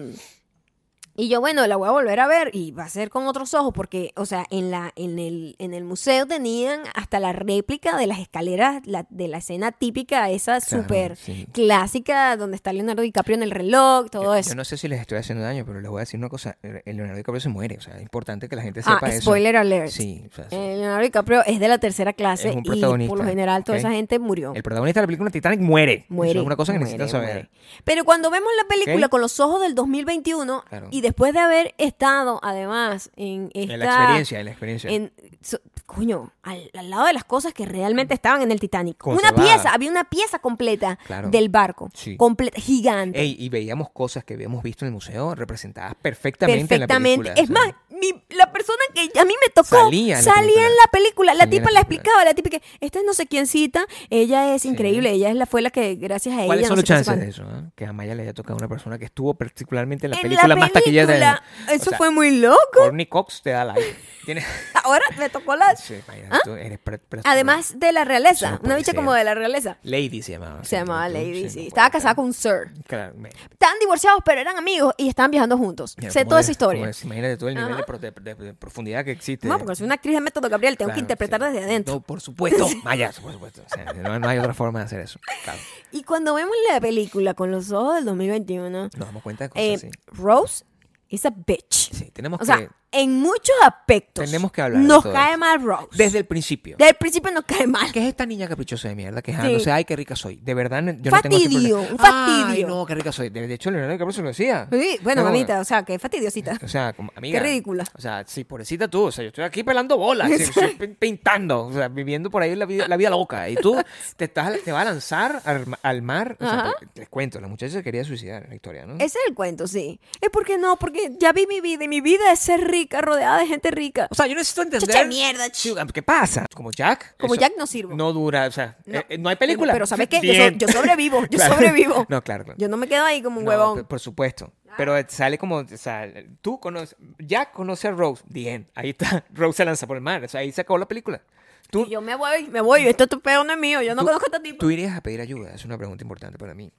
Speaker 1: Y yo, bueno, la voy a volver a ver y va a ser con otros ojos, porque, o sea, en, la, en, el, en el museo tenían hasta la réplica de las escaleras la- de la escena típica, esa
Speaker 2: Claro,
Speaker 1: súper
Speaker 2: sí.
Speaker 1: clásica, donde está Leonardo DiCaprio en el reloj, todo
Speaker 2: Yo-
Speaker 1: eso.
Speaker 2: Yo no sé si les estoy haciendo daño, pero les voy a decir una cosa. El el Leonardo DiCaprio se muere. O sea, es importante que la gente sepa
Speaker 1: ah,
Speaker 2: eso.
Speaker 1: spoiler alert.
Speaker 2: Sí, o sea, sí.
Speaker 1: Eh, Leonardo DiCaprio es de la tercera clase
Speaker 2: Es un
Speaker 1: y por lo
Speaker 2: protagonista,
Speaker 1: general toda
Speaker 2: ¿ok?
Speaker 1: esa gente murió.
Speaker 2: El protagonista de la película Titanic muere.
Speaker 1: Muere.
Speaker 2: Eso es una cosa que
Speaker 1: muere,
Speaker 2: necesitan saber.
Speaker 1: muere. Pero cuando vemos la película
Speaker 2: ¿Ok?
Speaker 1: con los ojos del 2021
Speaker 2: Claro.
Speaker 1: y después de haber estado además en esta
Speaker 2: En la experiencia, en la experiencia.
Speaker 1: en- so- coño, al, al lado de las cosas que realmente estaban en el Titanic. Una
Speaker 2: Conservadas.
Speaker 1: pieza, había una pieza completa
Speaker 2: Claro.
Speaker 1: del barco,
Speaker 2: Sí.
Speaker 1: comple- gigante,
Speaker 2: Ey, y veíamos cosas que habíamos visto en el museo representadas perfectamente, en
Speaker 1: perfectamente.
Speaker 2: la película.
Speaker 1: Es más, mi- la persona que a mí me tocó
Speaker 2: Salía en la
Speaker 1: salía en
Speaker 2: película.
Speaker 1: la película, la
Speaker 2: Salía en
Speaker 1: tipa la
Speaker 2: la película.
Speaker 1: explicaba, la tipa que esta es no sé quién cita, ella es increíble, ella es la fue la que gracias a
Speaker 2: ¿Cuáles
Speaker 1: ella
Speaker 2: son
Speaker 1: no
Speaker 2: los
Speaker 1: sé qué, no sé
Speaker 2: chances
Speaker 1: cuánto.
Speaker 2: de eso? ah? Que a Maya le haya tocado a una persona que estuvo particularmente en la,
Speaker 1: En
Speaker 2: película, más taquillera del año.
Speaker 1: película, Eso
Speaker 2: O sea,
Speaker 1: fue muy loco.
Speaker 2: Courtney Cox te da like. Tienes...
Speaker 1: Ahora me tocó la.
Speaker 2: Sí, imagínate, tú eres pre- pre-
Speaker 1: ¿Ah? Además de la realeza.
Speaker 2: Eso no
Speaker 1: una
Speaker 2: puede
Speaker 1: bicha
Speaker 2: ser.
Speaker 1: como de la realeza.
Speaker 2: Lady se llamaba.
Speaker 1: Se llamaba
Speaker 2: Sí,
Speaker 1: Lady,
Speaker 2: no
Speaker 1: sí.
Speaker 2: puede
Speaker 1: Estaba
Speaker 2: ser.
Speaker 1: casada con un Sir.
Speaker 2: Claro, me-
Speaker 1: Estaban divorciados, pero eran amigos y estaban viajando juntos.
Speaker 2: mira,
Speaker 1: sé
Speaker 2: ¿cómo
Speaker 1: toda
Speaker 2: eres?
Speaker 1: esa
Speaker 2: ¿Cómo
Speaker 1: historia.
Speaker 2: eres? Imagínate todo el nivel
Speaker 1: Ajá.
Speaker 2: de pro- de, de- de profundidad que existe.
Speaker 1: No, porque soy una actriz de método Gabriel, tengo que
Speaker 2: Claro,
Speaker 1: interpretar
Speaker 2: sí.
Speaker 1: desde adentro.
Speaker 2: No, por supuesto. Maya, por supuesto. O sea, no, no hay otra forma de hacer eso. Claro.
Speaker 1: Y cuando vemos la película con los ojos del 2021,
Speaker 2: Nos damos cuenta de cosas
Speaker 1: eh,
Speaker 2: así.
Speaker 1: Rose is a bitch.
Speaker 2: Sí, tenemos
Speaker 1: o
Speaker 2: que.
Speaker 1: sea, en muchos aspectos.
Speaker 2: Tenemos que hablar de
Speaker 1: Nos
Speaker 2: todo
Speaker 1: cae
Speaker 2: eso.
Speaker 1: mal Rose.
Speaker 2: desde el principio.
Speaker 1: Desde el principio nos cae mal.
Speaker 2: ¿Qué es esta niña caprichosa de mierda quejándose?
Speaker 1: Sí.
Speaker 2: Ay, qué rica soy. De verdad, no- yo no
Speaker 1: Fastidio,
Speaker 2: tengo este problema.
Speaker 1: un fastidio.
Speaker 2: Ay, no, qué rica soy. De, de hecho, Leonardo DiCaprio se lo decía.
Speaker 1: Sí, bueno,
Speaker 2: No,
Speaker 1: mamita, o sea, que fastidiosita.
Speaker 2: O sea, como, amiga.
Speaker 1: ridícula.
Speaker 2: O sea, sí, pobrecita tú. O sea, yo estoy aquí pelando bolas, sí, estoy pin- pintando, o sea, viviendo por ahí la vida, la vida loca. Y tú te, estás, te vas a lanzar al, ma- al mar. O sea,
Speaker 1: Ajá.
Speaker 2: te- les cuento, la muchacha se quería suicidar en la historia, ¿no?
Speaker 1: Ese es el cuento, sí. Es porque no, porque ya vi mi vida y mi vida es ser rica, rodeada de gente rica.
Speaker 2: O sea, yo necesito entender.
Speaker 1: Chucha mierda,
Speaker 2: Sí, ¿Qué pasa? Como Jack.
Speaker 1: Como
Speaker 2: eso
Speaker 1: Jack no sirvo.
Speaker 2: No dura, o sea, eh, eh,
Speaker 1: No.
Speaker 2: no, hay película.
Speaker 1: Pero ¿sabes qué? Yo, so-
Speaker 2: Bien.
Speaker 1: yo sobrevivo, yo
Speaker 2: Claro.
Speaker 1: sobrevivo.
Speaker 2: No, claro, claro.
Speaker 1: Yo no me quedo ahí como un
Speaker 2: No,
Speaker 1: huevón.
Speaker 2: pe- por supuesto. Pero eh, sale como, o sea, tú conoces, Jack conoce a Rose, bien, ahí está, Rose se lanza por el mar, o sea, ahí se acabó la película. Tú,
Speaker 1: Y yo me voy, me voy. Esto es tu pedo no es mío. Yo no
Speaker 2: tú-
Speaker 1: conozco a este tipo.
Speaker 2: tú irías a pedir ayuda, es una pregunta importante para mí.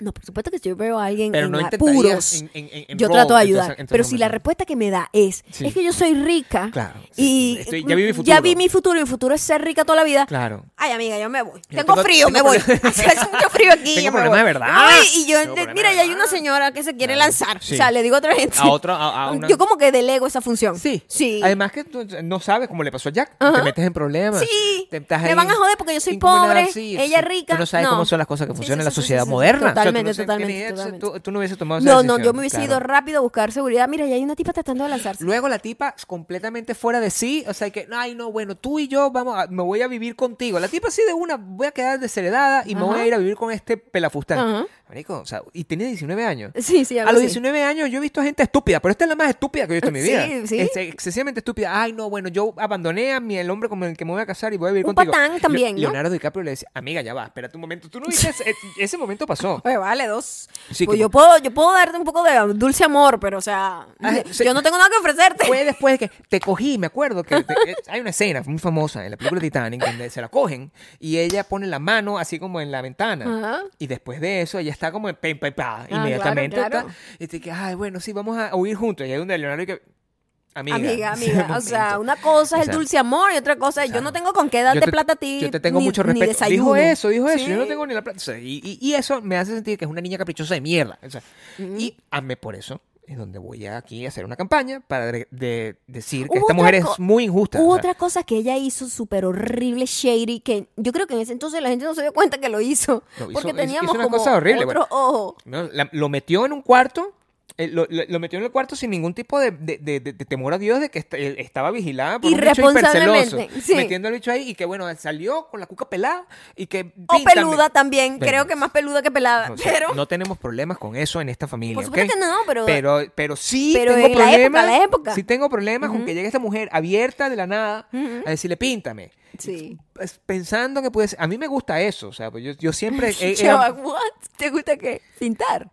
Speaker 1: No, por supuesto que si yo veo a alguien
Speaker 2: Pero
Speaker 1: en
Speaker 2: no
Speaker 1: apuros,
Speaker 2: intentarías en, en- en- en
Speaker 1: yo
Speaker 2: Raw,
Speaker 1: trato de ayudar.
Speaker 2: entonces- entonces
Speaker 1: pero
Speaker 2: no
Speaker 1: si
Speaker 2: me-
Speaker 1: la respuesta que me da es,
Speaker 2: Sí.
Speaker 1: es que yo soy rica
Speaker 2: Claro. sí,
Speaker 1: y
Speaker 2: estoy- ya vi mi futuro.
Speaker 1: ya vi mi futuro y mi futuro es ser rica toda la vida.
Speaker 2: Claro.
Speaker 1: Ay, amiga, yo me voy.
Speaker 2: Yo
Speaker 1: tengo,
Speaker 2: tengo-
Speaker 1: frío,
Speaker 2: tengo
Speaker 1: me voy.
Speaker 2: problema-
Speaker 1: Hace mucho frío aquí.
Speaker 2: Tengo
Speaker 1: yo me
Speaker 2: problema
Speaker 1: voy.
Speaker 2: de verdad.
Speaker 1: Ay, y yo,
Speaker 2: Tengo
Speaker 1: de-
Speaker 2: problema
Speaker 1: mira,
Speaker 2: de
Speaker 1: ya hay
Speaker 2: verdad.
Speaker 1: una señora que se quiere
Speaker 2: Claro.
Speaker 1: lanzar.
Speaker 2: Sí.
Speaker 1: O sea, le digo a otra gente.
Speaker 2: A otro, a, a una...
Speaker 1: Yo como que delego esa función.
Speaker 2: Sí.
Speaker 1: Sí.
Speaker 2: Además que tú no sabes cómo le pasó a Jack. Te
Speaker 1: Ajá.
Speaker 2: metes en problemas.
Speaker 1: Sí.
Speaker 2: Te estás
Speaker 1: Me
Speaker 2: ahí
Speaker 1: van a joder porque yo soy
Speaker 2: incomodada,
Speaker 1: pobre,
Speaker 2: sí,
Speaker 1: ella
Speaker 2: sí.
Speaker 1: rica.
Speaker 2: Tú no sabes
Speaker 1: No.
Speaker 2: cómo son las cosas que
Speaker 1: Sí,
Speaker 2: funcionan
Speaker 1: sí,
Speaker 2: en la
Speaker 1: sí, sí,
Speaker 2: sociedad
Speaker 1: sí, sí.
Speaker 2: moderna. O sea, tú
Speaker 1: Totalmente,
Speaker 2: no sabes-
Speaker 1: totalmente,
Speaker 2: tienes-
Speaker 1: totalmente.
Speaker 2: Tú, tú no hubieses tomado esa
Speaker 1: No, no,
Speaker 2: decisión,
Speaker 1: yo me hubiese ido
Speaker 2: claro.
Speaker 1: rápido a buscar seguridad. Mira, ya hay una tipa tratando de lanzarse.
Speaker 2: Luego la tipa completamente fuera de sí, o sea que, ay no, bueno, tú y yo vamos, a- me voy a vivir contigo. La tipa así de una, voy a quedar desheredada y me voy a
Speaker 1: Ajá.
Speaker 2: ir a vivir con este pelafustán.
Speaker 1: Ajá.
Speaker 2: Marico, o sea, y tenía 19 años.
Speaker 1: Sí, sí,
Speaker 2: A
Speaker 1: algo
Speaker 2: los
Speaker 1: así.
Speaker 2: 19 años yo he visto gente estúpida, pero esta es la más estúpida que yo he visto en mi
Speaker 1: Sí,
Speaker 2: vida.
Speaker 1: sí.
Speaker 2: Es excesivamente estúpida. Ay, no, bueno, yo abandoné a mi, el hombre con el que me voy a casar y voy a vivir
Speaker 1: Un
Speaker 2: contigo.
Speaker 1: patán también, ¿no?
Speaker 2: Leonardo DiCaprio le decía, amiga, ya va, espérate un momento. Tú no dices, eh, ese momento pasó.
Speaker 1: Oye, vale, dos.
Speaker 2: Sí,
Speaker 1: pues
Speaker 2: que-
Speaker 1: yo puedo, yo puedo darte un poco de dulce amor, pero o sea,
Speaker 2: Ah, sí.
Speaker 1: yo no tengo nada que ofrecerte.
Speaker 2: Fue después de que te cogí, me acuerdo que te- eh, hay una escena muy famosa en la película Titanic donde se la cogen y ella pone la mano así como en la ventana.
Speaker 1: Ajá.
Speaker 2: Y después de eso ella está como en pe- pe- pa,
Speaker 1: claro,
Speaker 2: inmediatamente.
Speaker 1: claro.
Speaker 2: está- y te que, ay, bueno, sí, vamos a huir juntos. Y ahí es donde Leonardo que. Amiga,
Speaker 1: Amiga,
Speaker 2: ese
Speaker 1: amiga, o sea,
Speaker 2: momento.
Speaker 1: una cosa es el
Speaker 2: Exacto.
Speaker 1: dulce amor y otra cosa es yo
Speaker 2: Claro.
Speaker 1: no tengo con qué darte
Speaker 2: Yo te-
Speaker 1: plata a ti.
Speaker 2: Yo te tengo
Speaker 1: ni-
Speaker 2: mucho
Speaker 1: ni
Speaker 2: respeto. Dijo
Speaker 1: desayuno.
Speaker 2: eso, dijo eso.
Speaker 1: Sí.
Speaker 2: Yo no tengo ni la plata. O sea, y, y- y eso me hace sentir que es una niña caprichosa de mierda. O sea, Y amé por eso. Es donde voy a aquí a hacer una campaña para de- de decir que
Speaker 1: Hubo
Speaker 2: esta
Speaker 1: otra
Speaker 2: mujer es
Speaker 1: co-
Speaker 2: muy injusta.
Speaker 1: Hubo
Speaker 2: o sea.
Speaker 1: otra cosa que ella hizo súper horrible, shady, que yo creo que en ese entonces la gente no se dio cuenta que lo hizo.
Speaker 2: Lo hizo-
Speaker 1: porque
Speaker 2: hizo-
Speaker 1: teníamos
Speaker 2: hizo una
Speaker 1: como
Speaker 2: cosa horrible,
Speaker 1: otro
Speaker 2: bueno.
Speaker 1: ojo.
Speaker 2: No, la- lo metió en un cuarto. eh, lo, lo- lo metió en el cuarto sin ningún tipo de, de- de- de- de temor a Dios de que est- eh, estaba vigilada por un bicho
Speaker 1: Irresponsablemente,
Speaker 2: hiperceloso,
Speaker 1: sí.
Speaker 2: metiendo al bicho ahí y que bueno salió con la cuca pelada y que
Speaker 1: O
Speaker 2: píntame.
Speaker 1: peluda también,
Speaker 2: Bueno,
Speaker 1: creo que más peluda que pelada.
Speaker 2: O sea,
Speaker 1: Ah, pero,
Speaker 2: no tenemos problemas con eso en esta familia
Speaker 1: por
Speaker 2: ¿ok?
Speaker 1: supuesto que no, pero,
Speaker 2: pero pero sí
Speaker 1: Pero
Speaker 2: tengo
Speaker 1: en la época,
Speaker 2: problemas
Speaker 1: la época.
Speaker 2: sí tengo problemas con que llegue esta mujer abierta de la nada a decirle píntame
Speaker 1: Sí.
Speaker 2: Pues, pensando que puede ser- a mí me gusta eso o sea pues yo, yo siempre he- he-
Speaker 1: Chava, what? ¿Te gusta qué? Pintar.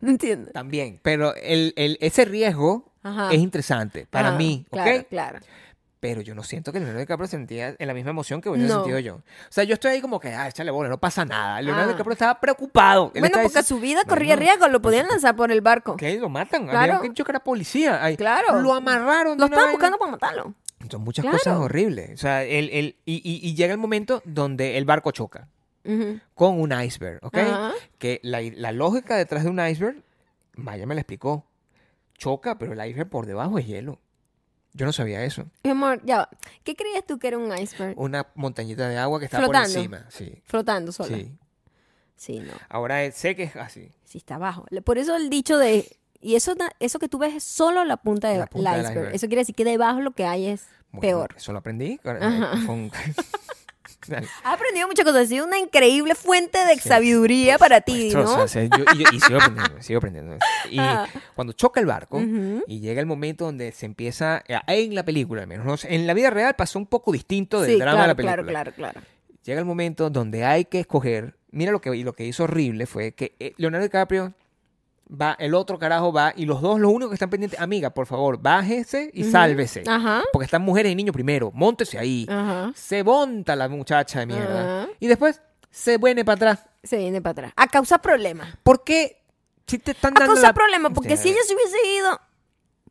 Speaker 1: No entiendo.
Speaker 2: También, pero el, el- ese riesgo
Speaker 1: Ajá.
Speaker 2: es interesante para
Speaker 1: Ah,
Speaker 2: mí, ¿ok?
Speaker 1: Claro, claro.
Speaker 2: Pero yo no siento que Leonardo DiCaprio sentía en la misma emoción que hubiera
Speaker 1: No.
Speaker 2: sentido yo. O sea, yo estoy ahí como que, ah, échale bola, no pasa nada. Leonardo
Speaker 1: Ah.
Speaker 2: DiCaprio estaba preocupado. Él
Speaker 1: Bueno,
Speaker 2: estaba
Speaker 1: porque
Speaker 2: diciendo,
Speaker 1: su vida
Speaker 2: "No,
Speaker 1: corría
Speaker 2: no,
Speaker 1: riesgo, lo
Speaker 2: por
Speaker 1: podían lanzar por el barco.
Speaker 2: Que lo matan.
Speaker 1: Claro.
Speaker 2: Había un que era policía. Ay,
Speaker 1: Claro.
Speaker 2: Lo amarraron. de
Speaker 1: Lo estaban
Speaker 2: una vaina.
Speaker 1: buscando para matarlo.
Speaker 2: Son muchas
Speaker 1: Claro.
Speaker 2: cosas horribles. O sea, el, el- y, y- y llega el momento donde el barco choca
Speaker 1: Ujú.
Speaker 2: con un iceberg, ¿ok?
Speaker 1: Ajá.
Speaker 2: Que la, la lógica detrás de un iceberg, Maya me la explicó. Choca, pero el iceberg por debajo es hielo. Yo no sabía eso.
Speaker 1: Mi amor, ya va. ¿Qué creías tú que era un iceberg?
Speaker 2: Una montañita de agua que está por
Speaker 1: Flotando.
Speaker 2: encima. Sí.
Speaker 1: Flotando solo. Sí.
Speaker 2: Sí.
Speaker 1: no.
Speaker 2: Ahora eh, sé que es así.
Speaker 1: Sí, está abajo. Le- Por eso el dicho de. Y eso, da- eso que tú ves es solo la punta del
Speaker 2: La punta del
Speaker 1: iceberg.
Speaker 2: iceberg.
Speaker 1: Eso quiere decir que debajo lo que hay es
Speaker 2: Bueno,
Speaker 1: peor.
Speaker 2: Eso lo aprendí. con- eh,
Speaker 1: Ajá.
Speaker 2: con- Dale.
Speaker 1: Has aprendido muchas cosas. Ha sido una increíble fuente de
Speaker 2: Sí,
Speaker 1: sabiduría
Speaker 2: por
Speaker 1: para ti,
Speaker 2: supuesto,
Speaker 1: ¿no?
Speaker 2: Pues, o sea, yo- y, yo- y sigo aprendiendo, sigo aprendiendo. Y
Speaker 1: Ah.
Speaker 2: cuando choca el barco
Speaker 1: Ujú.
Speaker 2: y llega el momento donde se empieza, eh, en la película al menos, no sé, en la vida real pasó un poco distinto del
Speaker 1: sí,
Speaker 2: drama de la
Speaker 1: claro,
Speaker 2: película.
Speaker 1: claro, claro, claro.
Speaker 2: Llega el momento donde hay que escoger. Mira lo que, y lo que hizo horrible fue que eh, Leonardo DiCaprio va, el otro carajo va, y los dos, los únicos que están pendientes, amiga, por favor, bájese y
Speaker 1: Ujú.
Speaker 2: sálvese.
Speaker 1: Ajá.
Speaker 2: Porque están mujeres y niños primero, móntese ahí.
Speaker 1: Ajá.
Speaker 2: Se monta la muchacha de mierda.
Speaker 1: Ajá.
Speaker 2: Y después se viene para atrás.
Speaker 1: Se viene para atrás. A causar problemas.
Speaker 2: ¿Por qué si te están
Speaker 1: A
Speaker 2: dando
Speaker 1: causar
Speaker 2: la... Este,
Speaker 1: problemas, porque si
Speaker 2: Sí.
Speaker 1: ella se hubiese ido,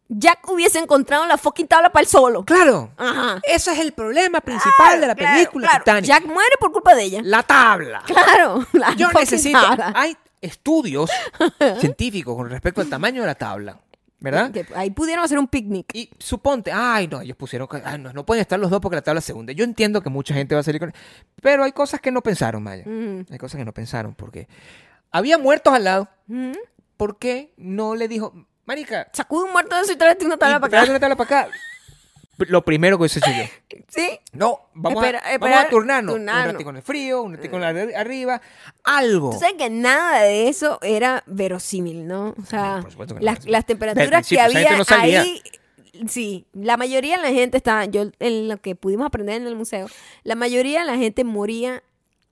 Speaker 1: Jack hubiese encontrado la fucking tabla para el solo.
Speaker 2: Claro.
Speaker 1: Ajá.
Speaker 2: Ese es el problema principal de la
Speaker 1: Ah. Claro,
Speaker 2: película
Speaker 1: claro.
Speaker 2: Titanic.
Speaker 1: Jack muere por culpa de ella.
Speaker 2: La tabla.
Speaker 1: Claro. la
Speaker 2: Yo
Speaker 1: fucking
Speaker 2: necesito...
Speaker 1: tabla.
Speaker 2: Hay estudios científicos con respecto al tamaño de la tabla, ¿verdad?
Speaker 1: Que ahí pudieron hacer un picnic.
Speaker 2: Y suponte, ay, no, ellos pusieron, que- ay, no, no pueden estar los dos porque la tabla se hunde. Yo entiendo que mucha gente va a salir con... Pero hay cosas que no pensaron, Maya.
Speaker 1: Mm,
Speaker 2: Hay cosas que no pensaron porque había muertos al lado.
Speaker 1: mm.
Speaker 2: ¿Por qué no le dijo, marica,
Speaker 1: Sacude un muerto de eso y tráete una tabla
Speaker 2: y
Speaker 1: para
Speaker 2: tráete
Speaker 1: acá.
Speaker 2: una tabla para acá? Lo primero que hubiese hecho yo.
Speaker 1: Sí.
Speaker 2: No, vamos,
Speaker 1: Espera,
Speaker 2: a,
Speaker 1: espera,
Speaker 2: vamos a turnarnos.
Speaker 1: turnarnos. Eh.
Speaker 2: Un ratito con el frío, un ratito con la de arriba. Algo.
Speaker 1: Tú sabes que nada de eso era verosímil, ¿no? O sea,
Speaker 2: No, por supuesto que no.
Speaker 1: las, las
Speaker 2: Desde el
Speaker 1: temperaturas que
Speaker 2: principio, esa
Speaker 1: había
Speaker 2: gente no salía.
Speaker 1: ahí. Sí, la mayoría de la gente estaba, yo en lo que pudimos aprender en el museo, la mayoría de la gente moría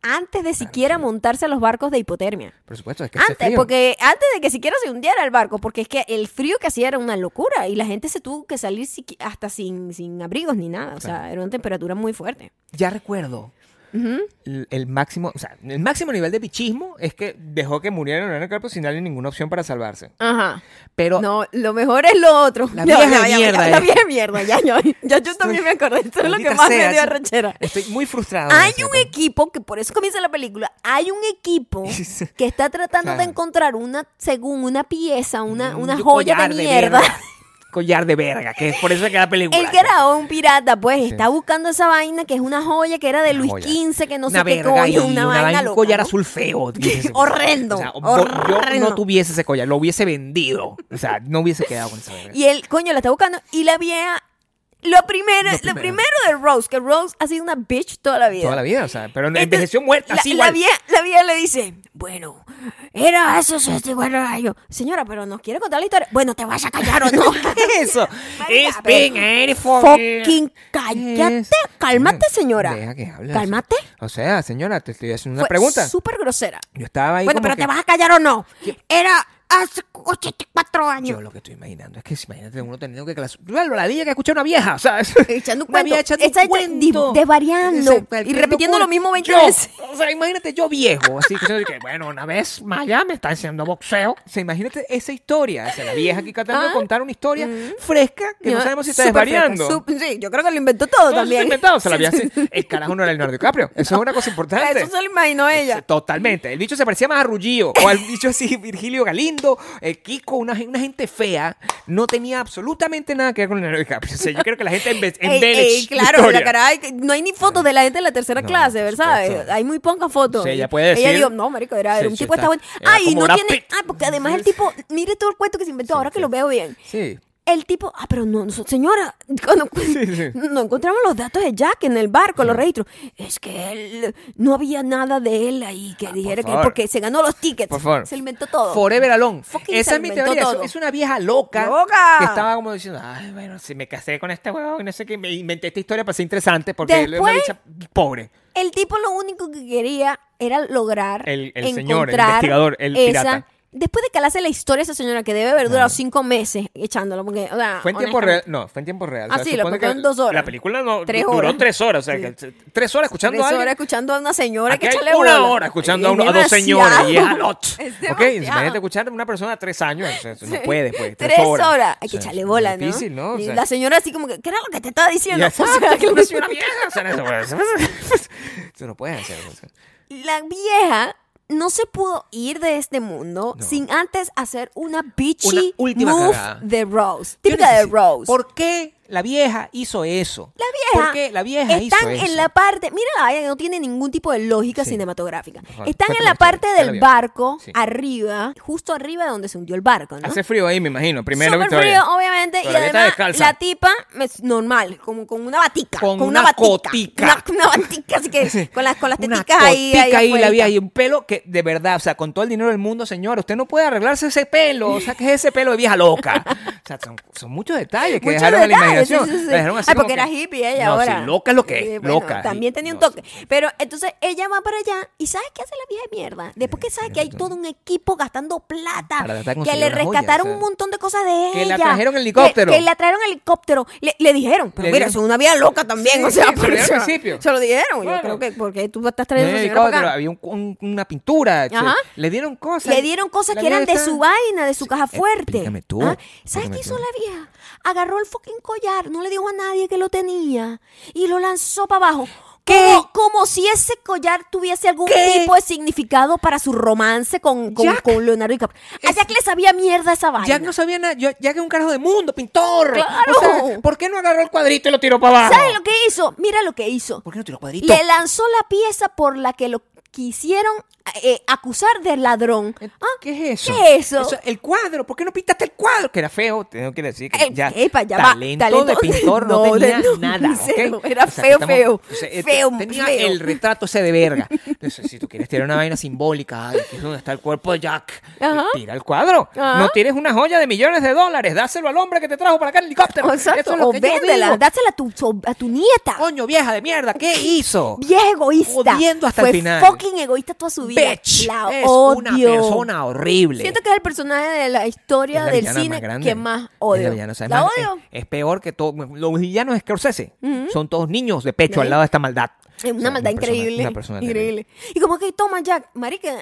Speaker 1: antes de siquiera montarse a los barcos de hipotermia.
Speaker 2: Por supuesto, es que hace
Speaker 1: Antes,
Speaker 2: frío.
Speaker 1: porque antes de que siquiera se hundiera el barco, porque es que el frío que hacía era una locura y la gente se tuvo que salir siqui- hasta sin, sin abrigos ni nada, o sea, era una temperatura muy fuerte.
Speaker 2: Ya recuerdo
Speaker 1: Ujú.
Speaker 2: l- el máximo, o sea, el máximo nivel de bichismo es que dejó que muriera Leonardo DiCaprio sin darle ninguna opción para salvarse.
Speaker 1: Ajá.
Speaker 2: Pero
Speaker 1: No, lo mejor es lo otro.
Speaker 2: La
Speaker 1: No,
Speaker 2: vieja
Speaker 1: ya, ya,
Speaker 2: mierda,
Speaker 1: ya, La
Speaker 2: eh.
Speaker 1: vieja mierda, ya, ya, ya yo también me acordé. Eso es lo que
Speaker 2: maldita
Speaker 1: más me
Speaker 2: sea,
Speaker 1: dio
Speaker 2: sí. Ah,
Speaker 1: arrechera.
Speaker 2: estoy muy frustrado.
Speaker 1: Hay
Speaker 2: de
Speaker 1: un
Speaker 2: cierto.
Speaker 1: equipo, que por eso comienza la película, hay un equipo
Speaker 2: Sí.
Speaker 1: que está tratando de
Speaker 2: Claro. Mm,
Speaker 1: encontrar una, según una pieza, una,
Speaker 2: Un
Speaker 1: una joya
Speaker 2: collar
Speaker 1: de mierda.
Speaker 2: verga. collar de verga, que es por eso que la película.
Speaker 1: El que era un pirata, pues,
Speaker 2: Sí.
Speaker 1: está buscando esa vaina que es una joya que era de
Speaker 2: Una
Speaker 1: Luis
Speaker 2: joya.
Speaker 1: XV, que no
Speaker 2: una
Speaker 1: sé qué
Speaker 2: verga y
Speaker 1: coño,
Speaker 2: una
Speaker 1: una
Speaker 2: vaina,
Speaker 1: vaina
Speaker 2: un
Speaker 1: loca.
Speaker 2: collar
Speaker 1: ¿no?
Speaker 2: azul feo. dices, o sea,
Speaker 1: Horrendo,
Speaker 2: bo- Yo
Speaker 1: horrendo.
Speaker 2: no tuviese ese collar, lo hubiese vendido. O sea, no hubiese quedado con esa verga.
Speaker 1: Y él, coño, la está buscando. Y la vieja, lo primero,
Speaker 2: Lo
Speaker 1: lo
Speaker 2: primero.
Speaker 1: primero de Rose, que Rose ha sido una bitch toda la vida.
Speaker 2: Toda la vida, o sea, pero
Speaker 1: Entonces,
Speaker 2: envejeció muerta,
Speaker 1: la,
Speaker 2: así
Speaker 1: la
Speaker 2: igual.
Speaker 1: vieja, la vieja le dice, bueno, era eso, eso, eso, bueno, yo, señora, pero nos quiere contar la historia. Bueno, te vas a callar o no.
Speaker 2: ¿Qué es eso?
Speaker 1: Marica,
Speaker 2: It's
Speaker 1: pero-
Speaker 2: been 84 years.
Speaker 1: Fucking cállate,
Speaker 2: Es-
Speaker 1: cálmate, señora.
Speaker 2: Deja que hable.
Speaker 1: Cálmate.
Speaker 2: O sea, señora, te estoy haciendo una
Speaker 1: Fue
Speaker 2: pregunta.
Speaker 1: Súper grosera.
Speaker 2: Yo estaba ahí.
Speaker 1: Bueno,
Speaker 2: como
Speaker 1: pero
Speaker 2: que-
Speaker 1: te vas a callar o no. Era hace 84 años.
Speaker 2: Yo lo que estoy imaginando es que si imagínate uno teniendo que clas- Claro, la villa que escucha una vieja, ¿sabes?
Speaker 1: Echando un
Speaker 2: Una vieja
Speaker 1: cuento.
Speaker 2: echando un
Speaker 1: Esa-
Speaker 2: cuento.
Speaker 1: di- desvariando.
Speaker 2: Esa- cualquier
Speaker 1: Y repitiendo
Speaker 2: locura.
Speaker 1: lo mismo 20
Speaker 2: Yo,
Speaker 1: veces.
Speaker 2: O sea, imagínate yo viejo, así que, que, bueno, una vez Maya me está haciendo boxeo. O sea, imagínate esa historia, o sea, la vieja aquí
Speaker 1: Ah.
Speaker 2: tratando de contar una historia fresca que no
Speaker 1: Ya,
Speaker 2: sabemos si está
Speaker 1: súper
Speaker 2: desvariando.
Speaker 1: fresca, sup- sí, yo creo que lo inventó todo
Speaker 2: No, eso
Speaker 1: también.
Speaker 2: está inventado, o sea, la
Speaker 1: Sí, sí,
Speaker 2: vieja
Speaker 1: sí.
Speaker 2: se- el carajo no era Leonardo DiCaprio. Eso es una cosa importante.
Speaker 1: Eso se lo imaginó ella.
Speaker 2: Totalmente. El bicho se parecía más a Ruggio. O al bicho así, Virgilio Galindo, el Kiko, una, gen- una gente fea. No tenía absolutamente nada que ver con Leonardo DiCaprio. O sea, yo creo que la gente embe-
Speaker 1: Ey,
Speaker 2: embelleció
Speaker 1: ey, claro,
Speaker 2: historia.
Speaker 1: la cara, hay que- no hay ni fotos de la gente de la tercera
Speaker 2: No,
Speaker 1: clase,
Speaker 2: por
Speaker 1: ¿verdad? Eh,
Speaker 2: supuesto.
Speaker 1: Hay muy pocas fotos.
Speaker 2: Sí, ella puede
Speaker 1: Ella
Speaker 2: decir-
Speaker 1: dijo, no, marico, era, era
Speaker 2: Sí,
Speaker 1: un
Speaker 2: sí,
Speaker 1: tipo está
Speaker 2: está-
Speaker 1: bueno.
Speaker 2: era
Speaker 1: Ay,
Speaker 2: como
Speaker 1: no
Speaker 2: Brad
Speaker 1: tiene...
Speaker 2: Pitt.
Speaker 1: Ah, porque además el tipo... Mire todo el cuento que se inventó,
Speaker 2: Sí,
Speaker 1: ahora que
Speaker 2: sí.
Speaker 1: lo veo bien.
Speaker 2: Sí.
Speaker 1: El tipo, ah, pero no, no, señora, cuando-
Speaker 2: sí.
Speaker 1: no encontramos los datos de Jack en el barco, los registros. Es que él, no había nada de él ahí que dijera que
Speaker 2: Ah, favor.
Speaker 1: porque se ganó los tickets.
Speaker 2: Por favor.
Speaker 1: Se inventó todo.
Speaker 2: Forever Alone.
Speaker 1: Fucking se
Speaker 2: Esa es mi
Speaker 1: inventó
Speaker 2: teoría. Es-
Speaker 1: todo.
Speaker 2: Es una vieja loca,
Speaker 1: ¡Loca!
Speaker 2: que estaba como diciendo, ay, bueno, si me casé con este huevón, no sé qué, me inventé esta historia para ser interesante porque él es una
Speaker 1: Después-
Speaker 2: bicha pobre.
Speaker 1: El tipo lo único que quería era lograr
Speaker 2: El- el
Speaker 1: encontrar
Speaker 2: señor, el investigador, el
Speaker 1: esa-
Speaker 2: pirata.
Speaker 1: Después de que le hace la historia a esa señora que debe haber durado cinco meses echándolo, porque, o sea,
Speaker 2: Fue en tiempo real.
Speaker 1: Ah, honestamente,
Speaker 2: No, fue en tiempo real.
Speaker 1: Ah, sí, lo
Speaker 2: supone
Speaker 1: pasaron dos horas.
Speaker 2: La película no,
Speaker 1: Tres
Speaker 2: duró
Speaker 1: horas.
Speaker 2: tres horas. O sea, que tres horas escuchando
Speaker 1: tres
Speaker 2: a alguien.
Speaker 1: horas escuchando a una señora
Speaker 2: Aquí
Speaker 1: que
Speaker 2: hay
Speaker 1: echale
Speaker 2: una
Speaker 1: bola. Eh,
Speaker 2: hora escuchando a,
Speaker 1: Es
Speaker 2: uno- a dos
Speaker 1: demasiado.
Speaker 2: señores y es a lot.
Speaker 1: Es
Speaker 2: ok,
Speaker 1: demasiado.
Speaker 2: imagínate escuchar a una persona de tres años. o sea, eso no puede, pues.
Speaker 1: Tres horas. Hay
Speaker 2: O
Speaker 1: que
Speaker 2: sea,
Speaker 1: echarle
Speaker 2: es
Speaker 1: bola, ¿no?
Speaker 2: Difícil, ¿no? O
Speaker 1: Y
Speaker 2: sea,
Speaker 1: la señora así como que, ¿qué era lo que te estaba diciendo?
Speaker 2: y
Speaker 1: O sea,
Speaker 2: exacto,
Speaker 1: que-
Speaker 2: una señora vieja, o sea, no se puede hacer. Eso no puede hacer. o sea.
Speaker 1: la vieja no se pudo ir de este mundo
Speaker 2: No.
Speaker 1: sin antes hacer una bitchy
Speaker 2: Una última
Speaker 1: move
Speaker 2: cagada.
Speaker 1: de Rose.
Speaker 2: Yo
Speaker 1: Típica de
Speaker 2: necesito-
Speaker 1: Rose.
Speaker 2: ¿Por qué la vieja hizo eso?
Speaker 1: La vieja.
Speaker 2: ¿Por qué la vieja
Speaker 1: Están
Speaker 2: hizo eso?
Speaker 1: en la parte. Mira la vaina que no tiene ningún tipo de lógica
Speaker 2: Sí.
Speaker 1: cinematográfica.
Speaker 2: Ajá,
Speaker 1: Están en
Speaker 2: cuéntame
Speaker 1: la
Speaker 2: la historia,
Speaker 1: parte
Speaker 2: ya la
Speaker 1: del
Speaker 2: vi.
Speaker 1: barco,
Speaker 2: Sí.
Speaker 1: arriba, justo arriba de donde se hundió el barco, ¿no?
Speaker 2: Hace frío ahí, me imagino. Primero,
Speaker 1: Súper
Speaker 2: Victoria.
Speaker 1: frío, obviamente.
Speaker 2: Pero
Speaker 1: y
Speaker 2: la que está
Speaker 1: además,
Speaker 2: descalza.
Speaker 1: la tipa es normal, como con una batica. Con,
Speaker 2: Con
Speaker 1: una,
Speaker 2: una
Speaker 1: batica.
Speaker 2: cotica.
Speaker 1: Una, una batica, así que con las, con las
Speaker 2: una
Speaker 1: teticas ahí.
Speaker 2: cotica ahí, la
Speaker 1: afuerita.
Speaker 2: vieja y un pelo que de verdad, o sea, con todo el dinero del mundo, señor, usted no puede arreglarse ese pelo, o sea, que es ese pelo de vieja loca. O sea, son, son muchos detalles que
Speaker 1: Muchos
Speaker 2: dejaron a la
Speaker 1: detalles,
Speaker 2: imaginación.
Speaker 1: sí, sí, sí.
Speaker 2: La dejaron así
Speaker 1: Ay, porque
Speaker 2: como
Speaker 1: era
Speaker 2: que-
Speaker 1: hippie ella
Speaker 2: No,
Speaker 1: ahora.
Speaker 2: sí, loca es lo que es,
Speaker 1: Eh, bueno,
Speaker 2: loca.
Speaker 1: También
Speaker 2: Y-
Speaker 1: tenía un
Speaker 2: no,
Speaker 1: toque. Pero entonces ella va para allá y ¿sabes qué hace la vieja de mierda? Después que sabe que hay todo un equipo gastando plata,
Speaker 2: Eh, Para tratar de
Speaker 1: que le
Speaker 2: conseguir una joya,
Speaker 1: rescataron
Speaker 2: o sea,
Speaker 1: un montón de cosas de ella.
Speaker 2: que la trajeron en helicóptero.
Speaker 1: Que, que la trajeron en helicóptero. Le, le dijeron, pero
Speaker 2: Le
Speaker 1: mira,
Speaker 2: dijeron-
Speaker 1: eso es una vieja loca también.
Speaker 2: Sí,
Speaker 1: o sea,
Speaker 2: sí, se lo
Speaker 1: por
Speaker 2: dijeron al
Speaker 1: eso-
Speaker 2: principio.
Speaker 1: Se lo dijeron. Yo
Speaker 2: Claro.
Speaker 1: creo que porque tú estás
Speaker 2: en
Speaker 1: trayendo a
Speaker 2: el
Speaker 1: esa señora para
Speaker 2: helicóptero
Speaker 1: acá.
Speaker 2: había un- un- una pintura. che,
Speaker 1: Ajá.
Speaker 2: Le dieron cosas.
Speaker 1: Le dieron cosas
Speaker 2: La
Speaker 1: que eran
Speaker 2: vieja
Speaker 1: de
Speaker 2: está-
Speaker 1: su vaina, de su caja fuerte.
Speaker 2: explícame tú,
Speaker 1: ¿Ah? ¿Sabes
Speaker 2: explícame
Speaker 1: qué hizo
Speaker 2: tú.
Speaker 1: la vieja? Agarró el fucking collar, no le dijo a nadie que lo tenía y lo lanzó para abajo. Como, como si ese collar tuviese algún
Speaker 2: ¿Qué?
Speaker 1: tipo de significado para su romance con, con,
Speaker 2: Jack.
Speaker 1: con Leonardo DiCaprio. A Jack le sabía mierda esa vaina.
Speaker 2: Jack no sabía nada. Yo- Jack es un carajo de mundo, pintor.
Speaker 1: Claro.
Speaker 2: O sea, ¿por qué no agarró el cuadrito y lo tiró para abajo?
Speaker 1: ¿Sabes lo que hizo? Mira lo que hizo.
Speaker 2: ¿Por qué no tiró cuadrito?
Speaker 1: Le lanzó la pieza por la que lo quisieron eh, acusar de ladrón. ¿Ah?
Speaker 2: ¿Eh? ¿Qué es eso?
Speaker 1: ¿Qué es eso?
Speaker 2: El cuadro. ¿Por qué no pintaste el cuadro? Que era feo. No quiere decir que
Speaker 1: Eh,
Speaker 2: ya,
Speaker 1: epa, ya va.
Speaker 2: talento, de pintor no,
Speaker 1: de-
Speaker 2: tenía
Speaker 1: no,
Speaker 2: nada.
Speaker 1: cero.
Speaker 2: ¿ok?
Speaker 1: Era
Speaker 2: O sea,
Speaker 1: feo,
Speaker 2: que
Speaker 1: feo,
Speaker 2: estamos- o sea, eh,
Speaker 1: feo,
Speaker 2: Tenía
Speaker 1: feo.
Speaker 2: el retrato ese de verga. Entonces, si tú quieres tirar una vaina simbólica, ay, aquí es donde está el cuerpo de Jack. Eh,
Speaker 1: Ajá.
Speaker 2: Tira el cuadro.
Speaker 1: Ajá.
Speaker 2: No tienes una joya de millones de dólares. Dáselo al hombre que te trajo para acá en helicóptero. Eso
Speaker 1: Exacto,
Speaker 2: es lo
Speaker 1: o
Speaker 2: que yo
Speaker 1: véndela,
Speaker 2: digo.
Speaker 1: dásela a tu, so- a tu nieta.
Speaker 2: Coño, vieja de mierda, ¿qué hizo?
Speaker 1: Vieja egoísta.
Speaker 2: Jodiendo hasta
Speaker 1: Fue
Speaker 2: el final.
Speaker 1: fucking egoísta toda su vida.
Speaker 2: Bitch.
Speaker 1: La
Speaker 2: es
Speaker 1: odio.
Speaker 2: una persona horrible.
Speaker 1: Siento que es el personaje de la historia
Speaker 2: Es la
Speaker 1: del
Speaker 2: villana
Speaker 1: cine
Speaker 2: más grande.
Speaker 1: que más
Speaker 2: Es la
Speaker 1: odio.
Speaker 2: villana, o sea,
Speaker 1: la
Speaker 2: además,
Speaker 1: odio.
Speaker 2: Es, es peor que todos Los villanos de Scorsese son todos niños de pecho al lado de esta maldad.
Speaker 1: Es una
Speaker 2: O sea,
Speaker 1: maldad
Speaker 2: persona-
Speaker 1: increíble.
Speaker 2: una persona terrible.
Speaker 1: increíble. Y como que toma Jack, marica,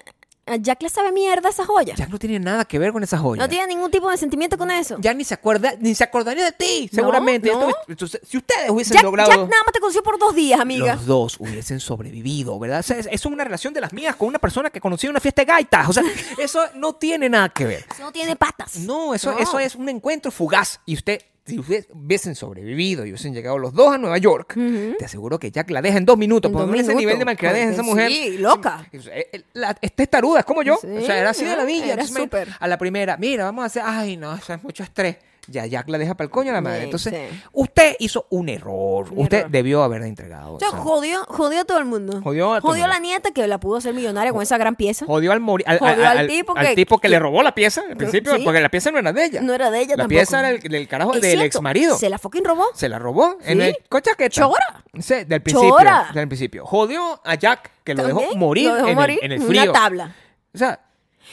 Speaker 1: a Jack le sabe mierda esas joyas.
Speaker 2: Jack no tiene nada que ver con esas joyas.
Speaker 1: No tiene ningún tipo de sentimiento con eso.
Speaker 2: Jack ni se acuerda, ni se acordaría de ti, seguramente.
Speaker 1: no.
Speaker 2: Entonces, si ustedes hubiesen
Speaker 1: Jack,
Speaker 2: logrado.
Speaker 1: Jack nada más te conoció por dos días, amiga.
Speaker 2: Los dos hubiesen sobrevivido, ¿verdad? O sea, es- eso es una relación de las mías con una persona que conocía en una fiesta de gaitas. O sea, eso no tiene nada que ver.
Speaker 1: Eso no tiene patas.
Speaker 2: No, eso,
Speaker 1: No.
Speaker 2: eso es un encuentro fugaz. Y usted, si ustedes hubiesen sobrevivido y hubiesen llegado los dos a Nueva York, te aseguro que Jack la deja en dos minutos.
Speaker 1: En
Speaker 2: Por
Speaker 1: dos
Speaker 2: lo menos ese
Speaker 1: minutos.
Speaker 2: nivel de malcriadez de esa
Speaker 1: Porque
Speaker 2: mujer.
Speaker 1: sí, loca.
Speaker 2: Eh, eh, la- Es testaruda, es como yo.
Speaker 1: Sí,
Speaker 2: o sea, era así de la villa.
Speaker 1: era
Speaker 2: Entonces, me-
Speaker 1: súper.
Speaker 2: A la primera, mira, vamos a hacer. Ay, no, eso es mucho estrés. Ya Jack la deja para el coño a la madre.
Speaker 1: Sí,
Speaker 2: Entonces,
Speaker 1: sí.
Speaker 2: usted hizo un error.
Speaker 1: Un
Speaker 2: usted
Speaker 1: error.
Speaker 2: debió haberla entregado.
Speaker 1: O sea,
Speaker 2: o sea,
Speaker 1: jodió, jodió a todo el mundo.
Speaker 2: Jodió a todo
Speaker 1: jodió a la
Speaker 2: mundo.
Speaker 1: nieta que la pudo hacer millonaria con esa gran pieza.
Speaker 2: Jodió al, mori- al,
Speaker 1: Jodió al tipo que-
Speaker 2: le robó la pieza al principio,
Speaker 1: sí.
Speaker 2: porque la pieza no era de ella.
Speaker 1: No era de ella
Speaker 2: La
Speaker 1: tampoco.
Speaker 2: pieza era el- del carajo
Speaker 1: Es
Speaker 2: del
Speaker 1: cierto,
Speaker 2: ex marido.
Speaker 1: Se la fucking robó.
Speaker 2: Se la robó en
Speaker 1: Sí.
Speaker 2: el cochaqueta.
Speaker 1: Chora.
Speaker 2: Sí, del principio.
Speaker 1: Chora.
Speaker 2: Del principio. Jodió a Jack, que lo dejó
Speaker 1: También,
Speaker 2: morir,
Speaker 1: lo dejó
Speaker 2: en,
Speaker 1: morir
Speaker 2: el, en el
Speaker 1: en
Speaker 2: frío.
Speaker 1: una tabla.
Speaker 2: O sea,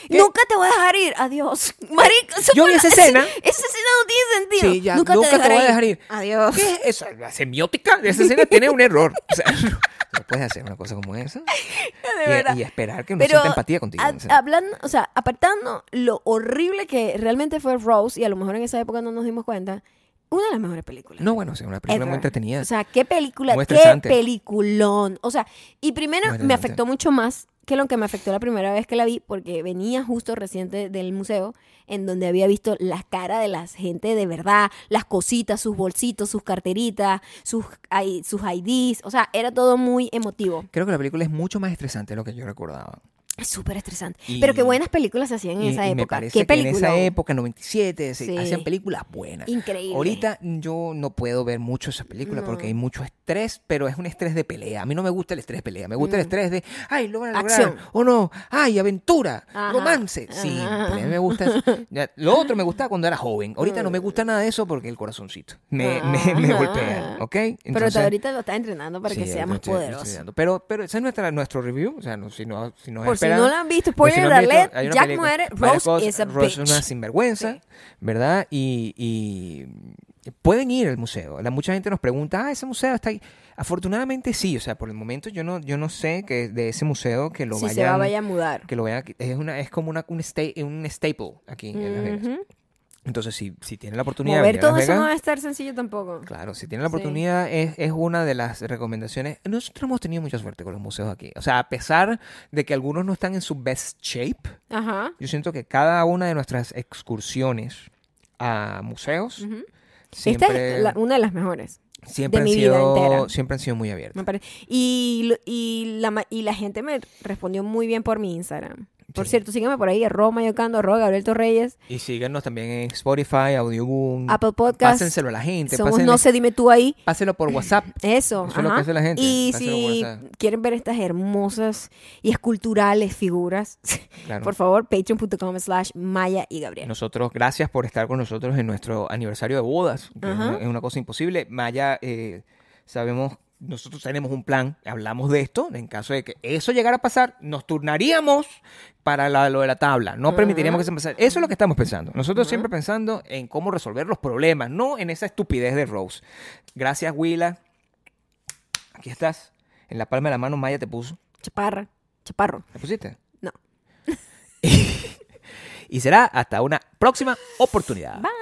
Speaker 2: ¿qué?
Speaker 1: Nunca te voy a dejar ir. Adiós. Marica, eso
Speaker 2: Yo
Speaker 1: fue la-
Speaker 2: vi esa escena.
Speaker 1: esa- Esa escena no tiene sentido.
Speaker 2: Sí, ya,
Speaker 1: Nunca, te, dejaré
Speaker 2: voy a dejar ir.
Speaker 1: Adiós.
Speaker 2: ¿Qué es eso? La semiótica de esa escena tiene un error. O sea, no, no puedes hacer una cosa como esa
Speaker 1: De
Speaker 2: y-
Speaker 1: verdad.
Speaker 2: y, esperar que uno
Speaker 1: Pero
Speaker 2: sienta empatía contigo.
Speaker 1: a-
Speaker 2: o sea.
Speaker 1: hablando, o sea, apartando lo horrible que realmente fue Rose, y a lo mejor en esa época no nos dimos cuenta, una de las mejores películas.
Speaker 2: no, bueno, o sea, una película
Speaker 1: Ever.
Speaker 2: muy entretenida.
Speaker 1: O sea, qué película,
Speaker 2: Muy
Speaker 1: qué
Speaker 2: estresante.
Speaker 1: peliculón. O sea, y primero
Speaker 2: Muy
Speaker 1: me
Speaker 2: estresante.
Speaker 1: afectó mucho más que lo que me afectó la primera vez que la vi, porque venía justo reciente del museo, en donde había visto las caras de la gente de verdad, las cositas, sus bolsitos, sus carteritas, sus, I- sus IDs. O sea, era todo muy emotivo.
Speaker 2: Creo que la película es mucho más estresante de lo que yo recordaba.
Speaker 1: Es súper estresante.
Speaker 2: Y-
Speaker 1: Pero qué buenas películas se hacían en
Speaker 2: Y-
Speaker 1: esa
Speaker 2: y me
Speaker 1: época.
Speaker 2: parece
Speaker 1: Qué
Speaker 2: que en
Speaker 1: película.
Speaker 2: esa época, 97, se
Speaker 1: Sí.
Speaker 2: hacían películas buenas.
Speaker 1: Increíble.
Speaker 2: Ahorita yo no puedo ver mucho esas películas
Speaker 1: No.
Speaker 2: porque hay mucho estrés, pero es un estrés de pelea. A mí no me gusta el estrés de pelea, me gusta el estrés de, ay, lo van a lograr,
Speaker 1: Mm. Acción.
Speaker 2: o no, ay, aventura,
Speaker 1: Ajá,
Speaker 2: romance. Sí,
Speaker 1: ajá.
Speaker 2: pelea me gusta. eso. Ya, Lo otro me gustaba cuando era joven. Ahorita no me gusta nada de eso porque el corazoncito me, me, me
Speaker 1: Ah.
Speaker 2: golpea, ¿ok?
Speaker 1: pero
Speaker 2: Entonces-
Speaker 1: ahorita lo está entrenando para
Speaker 2: Sí,
Speaker 1: que sea
Speaker 2: ahorita
Speaker 1: más
Speaker 2: estoy- estoy
Speaker 1: poderoso.
Speaker 2: dando. Pero, pero ese es nuestra, nuestro review. O sea, no, si no, si nos
Speaker 1: Por si
Speaker 2: esperan-
Speaker 1: no la han visto,
Speaker 2: por Pues si
Speaker 1: spoiler
Speaker 2: no han visto,
Speaker 1: alert,
Speaker 2: hay una
Speaker 1: Jack
Speaker 2: película-
Speaker 1: muere,
Speaker 2: varias
Speaker 1: Rose
Speaker 2: cosas.
Speaker 1: is a
Speaker 2: Rose es una
Speaker 1: bitch.
Speaker 2: sinvergüenza,
Speaker 1: Sí.
Speaker 2: ¿verdad? Y, y pueden ir al museo. La, mucha gente nos pregunta, ah, ese museo está ahí. Afortunadamente sí, o sea, por el momento yo no, yo no sé que de ese museo que lo
Speaker 1: si
Speaker 2: vayan,
Speaker 1: se va, vaya a mudar.
Speaker 2: que lo vayan, es una, es como una, un, sta- un staple aquí en Las Vegas.
Speaker 1: Ujú.
Speaker 2: Entonces, si, si tienen la oportunidad de
Speaker 1: Mover
Speaker 2: venir a
Speaker 1: todo
Speaker 2: Las
Speaker 1: eso
Speaker 2: Vegas,
Speaker 1: no va a estar sencillo tampoco.
Speaker 2: Claro, si tienen la
Speaker 1: Sí.
Speaker 2: oportunidad, es, es una de las recomendaciones. Nosotros hemos tenido mucha suerte con los museos aquí. O sea, a pesar de que algunos no están en su best shape,
Speaker 1: Ajá.
Speaker 2: yo siento que cada una de nuestras excursiones a museos
Speaker 1: Ujú. Esta
Speaker 2: siempre,
Speaker 1: es la- una de las mejores. de
Speaker 2: siempre, han
Speaker 1: mi vida
Speaker 2: sido,
Speaker 1: entera.
Speaker 2: siempre han sido muy abiertas.
Speaker 1: me parece. Y, lo- y, la, ma- y la gente me respondió muy bien por mi Instagram. Por
Speaker 2: Sí.
Speaker 1: cierto, sígueme por ahí, arroba mayocando, arroba Gabriel Torreyes,
Speaker 2: Y síganos también en Spotify, Audioboom.
Speaker 1: Apple Podcast.
Speaker 2: Pásenselo a la Mm. gente.
Speaker 1: Somos
Speaker 2: pásenle-
Speaker 1: No sé, dime tú ahí.
Speaker 2: Páselo por WhatsApp.
Speaker 1: Eso.
Speaker 2: Eso es lo que
Speaker 1: ajá.
Speaker 2: hace la gente,
Speaker 1: Y
Speaker 2: hace los
Speaker 1: si
Speaker 2: WhatsApp.
Speaker 1: quieren ver estas hermosas y esculturales figuras,
Speaker 2: Claro.
Speaker 1: por favor, patreon.com slash Maya y Gabriel.
Speaker 2: Nosotros, gracias por estar con nosotros en nuestro aniversario de bodas. que es
Speaker 1: Ajá.
Speaker 2: una- Es una cosa imposible. Maya, eh, sabemos, nosotros tenemos un plan, hablamos de esto. En caso de que eso llegara a pasar, nos turnaríamos para la- lo de la tabla. No permitiríamos que se pasara. Eso es lo que estamos pensando. Nosotros siempre pensando en cómo resolver los problemas, no en esa estupidez de Rose. Gracias, Willa. Aquí estás. En la palma de la mano, Maya te puso.
Speaker 1: Chaparra. Chaparro.
Speaker 2: ¿La pusiste?
Speaker 1: No.
Speaker 2: y será hasta una próxima oportunidad.
Speaker 1: Bye.